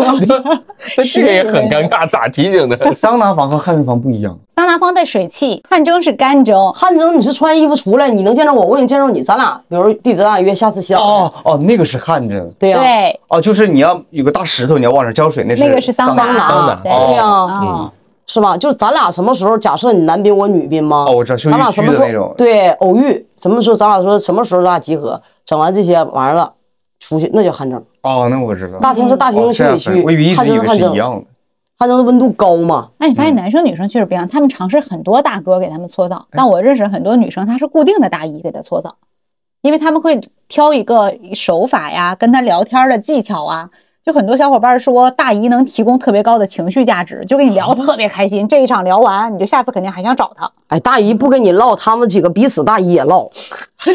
[SPEAKER 6] 但这个也很尴尬，咋提醒 的？
[SPEAKER 7] 呃桑拿房和汗蒸房不一样，
[SPEAKER 8] 桑拿房带水汽，
[SPEAKER 1] 汗蒸是干蒸，
[SPEAKER 6] 嗯
[SPEAKER 2] 汗蒸你是穿衣服出来，你能见着我，我也能见着你，咱俩比如弟弟咱俩约下次洗澡
[SPEAKER 7] 哦
[SPEAKER 2] 去，
[SPEAKER 7] 哦，那个是汗蒸，
[SPEAKER 2] 对呀、
[SPEAKER 8] 对，
[SPEAKER 7] 哦，就是你要有个大石头，你要往上浇水，那是
[SPEAKER 8] 那个是桑
[SPEAKER 7] 拿。
[SPEAKER 8] 拿，
[SPEAKER 6] 桑拿
[SPEAKER 8] 对
[SPEAKER 7] 哦
[SPEAKER 2] 对呀、
[SPEAKER 6] 嗯
[SPEAKER 8] 啊，
[SPEAKER 2] 是吧？就是咱俩什么时候，假设你男宾我女宾吗？
[SPEAKER 7] 哦我知道就
[SPEAKER 2] 咱俩
[SPEAKER 7] 预
[SPEAKER 2] 什
[SPEAKER 7] 区
[SPEAKER 2] 么
[SPEAKER 7] 的
[SPEAKER 2] 时候
[SPEAKER 7] 那种
[SPEAKER 2] 对偶遇，什么时候咱俩说什么时候咱俩集合，整完这些完了。出去那叫汗蒸，
[SPEAKER 7] 哦，那我知道。
[SPEAKER 2] 大厅是大
[SPEAKER 7] 哦
[SPEAKER 2] 厅
[SPEAKER 7] 这
[SPEAKER 2] 休息
[SPEAKER 7] 样分我以为
[SPEAKER 2] 区，
[SPEAKER 7] 一直
[SPEAKER 2] 汗蒸
[SPEAKER 7] 以
[SPEAKER 2] 是
[SPEAKER 7] 为
[SPEAKER 2] 汗
[SPEAKER 7] 是一
[SPEAKER 2] 蒸，
[SPEAKER 7] 样的。
[SPEAKER 2] 汗蒸的温度高嘛，
[SPEAKER 8] 那你发现男生女生确实不一样，他们尝试很多大哥给他们搓澡，
[SPEAKER 2] 哎
[SPEAKER 8] 但我认识很多女生，她是固定的大姨给她搓澡，因为他们会挑一个手法呀，跟她聊天的技巧啊。就很多小伙伴说，大姨能提供特别高的情绪价值，就跟你聊
[SPEAKER 2] 嗯
[SPEAKER 8] 得特别开心。这一场聊完，你就下次肯定还想找她。
[SPEAKER 2] 哎，大姨不跟你唠，他们几个彼此大姨也 唠，哎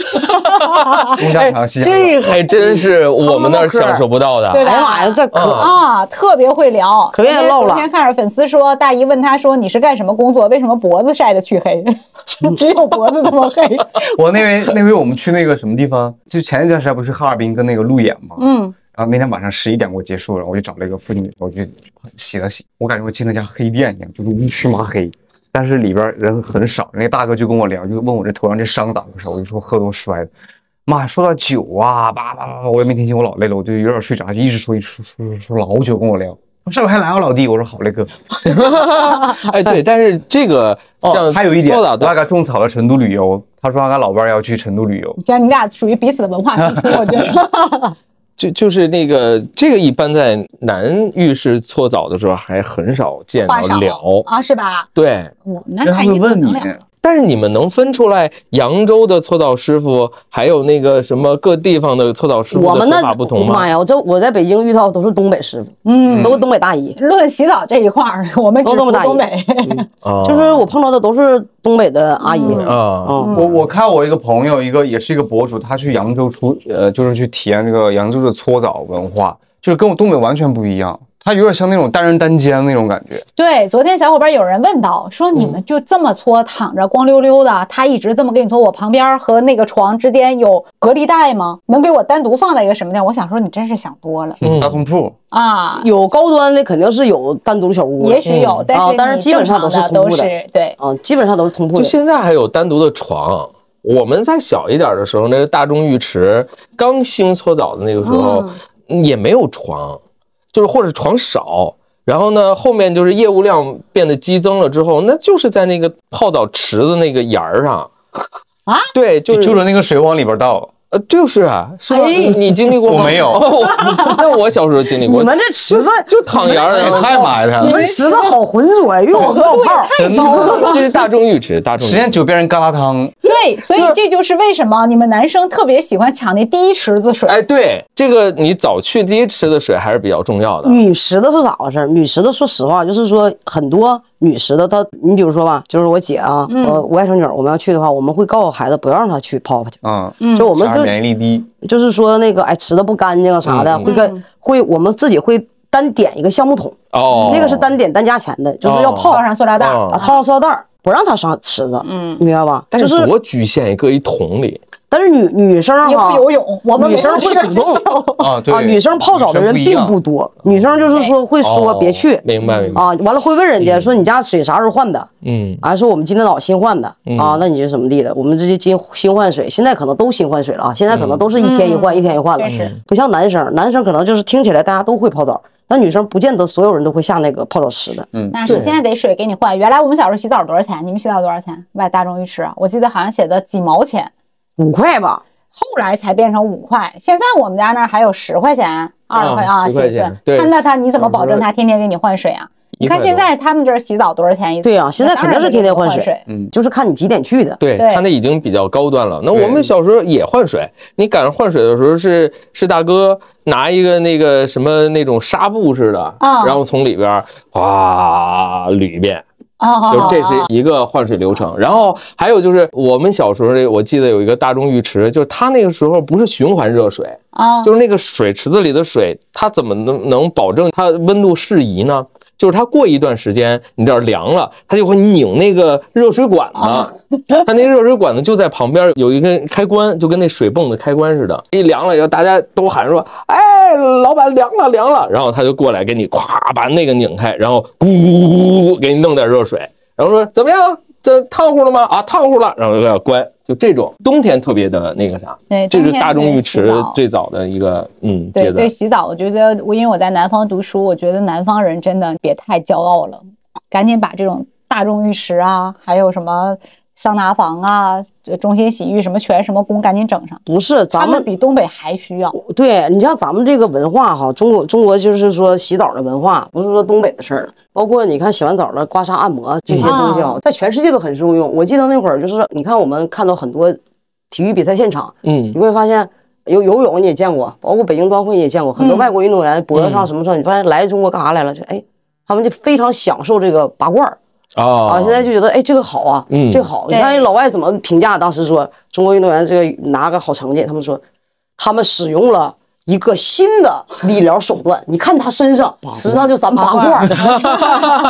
[SPEAKER 7] 东家长西家长。
[SPEAKER 6] 这还真是我们那儿享受不到的。
[SPEAKER 2] 哎呀妈呀，这
[SPEAKER 7] 哦
[SPEAKER 2] 可
[SPEAKER 8] 啊，特别会聊，
[SPEAKER 2] 可愿意唠了
[SPEAKER 8] 昨天看着粉丝说，大姨问他说你是干什么工作，为什么脖子晒得黢黑，
[SPEAKER 2] 嗯
[SPEAKER 8] 只有脖子这么黑。
[SPEAKER 7] 我那位那位我们去那个什么地方，就前一段时间不是哈尔滨跟那个路演吗？
[SPEAKER 8] 嗯，
[SPEAKER 7] 然后那天晚上十一点给我结束了，我就找了一个附近，我就洗了洗，我感觉我进了家黑店一样，就是乌黢麻黑，但是里边人很少。那个大哥就跟我聊，就问我这头上这伤咋回事，我就说喝多摔的。妈，说到酒啊，叭叭叭叭，我也没听清，我老累了，我就有点睡着，就一直说一直说说说说老久跟我聊。上面还来我老弟，我说好嘞哥。
[SPEAKER 6] 哎，对，但是这个
[SPEAKER 7] 哦
[SPEAKER 6] 像，
[SPEAKER 7] 还有一点，
[SPEAKER 6] 搓
[SPEAKER 7] 我
[SPEAKER 6] 澡的
[SPEAKER 7] 大概种草了成都旅游，他说他跟老伴儿要去成都旅游，
[SPEAKER 8] 像你俩属于彼此的文化输出，我 觉得。
[SPEAKER 6] 就就是那个这个一般在男浴室搓澡的时候还很少见
[SPEAKER 8] 话少
[SPEAKER 6] 到聊，
[SPEAKER 8] 啊，是吧？
[SPEAKER 6] 对。
[SPEAKER 8] 我嗯们那
[SPEAKER 7] 然后
[SPEAKER 8] 大
[SPEAKER 7] 他
[SPEAKER 8] 姨
[SPEAKER 7] 会问
[SPEAKER 8] 能
[SPEAKER 7] 你
[SPEAKER 8] 聊，
[SPEAKER 6] 但是你们能分出来扬州的搓澡师傅，还有那个什么各地方的搓澡师
[SPEAKER 2] 我
[SPEAKER 6] 傅的
[SPEAKER 2] 们
[SPEAKER 6] 手
[SPEAKER 2] 那
[SPEAKER 6] 法不同吗
[SPEAKER 2] 妈？呀，我这我在北京遇到都是东北师傅，
[SPEAKER 8] 嗯，
[SPEAKER 2] 都是东北大姨，
[SPEAKER 8] 论洗澡这一块儿，我们只
[SPEAKER 2] 都这
[SPEAKER 8] 服
[SPEAKER 2] 么大
[SPEAKER 8] 东
[SPEAKER 2] 姨
[SPEAKER 8] 北。
[SPEAKER 6] 啊
[SPEAKER 2] 就是我碰到的都是东北的阿姨，
[SPEAKER 6] 啊，
[SPEAKER 2] 嗯，
[SPEAKER 7] 哦我我看我一个朋友，一个也是一个博主，他去扬州出呃，就是去体验这个扬州的搓澡文化，就是跟我东北完全不一样，他有点像那种单人单间那种感觉。
[SPEAKER 8] 对，昨天小伙伴有人问到，说你们就这么搓，躺着光溜溜的，他一直这么给你搓，我旁边和那个床之间有隔离带吗？能给我单独放在一个什么地儿？我想说，你真是想多了
[SPEAKER 6] 嗯
[SPEAKER 7] 大通铺，
[SPEAKER 8] 啊。
[SPEAKER 2] 有高端的肯定是有单独小屋的，
[SPEAKER 8] 也许有，但是
[SPEAKER 2] 啊但是
[SPEAKER 8] 你
[SPEAKER 2] 基本上
[SPEAKER 8] 正
[SPEAKER 2] 都
[SPEAKER 8] 常
[SPEAKER 2] 是同
[SPEAKER 8] 的都
[SPEAKER 2] 步的
[SPEAKER 8] 是对。
[SPEAKER 2] 啊，基本上都是同铺
[SPEAKER 6] 就
[SPEAKER 2] 的。
[SPEAKER 6] 现在还有单独的床。我们再小一点的时候，那是大众浴池刚兴搓澡的那个时
[SPEAKER 2] 嗯
[SPEAKER 6] 候，也没有床，就是或者床少。然后呢，后面就是业务量变得激增了之后，那就是在那个泡澡池子那个沿儿上
[SPEAKER 8] 啊，
[SPEAKER 6] 对，
[SPEAKER 7] 就
[SPEAKER 6] 就是
[SPEAKER 7] 就着那个水往里边倒，
[SPEAKER 6] 呃，就是啊，是
[SPEAKER 2] 哎
[SPEAKER 6] 吧？你你经历过吗？
[SPEAKER 7] 我没有
[SPEAKER 6] 哦， 那我小时候经历过。
[SPEAKER 2] 你们这池子
[SPEAKER 6] 就躺沿儿
[SPEAKER 2] 嗯
[SPEAKER 6] 上，
[SPEAKER 7] 哎太埋汰
[SPEAKER 2] 你
[SPEAKER 7] 了。
[SPEAKER 2] 们池子好浑浊呀，又往冒泡，
[SPEAKER 6] 这是大众浴池，大众浴
[SPEAKER 7] 时间
[SPEAKER 6] 池。
[SPEAKER 7] 久变成疙瘩汤，
[SPEAKER 8] 对，所以这就是为什么你们男生特别喜欢抢那第一池子水。
[SPEAKER 6] 哎，对，这个你早去第一池的水还是比较重要的。
[SPEAKER 2] 女池子是咋回事儿？女池子说实话，就是说很多女池子，她你比如说吧，就是我姐啊，我我外甥女儿，我们要去的话，我们会告诉孩子不让她去泡泡去，
[SPEAKER 7] 嗯，
[SPEAKER 2] 就我们
[SPEAKER 7] 啥
[SPEAKER 2] 就
[SPEAKER 7] 免疫力低，
[SPEAKER 2] 就是说那个哎池子不干净啊啥的，
[SPEAKER 6] 嗯嗯
[SPEAKER 2] 会跟会我们自己会单点一个橡木桶，
[SPEAKER 6] 哦，
[SPEAKER 2] 那个是单点单加钱的，就是要泡
[SPEAKER 8] 套上塑料袋儿，
[SPEAKER 6] 哦
[SPEAKER 2] 啊套上塑料袋儿，不让她上池子，
[SPEAKER 8] 嗯
[SPEAKER 2] 明白吧？
[SPEAKER 6] 但
[SPEAKER 2] 就是
[SPEAKER 6] 多局限，搁一桶里。
[SPEAKER 2] 但是女女生
[SPEAKER 8] 也
[SPEAKER 2] 哈
[SPEAKER 8] 不。游泳，我们
[SPEAKER 2] 女生会主动
[SPEAKER 7] 啊，对
[SPEAKER 2] 啊，女生泡澡的人
[SPEAKER 7] 女
[SPEAKER 2] 并
[SPEAKER 7] 生不
[SPEAKER 2] 不
[SPEAKER 7] 一样
[SPEAKER 2] 多，女生就是说会说
[SPEAKER 6] 哦
[SPEAKER 2] 别去
[SPEAKER 6] 明白明白。
[SPEAKER 2] 啊，完了会问人家说你家水啥时候换的，
[SPEAKER 6] 嗯，
[SPEAKER 2] 啊，说我们今天早上新换的啊，那你是怎么地的？我们这些新新换水，现在可能都新换水了啊，现在可能都是一天一换，一天一换了
[SPEAKER 8] 确实，
[SPEAKER 2] 不像男生，男生可能就是听起来大家都会泡澡，但女生不见得所有人都会下那个泡澡池的。
[SPEAKER 8] 那是现在得水给你换。原来我们小时候洗澡多少钱？你们洗澡多少钱？外大众浴池啊，我记得好像写的几毛钱，
[SPEAKER 2] 五块吧，
[SPEAKER 8] 后来才变成五块。现在我们家那儿还有十块钱、二十块啊，
[SPEAKER 6] 10
[SPEAKER 8] 洗
[SPEAKER 6] 块
[SPEAKER 8] 一
[SPEAKER 6] 钱
[SPEAKER 8] 次。
[SPEAKER 6] 对
[SPEAKER 8] 看那他你怎么保证
[SPEAKER 6] 小时
[SPEAKER 8] 他天天给你换水啊？你看
[SPEAKER 6] 一块多
[SPEAKER 8] 现在他们这儿洗澡多少钱一次？
[SPEAKER 2] 对啊现在肯定是天天换水
[SPEAKER 8] 那当然得给你水。
[SPEAKER 2] 就是看你几点去的。
[SPEAKER 6] 对
[SPEAKER 8] 对
[SPEAKER 6] 他那已经比较高端了。那
[SPEAKER 7] 对
[SPEAKER 6] 我们小时候也换水，你赶上换水的时候是是大哥拿一个那个什么那种纱布似的，
[SPEAKER 8] 啊
[SPEAKER 6] 然后从里边儿哗捋一遍，
[SPEAKER 8] 哦，
[SPEAKER 6] 就这是一个换水流程。然后还有就是我们小时候这，我记得有一个大众浴池，就是它那个时候不是循环热水，
[SPEAKER 8] 啊，
[SPEAKER 6] 就是那个水池子里的水，它怎么能能保证它温度适宜呢？就是它过一段时间你这儿凉了，它就会拧那个热水管子，它那个热水管子就在旁边有一根开关，就跟那水泵的开关似的。一凉了以后，大家都喊说：“哎，老板凉了，凉了！”然后他就过来给你咵把那个拧开，然后咕咕咕咕咕给你弄点热水，然后说：“怎么样？这烫乎了吗？啊，烫乎了！”然后就要关，就这种冬天特别的那个啥。
[SPEAKER 1] 对，
[SPEAKER 6] 这是
[SPEAKER 1] 冬天
[SPEAKER 6] 大众
[SPEAKER 1] 对
[SPEAKER 6] 浴
[SPEAKER 1] 洗
[SPEAKER 6] 池
[SPEAKER 1] 澡
[SPEAKER 6] 最早的一个嗯
[SPEAKER 1] 对
[SPEAKER 6] 阶
[SPEAKER 1] 对
[SPEAKER 6] 段。
[SPEAKER 1] 洗澡，我觉得我因为我在南方读书，我觉得南方人真的别太骄傲了，赶紧把这种大众浴池啊，还有什么桑拿房啊、这中心洗浴什么泉什么宫赶紧整上，
[SPEAKER 2] 不是
[SPEAKER 1] 他
[SPEAKER 2] 咱
[SPEAKER 1] 们
[SPEAKER 2] 们
[SPEAKER 1] 比东北还需要。
[SPEAKER 2] 对你像咱们这个文化哈，中国中国就是说洗澡的文化，不是说东北的事儿了。包括你看洗完澡了刮痧按摩这些东西啊，在全世界都很受用。我记得那会儿就是你看我们看到很多体育比赛现场，
[SPEAKER 6] 嗯
[SPEAKER 2] 你，会发现游游泳你也见过，包括北京冬奥会你也见过，很多外国运动员脖子上什么上，你发现来中国干啥来了？就哎，他们就非常享受这个拔罐儿
[SPEAKER 6] 哦，
[SPEAKER 2] 啊，现在就觉得哎这个好啊，
[SPEAKER 6] 嗯
[SPEAKER 2] 这个好。你
[SPEAKER 1] 对
[SPEAKER 2] 看人老外怎么评价？当时说中国运动员这个拿个好成绩，他们说他们使用了。一个新的理疗手段，你看他身上，实际上就咱们拔罐儿，实际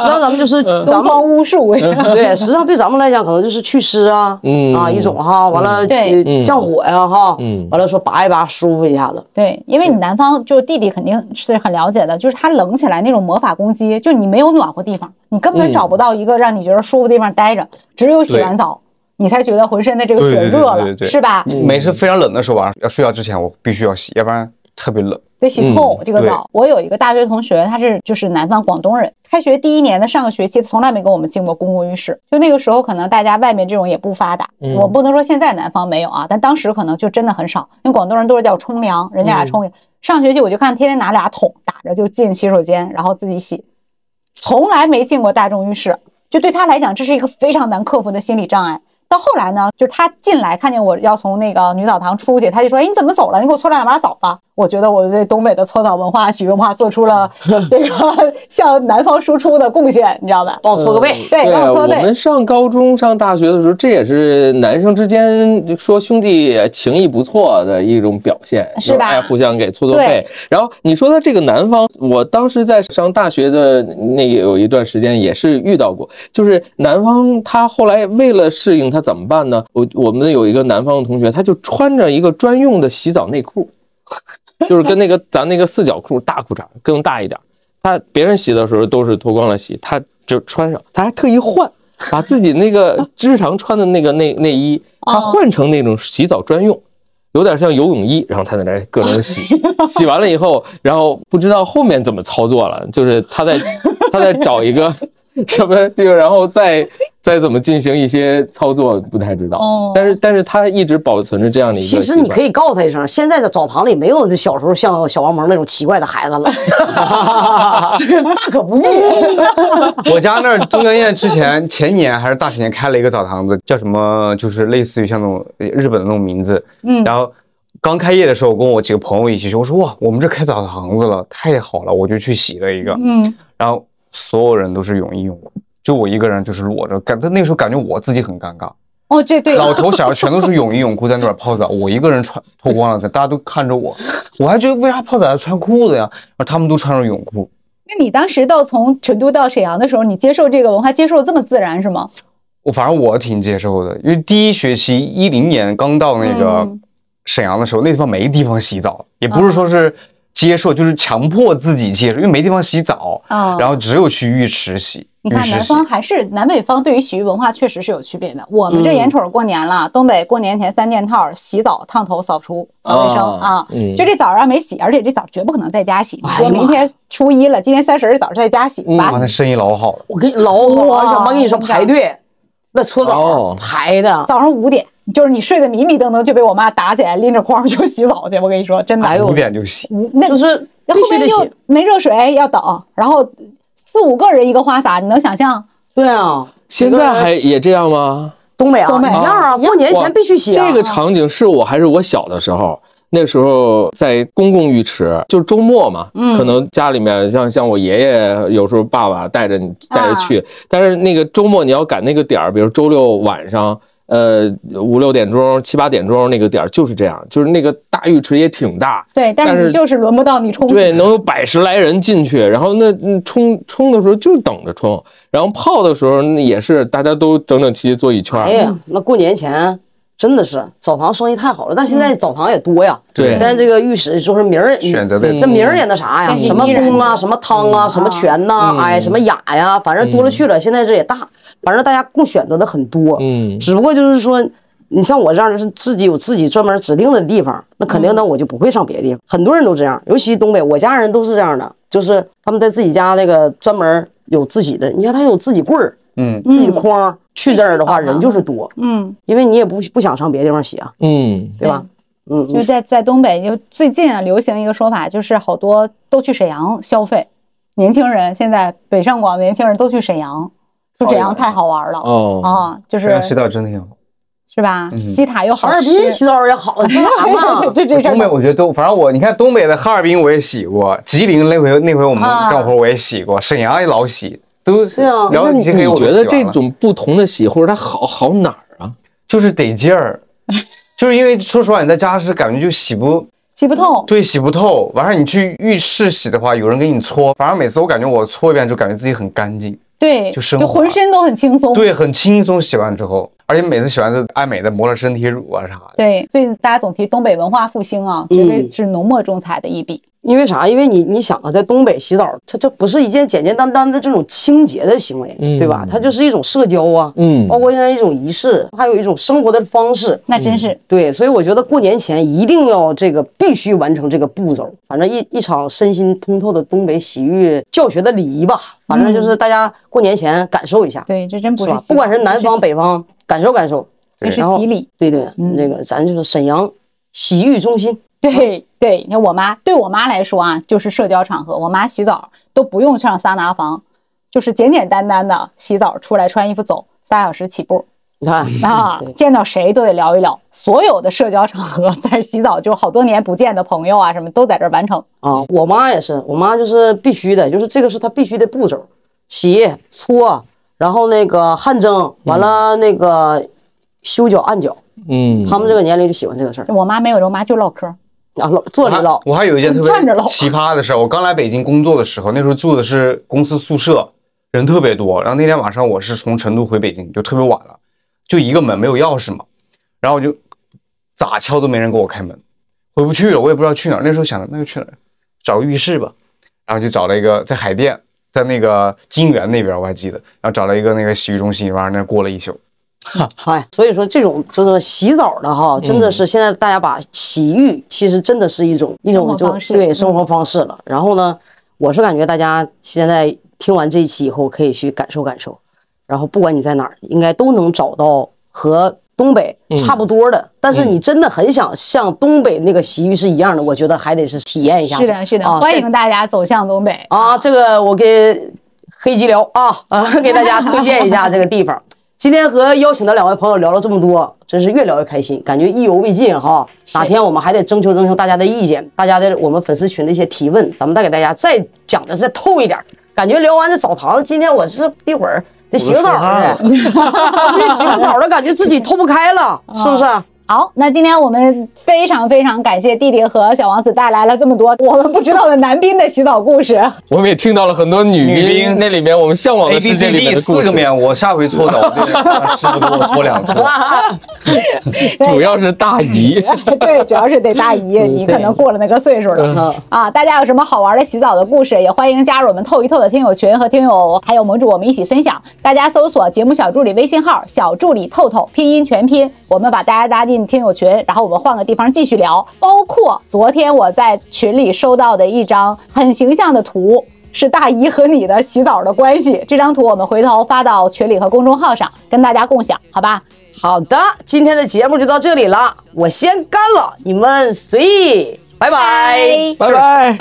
[SPEAKER 2] 上咱们 就是咱
[SPEAKER 1] 东
[SPEAKER 2] 们
[SPEAKER 1] 方巫术，
[SPEAKER 2] 对，实际上对咱们来讲，可能就是祛湿啊，
[SPEAKER 6] 嗯
[SPEAKER 2] 啊一种哈，完了、
[SPEAKER 1] 对
[SPEAKER 2] 呃降火呀、哈，
[SPEAKER 6] 嗯
[SPEAKER 2] 完了说拔一拔舒服一下子，
[SPEAKER 1] 对，因为你南方就是弟弟肯定是很了解的，就是他冷起来那种魔法攻击，就你没有暖和地方，你根本
[SPEAKER 6] 嗯
[SPEAKER 1] 找不到一个让你觉得舒服地方待着，只有洗
[SPEAKER 6] 对
[SPEAKER 1] 完澡，你才觉得浑身的这个
[SPEAKER 7] 对
[SPEAKER 1] 血
[SPEAKER 7] 对对
[SPEAKER 1] 热
[SPEAKER 7] 对
[SPEAKER 1] 了
[SPEAKER 7] 对，对
[SPEAKER 1] 是吧？
[SPEAKER 7] 每次非常冷的时候，晚上要睡觉之前，我必须要洗，要不然特别冷。
[SPEAKER 1] 得洗透这个
[SPEAKER 7] 对
[SPEAKER 1] 澡。我有一个大学同学，他是就是南方广东人，开学第一年的上个学期从来没跟我们进过公共浴室。就那个时候，可能大家外面这种也不发达，
[SPEAKER 6] 嗯
[SPEAKER 1] 我不能说现在南方没有啊，但当时可能就真的很少，因为广东人都是叫冲凉，人家俩冲凉。上学期我就看天天拿俩桶打着就进洗手间，然后自己洗，从来没进过大众浴室。就对他来讲，这是一个非常难克服的心理障碍。到后来呢，就是他进来看见我要从那个女澡堂出去，他就说：“哎，你怎么走了？你给我搓两把澡吧。” 我觉得我对东北的搓澡文化、洗浴文化做出了这个向南方输出的贡献，你知道吧？
[SPEAKER 2] 帮我搓个背。
[SPEAKER 1] 对，
[SPEAKER 6] 对
[SPEAKER 1] 让
[SPEAKER 6] 啊，
[SPEAKER 1] 我搓
[SPEAKER 6] 我
[SPEAKER 1] 背。
[SPEAKER 6] 们上高中、上大学的时候，这也是男生之间就说兄弟情谊不错的一种表现，
[SPEAKER 1] 是吧
[SPEAKER 6] 就爱互相给搓搓
[SPEAKER 1] 对
[SPEAKER 6] 背。然后你说的这个南方，我当时在上大学的那有一段时间也是遇到过，就是南方他后来为了适应，他怎么办呢？我我们有一个南方的同学，他就穿着一个专用的洗澡内裤， 就是跟那个咱那个四角裤大裤衩更大一点儿。他别人洗的时候都是脱光了洗，他就穿上，他还特意换，把自己 那个日常穿的那个内内衣，
[SPEAKER 2] 哦
[SPEAKER 6] 他换成那种洗澡专用，有点像游泳衣，然后他在那儿 各种洗，洗完了以后，然后不知道后面怎么操作了，就是他在他在找一个什么地方，然后再再怎么进行一些操作，不太知
[SPEAKER 1] 哦
[SPEAKER 6] 道。但是但是他一直保存着这样的一个习
[SPEAKER 2] 其
[SPEAKER 6] 惯。
[SPEAKER 2] 实你可以告诉他一声，现在的澡堂里没有那小时候像小王蒙那种奇怪的孩子 了，大可不必。
[SPEAKER 7] 我家那儿中江堰之前前年还是大前年开了一个澡堂子，叫什么，就是类似于像那种呃日本的那种名字。嗯，然后刚开业的时候，我跟我几个朋友一起去，我说哇，我们这开澡堂子了，太好了，我就去洗了一个。
[SPEAKER 1] 嗯，
[SPEAKER 7] 然后所有人都是泳衣泳裤，就我一个人就是裸着，感那个时候感觉我自己很尴尬，
[SPEAKER 1] 哦，这对，
[SPEAKER 7] 老头小孩全都是泳衣泳裤在那边泡澡，我一个人穿脱光了，大家都看着我，我还觉得为啥泡澡要穿裤子呀？然后他们都穿着泳裤。
[SPEAKER 1] 那你当时到从成都到沈阳的时候，你接受这个文化接受得这么自然是吗？
[SPEAKER 7] 我反正我挺接受的，因为第一学期一零年刚到那个
[SPEAKER 1] 嗯
[SPEAKER 7] 沈阳的时候，那地方没地方洗澡，也不是说是接受，就是强迫自己接受，因为没地方洗澡，
[SPEAKER 1] 啊
[SPEAKER 7] 然后只有去浴池洗，
[SPEAKER 1] 你
[SPEAKER 7] 浴
[SPEAKER 1] 看，
[SPEAKER 7] 池
[SPEAKER 1] 南
[SPEAKER 7] 洗。
[SPEAKER 1] 方还是南北方对于洗浴文化确实是有区别的。我们这眼瞅着过年了，东北过年前三件套：洗澡、烫头、扫除、扫卫生
[SPEAKER 6] 哦
[SPEAKER 1] 啊。
[SPEAKER 6] 嗯
[SPEAKER 1] 就这澡让没洗，而且这澡绝不可能在家洗。
[SPEAKER 2] 呀
[SPEAKER 1] 说
[SPEAKER 2] 妈
[SPEAKER 1] 明天初一了，今天三十儿早上在家洗吧
[SPEAKER 7] 哇，。那生意老好了，
[SPEAKER 2] 我给你老好
[SPEAKER 1] 哇
[SPEAKER 2] 了，小王跟你说排队，那搓澡
[SPEAKER 6] 哦
[SPEAKER 2] 排的，
[SPEAKER 1] 早上五点，就是你睡得迷迷瞪瞪，就被我妈打起来，拎着筐就洗澡去。我跟你说，真的。
[SPEAKER 7] 五点哎就洗。
[SPEAKER 1] 五那
[SPEAKER 2] 就是
[SPEAKER 1] 那
[SPEAKER 2] 必
[SPEAKER 1] 后
[SPEAKER 2] 须
[SPEAKER 1] 面
[SPEAKER 2] 得
[SPEAKER 1] 又
[SPEAKER 2] 洗。
[SPEAKER 1] 没热水要等，然后四五个人一个花洒，你能想象？
[SPEAKER 2] 对啊，
[SPEAKER 6] 现在还也这样吗？
[SPEAKER 2] 东北啊，
[SPEAKER 1] 东北
[SPEAKER 2] 一样啊，过年前必须洗啊。
[SPEAKER 6] 这个场景是我还是我小的时候，那时候在公共浴池，就是周末嘛，可能家里面像像我爷爷，有时候爸爸带着你带着去，但是那个周末你要赶那个点儿，比如周六晚上。呃五六点钟、七八点钟那个点儿就是这样，就是那个大浴池也挺大，
[SPEAKER 9] 对，但
[SPEAKER 6] 但
[SPEAKER 9] 是
[SPEAKER 6] 是
[SPEAKER 9] 你就是轮不到你
[SPEAKER 1] 哦
[SPEAKER 9] 冲洗。
[SPEAKER 6] 对，能有百十来人进去，然后那嗯冲冲的时候就等着冲，然后泡的时候那也是大家都整整齐齐坐一圈儿。
[SPEAKER 2] 哎呀，那过年前真的是澡堂生意太好了，但现
[SPEAKER 1] 嗯
[SPEAKER 2] 在澡堂也多呀。
[SPEAKER 6] 对
[SPEAKER 2] 现在这个浴室就是名儿
[SPEAKER 7] 选择的
[SPEAKER 2] 这名儿也那啥呀
[SPEAKER 1] 嗯，
[SPEAKER 2] 什么
[SPEAKER 1] 嗯
[SPEAKER 2] 宫啊，什么汤啊，什么泉呐，
[SPEAKER 6] 嗯
[SPEAKER 2] 哎，什么雅呀，反正多了去了。现在这也大，反正大家供选择的很多。
[SPEAKER 6] 嗯
[SPEAKER 2] 只不过就是说，你像我这样，就是自己有自己专门指定的地方，那肯定呢，我就不会上别的地方。很多人都这样，尤其东北，我家人都是这样的，就是他们在自己家那个专门有自己的，你看他有自己棍儿，
[SPEAKER 7] 嗯，
[SPEAKER 2] 自己筐儿。去这儿的话，
[SPEAKER 1] 必须扫
[SPEAKER 2] 人
[SPEAKER 1] 盲
[SPEAKER 2] 就是多，
[SPEAKER 9] 嗯，
[SPEAKER 2] 因为你也不不想上别的地方洗啊，
[SPEAKER 6] 嗯，
[SPEAKER 2] 对吧？嗯，
[SPEAKER 1] 就是在在东北，就最近啊，流行一个说法，就是好多都去沈阳消费，年轻人现在北上广的年轻人都去沈阳，说沈阳太好玩了
[SPEAKER 6] 哦，
[SPEAKER 1] 啊，就
[SPEAKER 7] 这
[SPEAKER 1] 是
[SPEAKER 7] 样洗澡真的挺好。
[SPEAKER 1] 是吧？
[SPEAKER 7] 嗯
[SPEAKER 1] 西塔又
[SPEAKER 2] 哈
[SPEAKER 1] 好
[SPEAKER 2] 尔
[SPEAKER 1] 吃
[SPEAKER 2] 滨洗澡也好，你干啥 嘛？
[SPEAKER 9] 就这事儿
[SPEAKER 7] 东北我觉得都，反正我你看东北的哈尔滨我也洗过，吉林那回那回我们
[SPEAKER 1] 啊
[SPEAKER 7] 干活我也洗过，沈阳也老洗，都
[SPEAKER 2] 对啊
[SPEAKER 7] 然后
[SPEAKER 6] 那
[SPEAKER 7] 你
[SPEAKER 6] 你
[SPEAKER 7] 这给我
[SPEAKER 6] 觉
[SPEAKER 7] 都洗
[SPEAKER 6] 得
[SPEAKER 7] 完
[SPEAKER 6] 这
[SPEAKER 7] 了
[SPEAKER 6] 种不同的洗或者它好好哪儿啊？
[SPEAKER 7] 就是得劲儿，就是因为说实话你在家是感觉就洗不
[SPEAKER 1] 洗不透，
[SPEAKER 7] 对，洗不透。完事儿你去浴室洗的话，有人给你搓，反正每次我感觉我搓一遍就感觉自己很干净，
[SPEAKER 9] 对，
[SPEAKER 7] 就
[SPEAKER 9] 就
[SPEAKER 7] 升华
[SPEAKER 9] 浑身都很轻松。
[SPEAKER 7] 对，很轻松。洗完之后，而且每次洗完都爱美的抹了身体乳啊啥的。
[SPEAKER 1] 对，所以大家总提东北文化复兴啊，绝对是浓墨重彩的一笔。
[SPEAKER 2] 因为啥？因为你你想啊，在东北洗澡，它这不是一件简简单单的这种清洁的行为，
[SPEAKER 6] 嗯
[SPEAKER 2] 对吧？它就是一种社交啊，
[SPEAKER 6] 嗯
[SPEAKER 2] 包括现在一种仪式，还有一种生活的方式。
[SPEAKER 1] 那真是
[SPEAKER 2] 对，所以我觉得过年前一定要这个必须完成这个步骤。反正一一场身心通透的东北洗浴教学的礼仪吧，反正就是大家过年前感受一下，
[SPEAKER 1] 对，这真不
[SPEAKER 2] 是
[SPEAKER 1] 是
[SPEAKER 2] 吧？
[SPEAKER 1] 洗
[SPEAKER 2] 不管是南方
[SPEAKER 1] 这
[SPEAKER 2] 北方，感受感受。
[SPEAKER 1] 这是
[SPEAKER 2] 然后
[SPEAKER 1] 洗礼。
[SPEAKER 2] 对对，
[SPEAKER 1] 嗯
[SPEAKER 2] 那个咱就是沈阳洗浴中心，
[SPEAKER 1] 对对，你看我妈，对我妈来说啊，就是社交场合，我妈洗澡都不用上桑拿房，就是简简单单的洗澡出来穿衣服走，仨小时起步
[SPEAKER 2] 你看
[SPEAKER 1] 啊
[SPEAKER 2] 嗯对，
[SPEAKER 1] 见到谁都得聊一聊。所有的社交场合， 在洗澡就好多年不见的朋友啊，什么都在这儿完成。
[SPEAKER 2] 啊，我妈也是，我妈就是必须的，就是这个是她必须的步骤，洗、搓，然后那个汗蒸，完了那个修脚、按脚，
[SPEAKER 6] 嗯，
[SPEAKER 2] 他们这个年龄就喜欢这个事儿
[SPEAKER 1] 我妈没有这，我妈就唠嗑儿，
[SPEAKER 2] 啊，老坐
[SPEAKER 7] 我
[SPEAKER 2] 着
[SPEAKER 7] 还
[SPEAKER 2] 唠，
[SPEAKER 7] 我还有一件特
[SPEAKER 1] 站着唠
[SPEAKER 7] 别奇葩的事儿。我刚来北京工作的时候，那时候住的是公司宿舍，人特别多。然后那天晚上我是从成都回北京，就特别晚了，就一个门没有钥匙嘛，然后我就咋敲都没人给我开门，回不去了，我也不知道去哪儿。那时候想着那就去哪儿，找个浴室吧，然后就找了一个在海淀，在那个金源那边我还记得，然后找了一个那个洗浴中心，晚上那儿过了一宿。
[SPEAKER 2] 哎，所以说这种就是洗澡的哈，真的是现在大家把洗浴其实真的是一种一种
[SPEAKER 1] 生活
[SPEAKER 2] 就
[SPEAKER 1] 方式
[SPEAKER 2] 对
[SPEAKER 1] 嗯
[SPEAKER 2] 生活方式了。然后呢，我是感觉大家现在听完这一期以后，可以去感受感受。然后不管你在哪儿，应该都能找到和东北差不多的。但是你真的很想像东北那个洗浴是一样的，我觉得还得是体验一下。
[SPEAKER 1] 是的，是的，
[SPEAKER 2] 啊
[SPEAKER 1] 欢迎大家走向东北
[SPEAKER 2] 啊，这个我给黑吉聊啊啊， 给大家推荐一下这个地 方。今天和邀请的两位朋友聊了这么多，真是越聊越开心，感觉意犹未尽哈。哪天我们还得征求征求大家的意见，大家的我们粉丝群的一些提问，咱们再给大家再讲的再透一点儿。感觉聊完这澡堂，今天我是一会儿得洗个澡儿 去，因为洗个澡儿了，感觉自己透不开了，是不是？
[SPEAKER 1] 好，那今天我们非常非常感谢弟弟和小王子带来了这么多我们不知道的男宾的洗澡故事。
[SPEAKER 6] 我们也听到了很多女
[SPEAKER 7] 女
[SPEAKER 6] 兵
[SPEAKER 7] 兵
[SPEAKER 6] 那里面我们向往
[SPEAKER 7] A
[SPEAKER 6] 的
[SPEAKER 7] B
[SPEAKER 6] 世
[SPEAKER 7] C
[SPEAKER 6] 界里面
[SPEAKER 7] D
[SPEAKER 6] 的故
[SPEAKER 7] 四
[SPEAKER 6] 事
[SPEAKER 7] 个，面，我下回搓澡，我 这师傅给我搓两搓。
[SPEAKER 6] 主要是大 姨。
[SPEAKER 1] 对，主要是得大姨，你可能过了那个岁数了啊。大家有什么好玩的洗澡的故事，也欢迎加入我们透一透的听友群和听友还有盟主，我们一起分享。大家搜索节目小助理微信号“小助理透透”，拼音全拼，我们把大家拉进听友群，然后我们换个地方继续聊。包括昨天我在群里收到的一张很形象的图。是大姨和你的洗澡的关系，这张图我们回头发到群里和公众号上跟大家共享，好吧？
[SPEAKER 2] 好的，今天的节目就到这里了，我先干了，你们随意，拜拜
[SPEAKER 6] 拜拜。